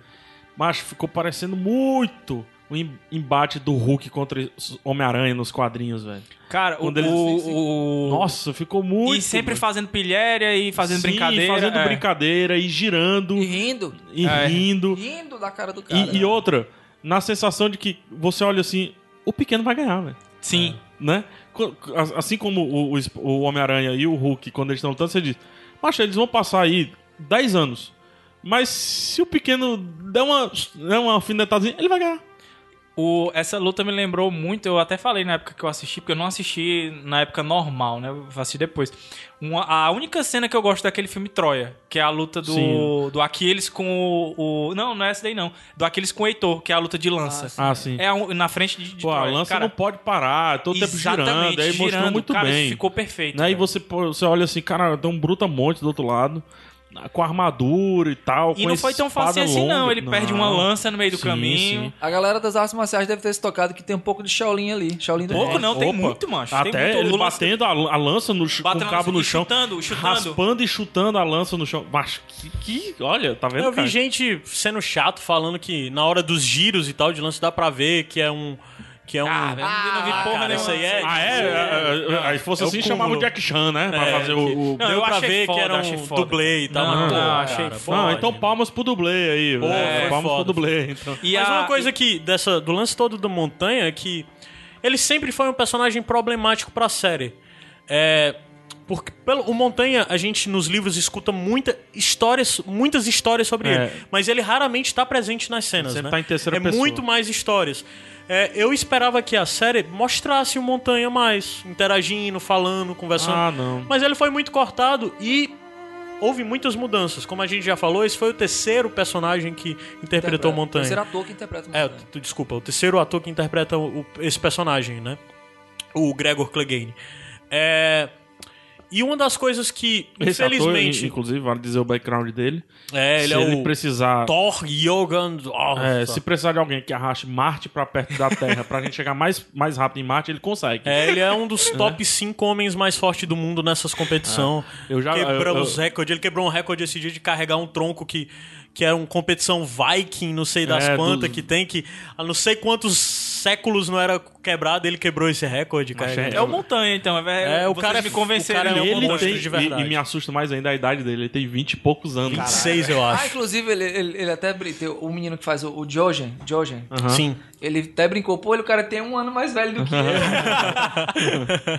Speaker 2: Mas ficou parecendo muito o em- embate do Hulk contra os Homem-Aranha nos quadrinhos, velho.
Speaker 3: Cara, o,
Speaker 2: Quando ele- sim,
Speaker 3: o-
Speaker 2: sim.
Speaker 3: o-
Speaker 2: Nossa, ficou muito.
Speaker 3: E sempre
Speaker 2: mano.
Speaker 3: fazendo pilhéria e fazendo
Speaker 2: Sim,
Speaker 3: brincadeira.
Speaker 2: Fazendo
Speaker 3: é.
Speaker 2: brincadeira e girando
Speaker 5: E
Speaker 2: e,
Speaker 5: rindo.
Speaker 3: É.
Speaker 2: rindo.
Speaker 5: Rindo da cara do
Speaker 2: E-
Speaker 5: cara.
Speaker 2: e,
Speaker 5: né?
Speaker 2: outra, na sensação de que você olha assim, o pequeno vai ganhar, velho.
Speaker 3: Sim.
Speaker 2: né? Co- a- Assim como o, o Sp- o Homem-Aranha e o Hulk, quando eles estão lutando, você diz: Macho, eles vão passar aí 10 anos. Mas se o pequeno der uma, der uma alfinetadinha, ele vai ganhar.
Speaker 3: O- essa luta me lembrou muito, eu até falei na época que eu assisti, porque eu não assisti na época normal, né? Eu assisti depois. Uma- a única cena que eu gosto daquele filme Troia, que é a luta do,
Speaker 2: Sim.
Speaker 3: do Aquiles com o, o- Não, não é essa daí não. Do Aquiles com o Heitor, que é a luta de lança.
Speaker 2: Ah, sim.
Speaker 3: é a um- na frente de, de
Speaker 2: Pô, a
Speaker 3: Troia.
Speaker 2: lança
Speaker 3: cara,
Speaker 2: não pode parar, é todo tempo girando, aí mostrou
Speaker 3: girando.
Speaker 2: muito
Speaker 3: cara, isso
Speaker 2: bem.
Speaker 3: ficou perfeito.
Speaker 2: Né? E
Speaker 3: velho.
Speaker 2: você, pô, você olha assim, cara, tem um brutamonte do outro lado, com armadura e tal.
Speaker 3: E
Speaker 2: com
Speaker 3: não foi tão
Speaker 2: espada
Speaker 3: fácil assim, não.
Speaker 2: longa.
Speaker 3: Ele perde uma lança no meio do
Speaker 2: Sim,
Speaker 3: caminho.
Speaker 2: sim.
Speaker 5: A galera das artes marciais deve ter se tocado que tem um pouco de Shaolin ali. Shaolin do
Speaker 3: Pouco
Speaker 5: bem.
Speaker 3: não, tem
Speaker 2: Opa.
Speaker 3: muito, macho.
Speaker 2: Até
Speaker 3: tem muito.
Speaker 2: ele
Speaker 3: O lance-
Speaker 2: batendo a, a lança no, ch- com
Speaker 3: Batendo
Speaker 2: o
Speaker 3: a
Speaker 2: cabo
Speaker 3: lança
Speaker 2: no
Speaker 3: e
Speaker 2: chão,
Speaker 3: chutando, chutando.
Speaker 2: raspando e chutando a lança no chão. Mas que, que- olha, tá vendo,
Speaker 1: Eu vi
Speaker 2: cara?
Speaker 1: gente sendo chato falando que na hora dos giros e tal de lance dá pra ver que é um que é um
Speaker 3: Ah, velho, eu não vi
Speaker 1: Ah,
Speaker 3: porra
Speaker 1: cara,
Speaker 3: nenhuma.
Speaker 1: isso aí é-
Speaker 2: Ah, é? é, é, é, se fosse
Speaker 1: É o
Speaker 2: assim, chamava o
Speaker 1: cúmulo.
Speaker 2: Jack Chan, né? Pra
Speaker 1: É,
Speaker 2: fazer
Speaker 1: que-
Speaker 2: o... o-
Speaker 1: Não,
Speaker 3: eu
Speaker 1: deu pra
Speaker 3: achei
Speaker 1: ver
Speaker 3: foda,
Speaker 1: que era
Speaker 3: achei
Speaker 1: um
Speaker 3: foda.
Speaker 1: dublê e tal.
Speaker 3: Não,
Speaker 1: mas,
Speaker 3: não,
Speaker 1: pô,
Speaker 3: achei
Speaker 1: cara,
Speaker 3: foda. É,
Speaker 2: Não,
Speaker 1: pode.
Speaker 2: então palmas pro dublê aí.
Speaker 1: Pô,
Speaker 2: velho.
Speaker 1: foi
Speaker 2: palmas pro
Speaker 1: foda.
Speaker 2: dublê, então.
Speaker 3: E
Speaker 1: Mas
Speaker 3: a-
Speaker 1: uma coisa que dessa do lance todo do Montanha é que ele sempre foi um personagem problemático pra série. É porque pelo o Montanha a gente nos livros escuta muita histórias, muitas histórias sobre
Speaker 2: É.
Speaker 1: ele, mas ele raramente está presente nas cenas,
Speaker 2: Ele sempre
Speaker 1: né?
Speaker 2: tá em terceira
Speaker 1: é
Speaker 2: pessoa.
Speaker 1: muito mais histórias. É, eu esperava que a série mostrasse o Montanha mais, interagindo, falando, conversando.
Speaker 2: Ah, não.
Speaker 1: Mas ele foi muito cortado e houve muitas mudanças. Como a gente já falou, esse foi o terceiro personagem que interpretou o Montanha.
Speaker 5: Terceiro ator que interpreta o
Speaker 1: É,
Speaker 5: Montanha.
Speaker 1: tu- desculpa, o terceiro ator que interpreta o- esse personagem, né? O Gregor Clegane. É, E uma das coisas que,
Speaker 2: Esse
Speaker 1: infelizmente.
Speaker 2: ator, inclusive, vale dizer o background dele.
Speaker 1: é, ele
Speaker 2: se
Speaker 1: é
Speaker 2: ele
Speaker 1: o
Speaker 2: precisar...
Speaker 1: Thor Yogan.
Speaker 2: é, se precisar de alguém que arraste Marte pra perto da Terra, pra gente chegar mais, mais rápido em Marte, ele consegue.
Speaker 1: É, ele é um dos top 5 homens mais fortes do mundo nessas competições.
Speaker 2: Ah, Eu já-
Speaker 1: Quebrou
Speaker 2: eu- eu-
Speaker 1: os recordes. Ele quebrou um recorde esse dia de carregar um tronco que, que era uma competição viking, não sei das
Speaker 2: É,
Speaker 1: quantas,
Speaker 2: do-
Speaker 1: que tem, que há não sei quantos séculos não era quebrado. Ele quebrou esse recorde, cara.
Speaker 2: é-
Speaker 3: É o Montanha, então. É,
Speaker 1: É, o
Speaker 3: vocês
Speaker 1: cara-
Speaker 3: me convenceram.
Speaker 1: o cara
Speaker 3: né?
Speaker 1: é um
Speaker 2: ele
Speaker 1: monstro
Speaker 2: tem,
Speaker 1: de verdade.
Speaker 2: E, e me assusta mais ainda a idade dele. Ele tem 20 e poucos anos.
Speaker 1: 26, eu
Speaker 5: Ah,
Speaker 1: acho.
Speaker 5: inclusive, ele, ele, ele até brincou. O menino que faz o, o Jojen, Jojen,
Speaker 1: Sim.
Speaker 5: ele até brincou. Pô, ele, o cara tem um ano mais velho do que eu.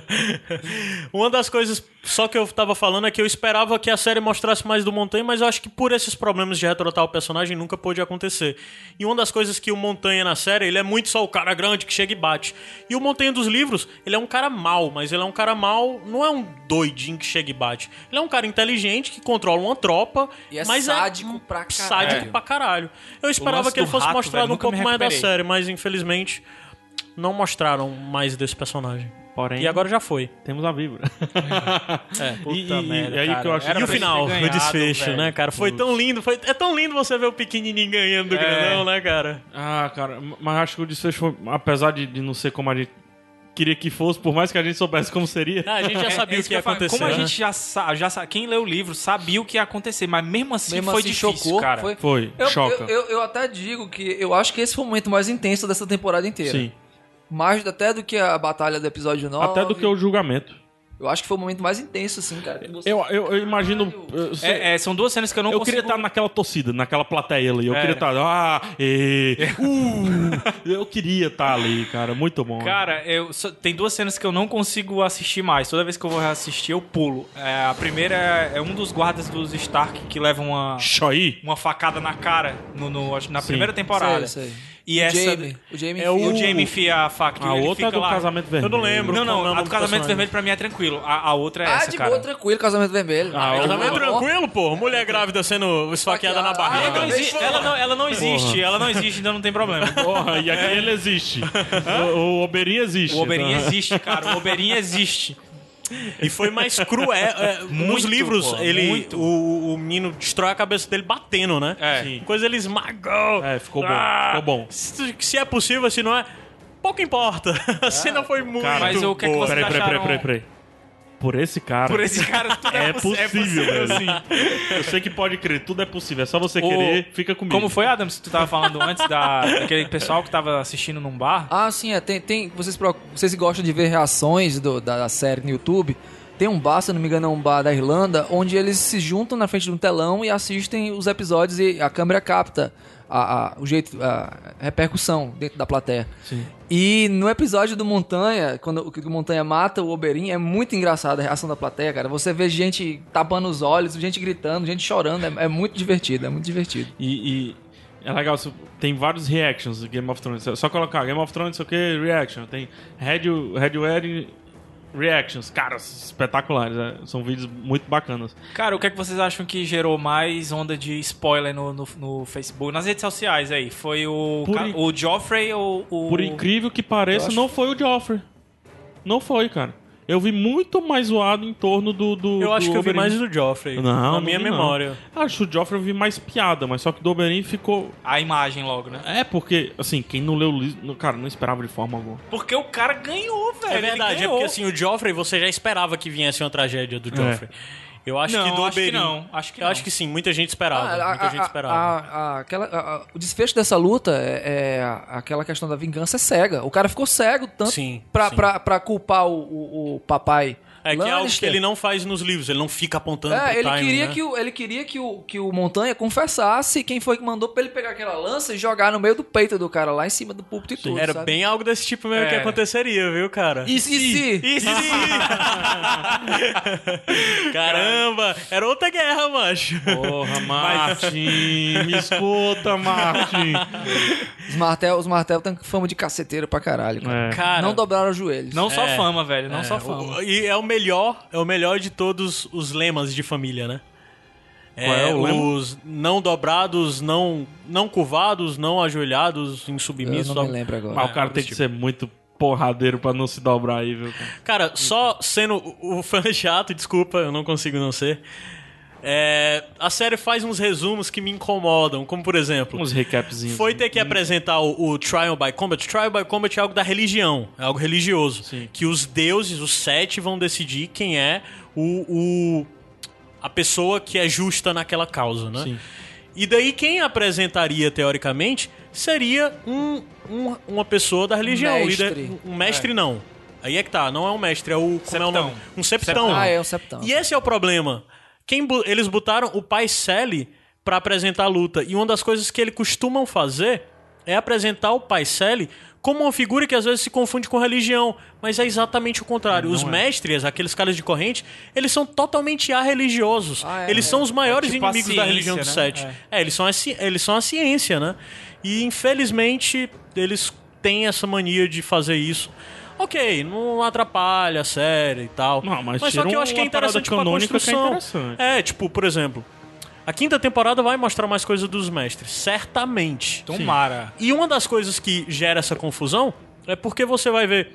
Speaker 1: Uma das coisas só que eu tava falando é que eu esperava que a série mostrasse mais do Montanha, mas eu acho que por esses problemas de retratar o personagem nunca pôde acontecer. E uma das coisas que o Montanha na série, ele é muito só o cara grande que chega e bate. E o Montanha dos Livros, ele é um cara mal, mas ele é um cara mal, não é um doidinho que chega e bate. Ele é um cara inteligente que controla uma tropa,
Speaker 5: E é
Speaker 1: mas
Speaker 5: sádico
Speaker 1: é
Speaker 5: pra caralho.
Speaker 1: sádico pra caralho. Eu esperava
Speaker 3: lance
Speaker 1: que ele
Speaker 3: do
Speaker 1: fosse
Speaker 3: rato,
Speaker 1: mostrado
Speaker 3: velho,
Speaker 1: um
Speaker 3: nunca me
Speaker 1: pouco mais da
Speaker 3: recuperei.
Speaker 1: série, mas infelizmente não mostraram mais desse personagem.
Speaker 2: Porém,
Speaker 1: E agora já foi.
Speaker 2: temos a víbora.
Speaker 1: É.
Speaker 2: e, e- e aí que eu
Speaker 3: cara.
Speaker 2: acho
Speaker 3: Era
Speaker 1: E o
Speaker 3: pra
Speaker 1: final,
Speaker 3: ter
Speaker 1: o
Speaker 3: ganhado,
Speaker 1: desfecho,
Speaker 3: velho.
Speaker 1: né, cara? Foi tão lindo, foi... é tão lindo você ver o pequenininho ganhando do
Speaker 3: É.
Speaker 1: grandão, né, cara?
Speaker 2: Ah, cara, mas acho que o desfecho foi, apesar de, de não ser como a gente queria que fosse, por mais que a gente soubesse como seria.
Speaker 1: Ah, a gente já sabia o
Speaker 3: É, isso
Speaker 1: que ia
Speaker 3: eu falo.
Speaker 1: acontecer.
Speaker 3: Como a
Speaker 1: né?
Speaker 3: gente já sabe, já sa- quem leu o livro sabia o que ia acontecer, mas mesmo assim
Speaker 5: Mesmo
Speaker 3: foi
Speaker 5: assim,
Speaker 3: difícil,
Speaker 5: chocou,
Speaker 3: cara.
Speaker 5: foi-
Speaker 2: Foi,
Speaker 5: Eu,
Speaker 2: choca.
Speaker 5: eu, eu- eu até digo que eu acho que esse foi o momento mais intenso dessa temporada inteira.
Speaker 2: Sim.
Speaker 5: Mais até do que a batalha do episódio 9.
Speaker 2: Até do que o julgamento.
Speaker 5: Eu acho que foi o momento mais intenso, assim, cara. Você-
Speaker 2: Eu, eu, eu imagino. Eu,
Speaker 3: É, é, são duas cenas que eu não
Speaker 2: eu
Speaker 3: consigo...
Speaker 2: queria tá estar naquela torcida, naquela plateia ali. Eu
Speaker 3: É.
Speaker 2: queria estar. Ah, e, uh, eu queria estar ali, cara. Muito bom.
Speaker 3: Cara, eu só- tem duas cenas que eu não consigo assistir mais. Toda vez que eu vou assistir, eu pulo. É, a primeira é, é um dos guardas dos Stark que leva uma,
Speaker 2: Xoi.
Speaker 3: uma facada na cara no, no- acho que na
Speaker 2: Sim.
Speaker 3: primeira temporada.
Speaker 5: Sei, sei.
Speaker 3: E
Speaker 5: o
Speaker 3: essa.
Speaker 5: Jamie. O Jamie
Speaker 1: é o-
Speaker 5: enfia-
Speaker 3: O Jamie enfia a faca.
Speaker 2: A
Speaker 3: ele
Speaker 2: outra é
Speaker 3: fica
Speaker 2: do
Speaker 3: lá.
Speaker 2: casamento vermelho.
Speaker 1: não lembro.
Speaker 3: Não,
Speaker 1: Qual é o
Speaker 3: não,
Speaker 1: nome
Speaker 3: a do
Speaker 1: do
Speaker 3: casamento
Speaker 1: personagem?
Speaker 3: vermelho pra mim é tranquilo. A, a outra é
Speaker 5: Ah,
Speaker 3: essa,
Speaker 5: de
Speaker 3: cara.
Speaker 5: boa, tranquilo, casamento vermelho.
Speaker 2: Ah,
Speaker 1: Ela
Speaker 2: eu-
Speaker 1: tá meio
Speaker 5: Ó,
Speaker 1: tranquilo, pô. Mulher grávida sendo esfaqueada na
Speaker 5: Esfaqueada.
Speaker 3: Ela não,
Speaker 1: barriga.
Speaker 5: Ah,
Speaker 3: exi- ela não- ela não existe, ela não existe, então não tem problema.
Speaker 2: Porra, e aqui ele existe. o, o Oberin existe.
Speaker 3: O Oberin
Speaker 2: Tá?
Speaker 3: existe, cara. O Oberin existe.
Speaker 1: E foi mais cruel. É, nos
Speaker 3: Muito,
Speaker 1: livros,
Speaker 3: pô,
Speaker 1: ele,
Speaker 3: muito.
Speaker 1: o, o menino destrói a cabeça dele batendo, né?
Speaker 3: É.
Speaker 1: Sim. Coisa ele esmagou. Ah,
Speaker 2: É, ficou bom, ficou bom.
Speaker 1: Se, se é possível, se não é, pouco importa. A cena foi muito
Speaker 2: Cara,
Speaker 3: mas o que é que
Speaker 1: boa.
Speaker 3: você-
Speaker 2: Peraí, peraí, peraí,
Speaker 3: acharam-
Speaker 2: peraí, peraí. Por esse cara.
Speaker 3: Por esse cara, tudo é,
Speaker 2: É
Speaker 3: possi-
Speaker 2: possível,
Speaker 3: É
Speaker 2: velho.
Speaker 3: possível sim.
Speaker 2: Eu sei que pode crer, tudo é possível. É só você
Speaker 3: Ô,
Speaker 2: querer, fica comigo.
Speaker 3: Como foi, Adams, que tu tava falando antes da, daquele pessoal que tava assistindo num bar?
Speaker 5: Ah, sim, é, tem, tem, vocês, proc- vocês que gostam de ver reações do- da, da série no YouTube. Tem um bar, se eu não me engano, é um bar da Irlanda, onde eles se juntam na frente de um telão e assistem os episódios e a câmera capta a, a- o jeito, a repercussão dentro da plateia. E no episódio do Montanha, quando o, que o Montanha mata o Oberin, é muito engraçada a reação da plateia, cara. Você vê gente tapando os olhos, gente gritando, gente chorando. É, é muito divertido, é muito divertido.
Speaker 2: E, e é legal, isso- tem vários reactions do Game of Thrones. É só colocar Game of Thrones, sei o que, reaction. Tem Red, Red Wedding reactions. Cara, espetaculares. é. São vídeos muito bacanas.
Speaker 3: Cara, o que é que vocês acham que gerou mais onda de spoiler no, no, no Facebook, nas redes sociais aí? Foi o,
Speaker 2: Por
Speaker 3: ca-
Speaker 2: in-
Speaker 3: o Joffrey ou o...
Speaker 2: Por incrível que pareça, não foi o Joffrey. Não foi, cara. Eu vi muito mais zoado em torno do. do
Speaker 1: Eu acho
Speaker 2: do
Speaker 1: que eu vi
Speaker 2: Oberyn.
Speaker 1: mais do Joffrey.
Speaker 2: Não,
Speaker 1: na
Speaker 2: não
Speaker 1: minha
Speaker 2: vi, não.
Speaker 1: memória.
Speaker 2: Acho que o Joffrey eu vi mais piada, mas só que o do Oberyn ficou.
Speaker 3: A imagem logo, né?
Speaker 2: É, porque, assim, quem não leu o livro. Cara, não esperava de forma alguma.
Speaker 3: Porque o cara ganhou, velho.
Speaker 1: É
Speaker 3: ele
Speaker 1: verdade, é
Speaker 3: ganhou.
Speaker 1: porque assim, o Joffrey, você já esperava que viesse uma tragédia do Joffrey. Eu acho
Speaker 3: Não,
Speaker 1: que do
Speaker 3: acho que
Speaker 1: Oberyn-
Speaker 3: não, acho que
Speaker 1: Eu
Speaker 3: não.
Speaker 1: acho que sim, muita gente esperava.
Speaker 5: Ah,
Speaker 1: muita gente esperava.
Speaker 5: a- aquela- a- a- o desfecho dessa luta é, é a- aquela questão da vingança é cega. O cara ficou cego tanto
Speaker 1: Sim,
Speaker 5: pra,
Speaker 1: sim.
Speaker 5: pra- pra culpar o, o- o papai.
Speaker 1: É que é algo que
Speaker 5: Lannister.
Speaker 1: ele não faz nos livros, ele não fica apontando pro
Speaker 5: É, ele
Speaker 1: timing,
Speaker 5: queria,
Speaker 1: né?
Speaker 5: que o, ele queria que o, que o Montanha confessasse quem foi que mandou pra ele pegar aquela lança e jogar no meio do peito do cara, lá em cima do púlpito e tudo.
Speaker 1: Era
Speaker 5: sabe?
Speaker 1: bem algo desse tipo mesmo que
Speaker 3: É.
Speaker 1: aconteceria, viu, cara?
Speaker 5: E se- e se?
Speaker 1: E se? Caramba, era outra guerra, macho.
Speaker 2: Porra, Martin! Me escuta, Martin!
Speaker 5: Os martelos os martel têm fama de caceteiro pra caralho. cara.
Speaker 2: É.
Speaker 1: Cara,
Speaker 5: não dobraram os joelhos.
Speaker 3: Não só
Speaker 1: É.
Speaker 3: fama, velho. Não só
Speaker 1: é,
Speaker 3: fama.
Speaker 1: o- e é o melhor, é o melhor de todos os lemas de família, né?
Speaker 2: Qual é o lema?
Speaker 1: os não dobrados, não não curvados, não ajoelhados,
Speaker 5: eu
Speaker 1: insubmissos.
Speaker 5: não me
Speaker 1: ao-
Speaker 5: lembro agora.
Speaker 2: Mas o cara tem que ser muito porradeiro pra não se dobrar aí, viu? cara?
Speaker 1: Cara,
Speaker 5: Uhum.
Speaker 1: só sendo o o fã chato, desculpa, eu não consigo não ser. É, a série faz uns resumos que me incomodam, como por exemplo,
Speaker 2: Uns recapzinhos. assim,
Speaker 1: foi ter que apresentar o, o Trial by Combat. Trial by Combat é algo da religião, é algo religioso.
Speaker 2: Sim.
Speaker 1: Que os deuses, os sete, vão decidir quem é o, o- a pessoa que é justa naquela causa, né?
Speaker 2: Sim.
Speaker 1: E daí quem apresentaria, teoricamente, seria um, um- uma pessoa da religião.
Speaker 5: Mestre.
Speaker 1: E daí- um mestre não. Aí é que tá, não é um mestre, é o... Como é o
Speaker 3: Septão.
Speaker 1: nome? Um septão.
Speaker 5: Ah, é o septão.
Speaker 1: E esse é o problema. Quem bo- Eles botaram o pai Sally pra apresentar a luta. E uma das coisas que eles costumam fazer é apresentar o pai Sally como uma figura que às vezes se confunde com religião. Mas é exatamente o contrário.
Speaker 3: é.
Speaker 1: Os mestres, aqueles caras de corrente, eles são totalmente arreligiosos.
Speaker 5: Ah, é,
Speaker 1: eles são os maiores
Speaker 3: É tipo a
Speaker 1: inimigos da
Speaker 3: ciência,
Speaker 1: religião dos
Speaker 3: né?
Speaker 1: sete.
Speaker 3: É.
Speaker 1: É, eles, são a ci- eles são a ciência, né? E infelizmente eles tem essa mania de fazer isso. Ok, não atrapalha a série e tal.
Speaker 2: Não, mas
Speaker 1: só
Speaker 2: tira um
Speaker 1: que eu acho que é
Speaker 2: uma parada
Speaker 1: interessante pra
Speaker 2: canônica que é
Speaker 1: construção.
Speaker 2: interessante.
Speaker 1: É, tipo, por exemplo, a quinta temporada vai mostrar mais coisa dos mestres, certamente.
Speaker 3: Então Tomara.
Speaker 1: E uma das coisas que gera essa confusão é porque você vai ver.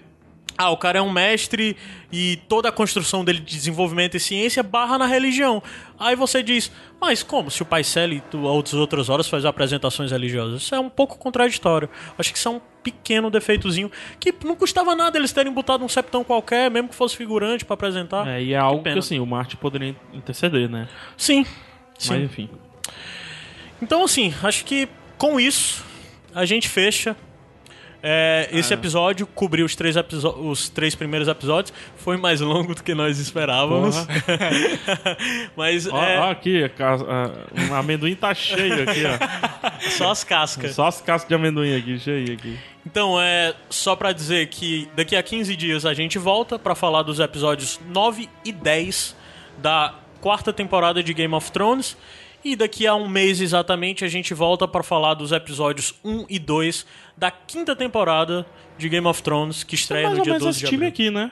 Speaker 1: Ah, o cara é um mestre e toda a construção dele de desenvolvimento e ciência barra na religião. Aí você diz, mas como? Se o Paiscelli e outras outras horas faz apresentações religiosas? Isso é um pouco contraditório. Acho que isso é um pequeno defeitozinho que não custava nada eles terem botado um septão qualquer, mesmo que fosse figurante pra apresentar.
Speaker 2: É, e é algo que,
Speaker 1: pena.
Speaker 2: assim, o Marte poderia interceder, né?
Speaker 1: Sim. Sim.
Speaker 2: Mas enfim.
Speaker 1: Então, assim, acho que com isso a gente fecha é,
Speaker 2: Ah.
Speaker 1: esse episódio. Cobriu os três, episo- os três primeiros episódios. Foi mais longo do que nós esperávamos. Mas
Speaker 2: Ó,
Speaker 1: é,
Speaker 2: ó aqui, a, ca- a, o amendoim tá cheio aqui, ó.
Speaker 1: só as cascas.
Speaker 2: Só as cascas de amendoim aqui, cheio aqui.
Speaker 1: Então, é só pra dizer que daqui a 15 dias a gente volta pra falar dos episódios 9 e 10 da quarta temporada de Game of Thrones. E daqui a um mês exatamente a gente volta pra falar dos episódios 1 e 2 da quinta temporada de Game of Thrones, que
Speaker 2: É
Speaker 1: estreia Tá
Speaker 2: mais
Speaker 1: no
Speaker 2: ou
Speaker 1: dia
Speaker 2: menos
Speaker 1: 12
Speaker 2: esse
Speaker 1: de
Speaker 2: time
Speaker 1: abril.
Speaker 2: aqui, né?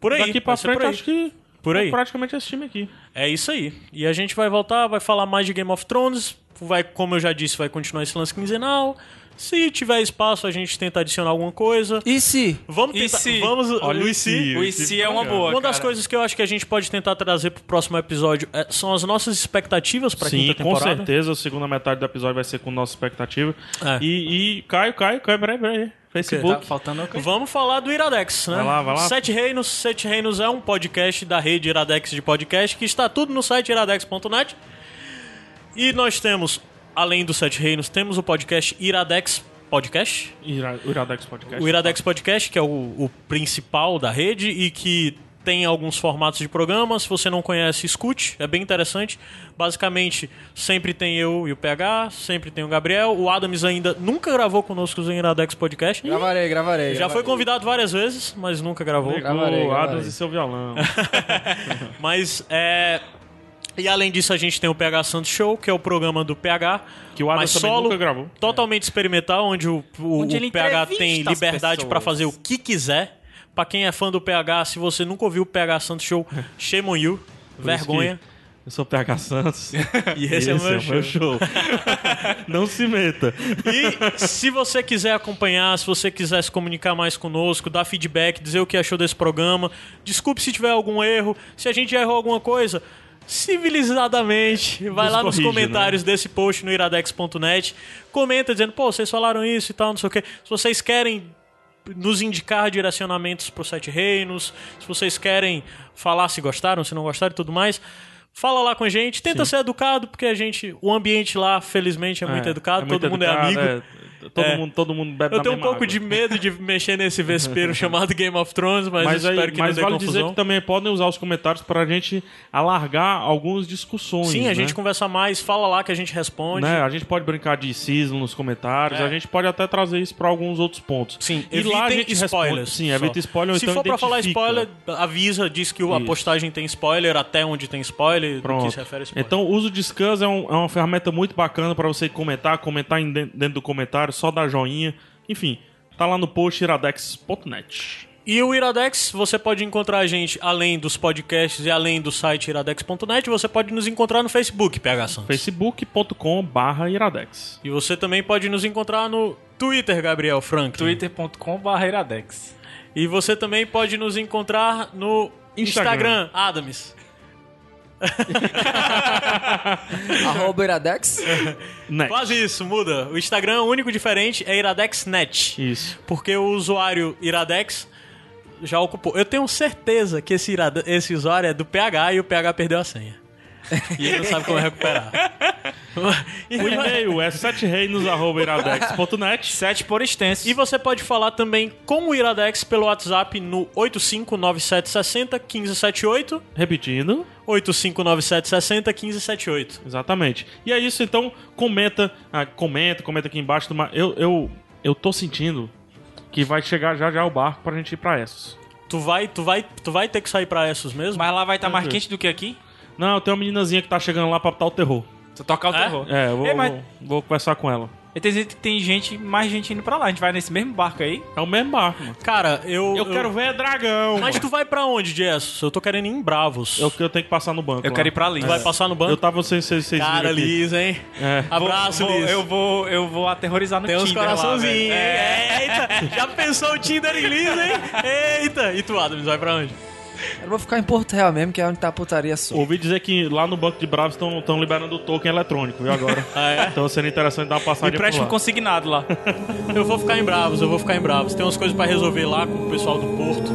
Speaker 1: Por aí,
Speaker 2: Daqui pra
Speaker 1: vai ser
Speaker 2: frente,
Speaker 1: por aí.
Speaker 2: acho que
Speaker 1: Por aí.
Speaker 2: é praticamente esse time aqui.
Speaker 1: É isso aí. E a gente vai voltar, vai falar mais de Game of Thrones. Vai, como eu já disse, vai continuar esse lance quinzenal. Se tiver espaço, a gente tenta adicionar alguma coisa.
Speaker 4: E se?
Speaker 1: Vamos
Speaker 3: E
Speaker 1: tentar.
Speaker 3: se?
Speaker 1: Vamos,
Speaker 2: Olha
Speaker 1: o
Speaker 2: o
Speaker 1: e se.
Speaker 2: se.
Speaker 3: O IC é uma boa.
Speaker 1: Uma
Speaker 3: cara.
Speaker 1: das coisas que eu acho que a gente pode tentar trazer pro próximo episódio é- são as nossas expectativas pra
Speaker 2: Sim,
Speaker 1: quinta
Speaker 2: com
Speaker 1: temporada.
Speaker 2: certeza. A segunda metade do episódio vai ser com nossa expectativa.
Speaker 1: É.
Speaker 2: E, e Caio, Caio, Caio, peraí, peraí.
Speaker 3: Tá
Speaker 2: Facebook.
Speaker 3: faltando uma coisa.
Speaker 1: Vamos falar do Iradex, né?
Speaker 2: Vai lá, vai lá.
Speaker 1: Sete Reinos. Sete Reinos é um podcast da rede Iradex de podcast que está tudo no site iradex.net. E nós temos, além dos Sete Reinos, temos o podcast Iradex Podcast.
Speaker 2: Ira- O Iradex Podcast.
Speaker 1: O Iradex Podcast, que é o, o principal da rede e que tem alguns formatos de programa. Se você não conhece, escute. É bem interessante. Basicamente, sempre tem eu e o PH, sempre tem o Gabriel. O Adams ainda nunca gravou conosco o Iradex Podcast.
Speaker 5: Gravarei, gravarei.
Speaker 1: Já foi convidado várias vezes, mas nunca gravou.
Speaker 2: Pegou
Speaker 5: Gravarei,
Speaker 2: o
Speaker 5: gravarei.
Speaker 2: Adams e seu violão.
Speaker 1: Mas é. E além disso, a gente tem o PH Santos Show, que é o programa do PH.
Speaker 2: Que o Adams
Speaker 1: mas
Speaker 2: também
Speaker 1: solo,
Speaker 2: nunca gravou.
Speaker 1: Totalmente experimental, onde o, o-
Speaker 3: Onde
Speaker 1: o
Speaker 3: ele
Speaker 1: PH
Speaker 3: entrevista
Speaker 1: tem
Speaker 3: as
Speaker 1: liberdade
Speaker 3: pessoas.
Speaker 1: pra fazer o que quiser. Pra quem é fã do PH, se você nunca ouviu o PH Santos Show, shame on you.
Speaker 2: Por isso
Speaker 1: Vergonha.
Speaker 2: que Eu sou o PH Santos.
Speaker 1: E esse é o meu show.
Speaker 2: Não se meta.
Speaker 1: E se você quiser acompanhar, se você quiser se comunicar mais conosco, dar feedback, dizer o que achou desse programa, desculpe se tiver algum erro, se a gente já errou alguma coisa, civilizadamente, vai
Speaker 2: Nos
Speaker 1: lá nos
Speaker 2: corrige, né?
Speaker 1: comentários desse post no iradex.net, comenta dizendo, pô, vocês falaram isso e tal, não sei o quê. Se vocês querem nos indicar direcionamentos para os Sete Reinos, se vocês querem falar se gostaram, se não gostaram e tudo mais. Fala lá com a gente, tenta ser educado, porque a gente, o ambiente lá, felizmente, é muito educado,
Speaker 2: é muito
Speaker 1: todo mundo
Speaker 2: educado,
Speaker 1: é amigo.
Speaker 2: é. todo,
Speaker 1: É.
Speaker 2: Mundo, todo mundo bebe
Speaker 1: Eu
Speaker 2: da
Speaker 1: tenho um
Speaker 2: mesma
Speaker 1: pouco
Speaker 2: água.
Speaker 1: de medo de mexer nesse vespeiro chamado Game of Thrones, mas,
Speaker 2: Mas,
Speaker 1: eu
Speaker 2: aí,
Speaker 1: espero que
Speaker 2: mas
Speaker 1: não dê
Speaker 2: vale dizer
Speaker 1: confusão.
Speaker 2: que tá também podem usar os comentários para a gente alargar algumas discussões.
Speaker 1: Sim, a
Speaker 2: né?
Speaker 1: gente conversa mais, fala lá que a gente responde.
Speaker 2: Né? A gente pode brincar de cismo nos comentários, a gente pode até trazer isso para alguns outros pontos.
Speaker 1: É. Sim,
Speaker 2: e lá a
Speaker 1: evitem
Speaker 2: gente
Speaker 1: spoilers.
Speaker 2: Responde, sim,
Speaker 1: só.
Speaker 2: evita spoiler ou
Speaker 1: Se
Speaker 2: então
Speaker 1: for pra falar
Speaker 2: identifica.
Speaker 1: spoiler, avisa, diz que o- a
Speaker 2: Isso.
Speaker 1: postagem tem spoiler, até onde tem spoiler, do
Speaker 2: Pronto.
Speaker 1: que se refere a spoiler.
Speaker 2: Então, o uso de scans é, um- é uma ferramenta muito bacana para você comentar, comentar em- dentro do comentário, só dar joinha. Enfim, tá lá no post iradex.net.
Speaker 1: E o Iradex, você pode encontrar a gente além dos podcasts e além do site iradex.net, você pode nos encontrar no Facebook, PH Santos.
Speaker 2: facebook.com.br iradex.
Speaker 1: E você também pode nos encontrar no Twitter, Gabriel Franklin.
Speaker 3: twitter.com.br iradex.
Speaker 1: E você também pode nos encontrar no Instagram,
Speaker 2: Instagram.
Speaker 1: Adams.
Speaker 5: Arroba Iradex.
Speaker 2: Next.
Speaker 1: Quase isso, muda. O Instagram único diferente é IradexNet.
Speaker 2: Isso.
Speaker 1: Porque o usuário Iradex já ocupou. Eu tenho certeza que esse, irade- esse usuário é do PH e o PH perdeu a senha. E ele não sabe como recuperar. E-
Speaker 2: O e-mail é setereinos.iradex.net.
Speaker 3: 7 por extenso.
Speaker 1: E você pode falar também com o Iradex pelo WhatsApp no 859760 1578.
Speaker 2: Repetindo.
Speaker 1: 859760 1578.
Speaker 2: Exatamente. E é isso, então comenta, ah, comenta, comenta aqui embaixo. do ma- Eu, eu, eu tô sentindo que vai chegar já já o barco pra gente ir pra Essos.
Speaker 1: Tu vai, tu vai, tu vai ter que sair pra Essos mesmo?
Speaker 3: Mas lá vai estar mais quente do que aqui?
Speaker 2: Não, tem uma meninazinha que tá chegando tá lá pra botar o terror.
Speaker 3: Você tocar o terror.
Speaker 2: É, eu vou,
Speaker 3: Ei, mas-
Speaker 2: vou, vou conversar com ela.
Speaker 3: E tem gente, tem gente, mais gente indo pra lá. A gente vai nesse mesmo barco aí.
Speaker 2: É o mesmo barco, mano.
Speaker 1: Cara, eu.
Speaker 2: Eu, quero ver dragão.
Speaker 1: Mas
Speaker 2: mano.
Speaker 1: tu vai pra onde, Jess? Eu tô querendo ir em Bravos.
Speaker 2: É o que eu tenho que passar no banco.
Speaker 3: Eu
Speaker 2: lá.
Speaker 3: quero ir pra
Speaker 1: Tu
Speaker 3: Liz.
Speaker 1: vai passar no
Speaker 2: Eu
Speaker 1: banco?
Speaker 2: tava sem vocês vocês
Speaker 1: Cara,
Speaker 2: viram aqui.
Speaker 1: Liz, hein?
Speaker 2: É.
Speaker 3: Vou-
Speaker 1: Abraço,
Speaker 3: vou-
Speaker 1: Liz.
Speaker 3: Eu vou, eu vou aterrorizar no
Speaker 1: Tem uns
Speaker 3: Tinder lá, velho.
Speaker 1: coraçãozinhos, hein?
Speaker 3: É.
Speaker 1: Eita! Já pensou o Tinder em Liz, hein? Eita! E tu, Adams, vai pra onde?
Speaker 4: Eu vou ficar em Porto Real mesmo, que é onde tá a putaria sua.
Speaker 2: Ouvi dizer que lá no banco de Bravos estão liberando o token eletrônico, viu, agora.
Speaker 1: Ah, é?
Speaker 2: Então sendo interessante dar uma passadinha por
Speaker 3: Empréstimo
Speaker 2: lá.
Speaker 3: um consignado lá.
Speaker 1: Eu vou ficar em Bravos, eu vou ficar em Bravos. Tem umas coisas pra resolver lá com o pessoal do Porto.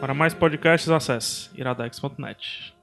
Speaker 2: Para mais podcasts, acesse iradex.net.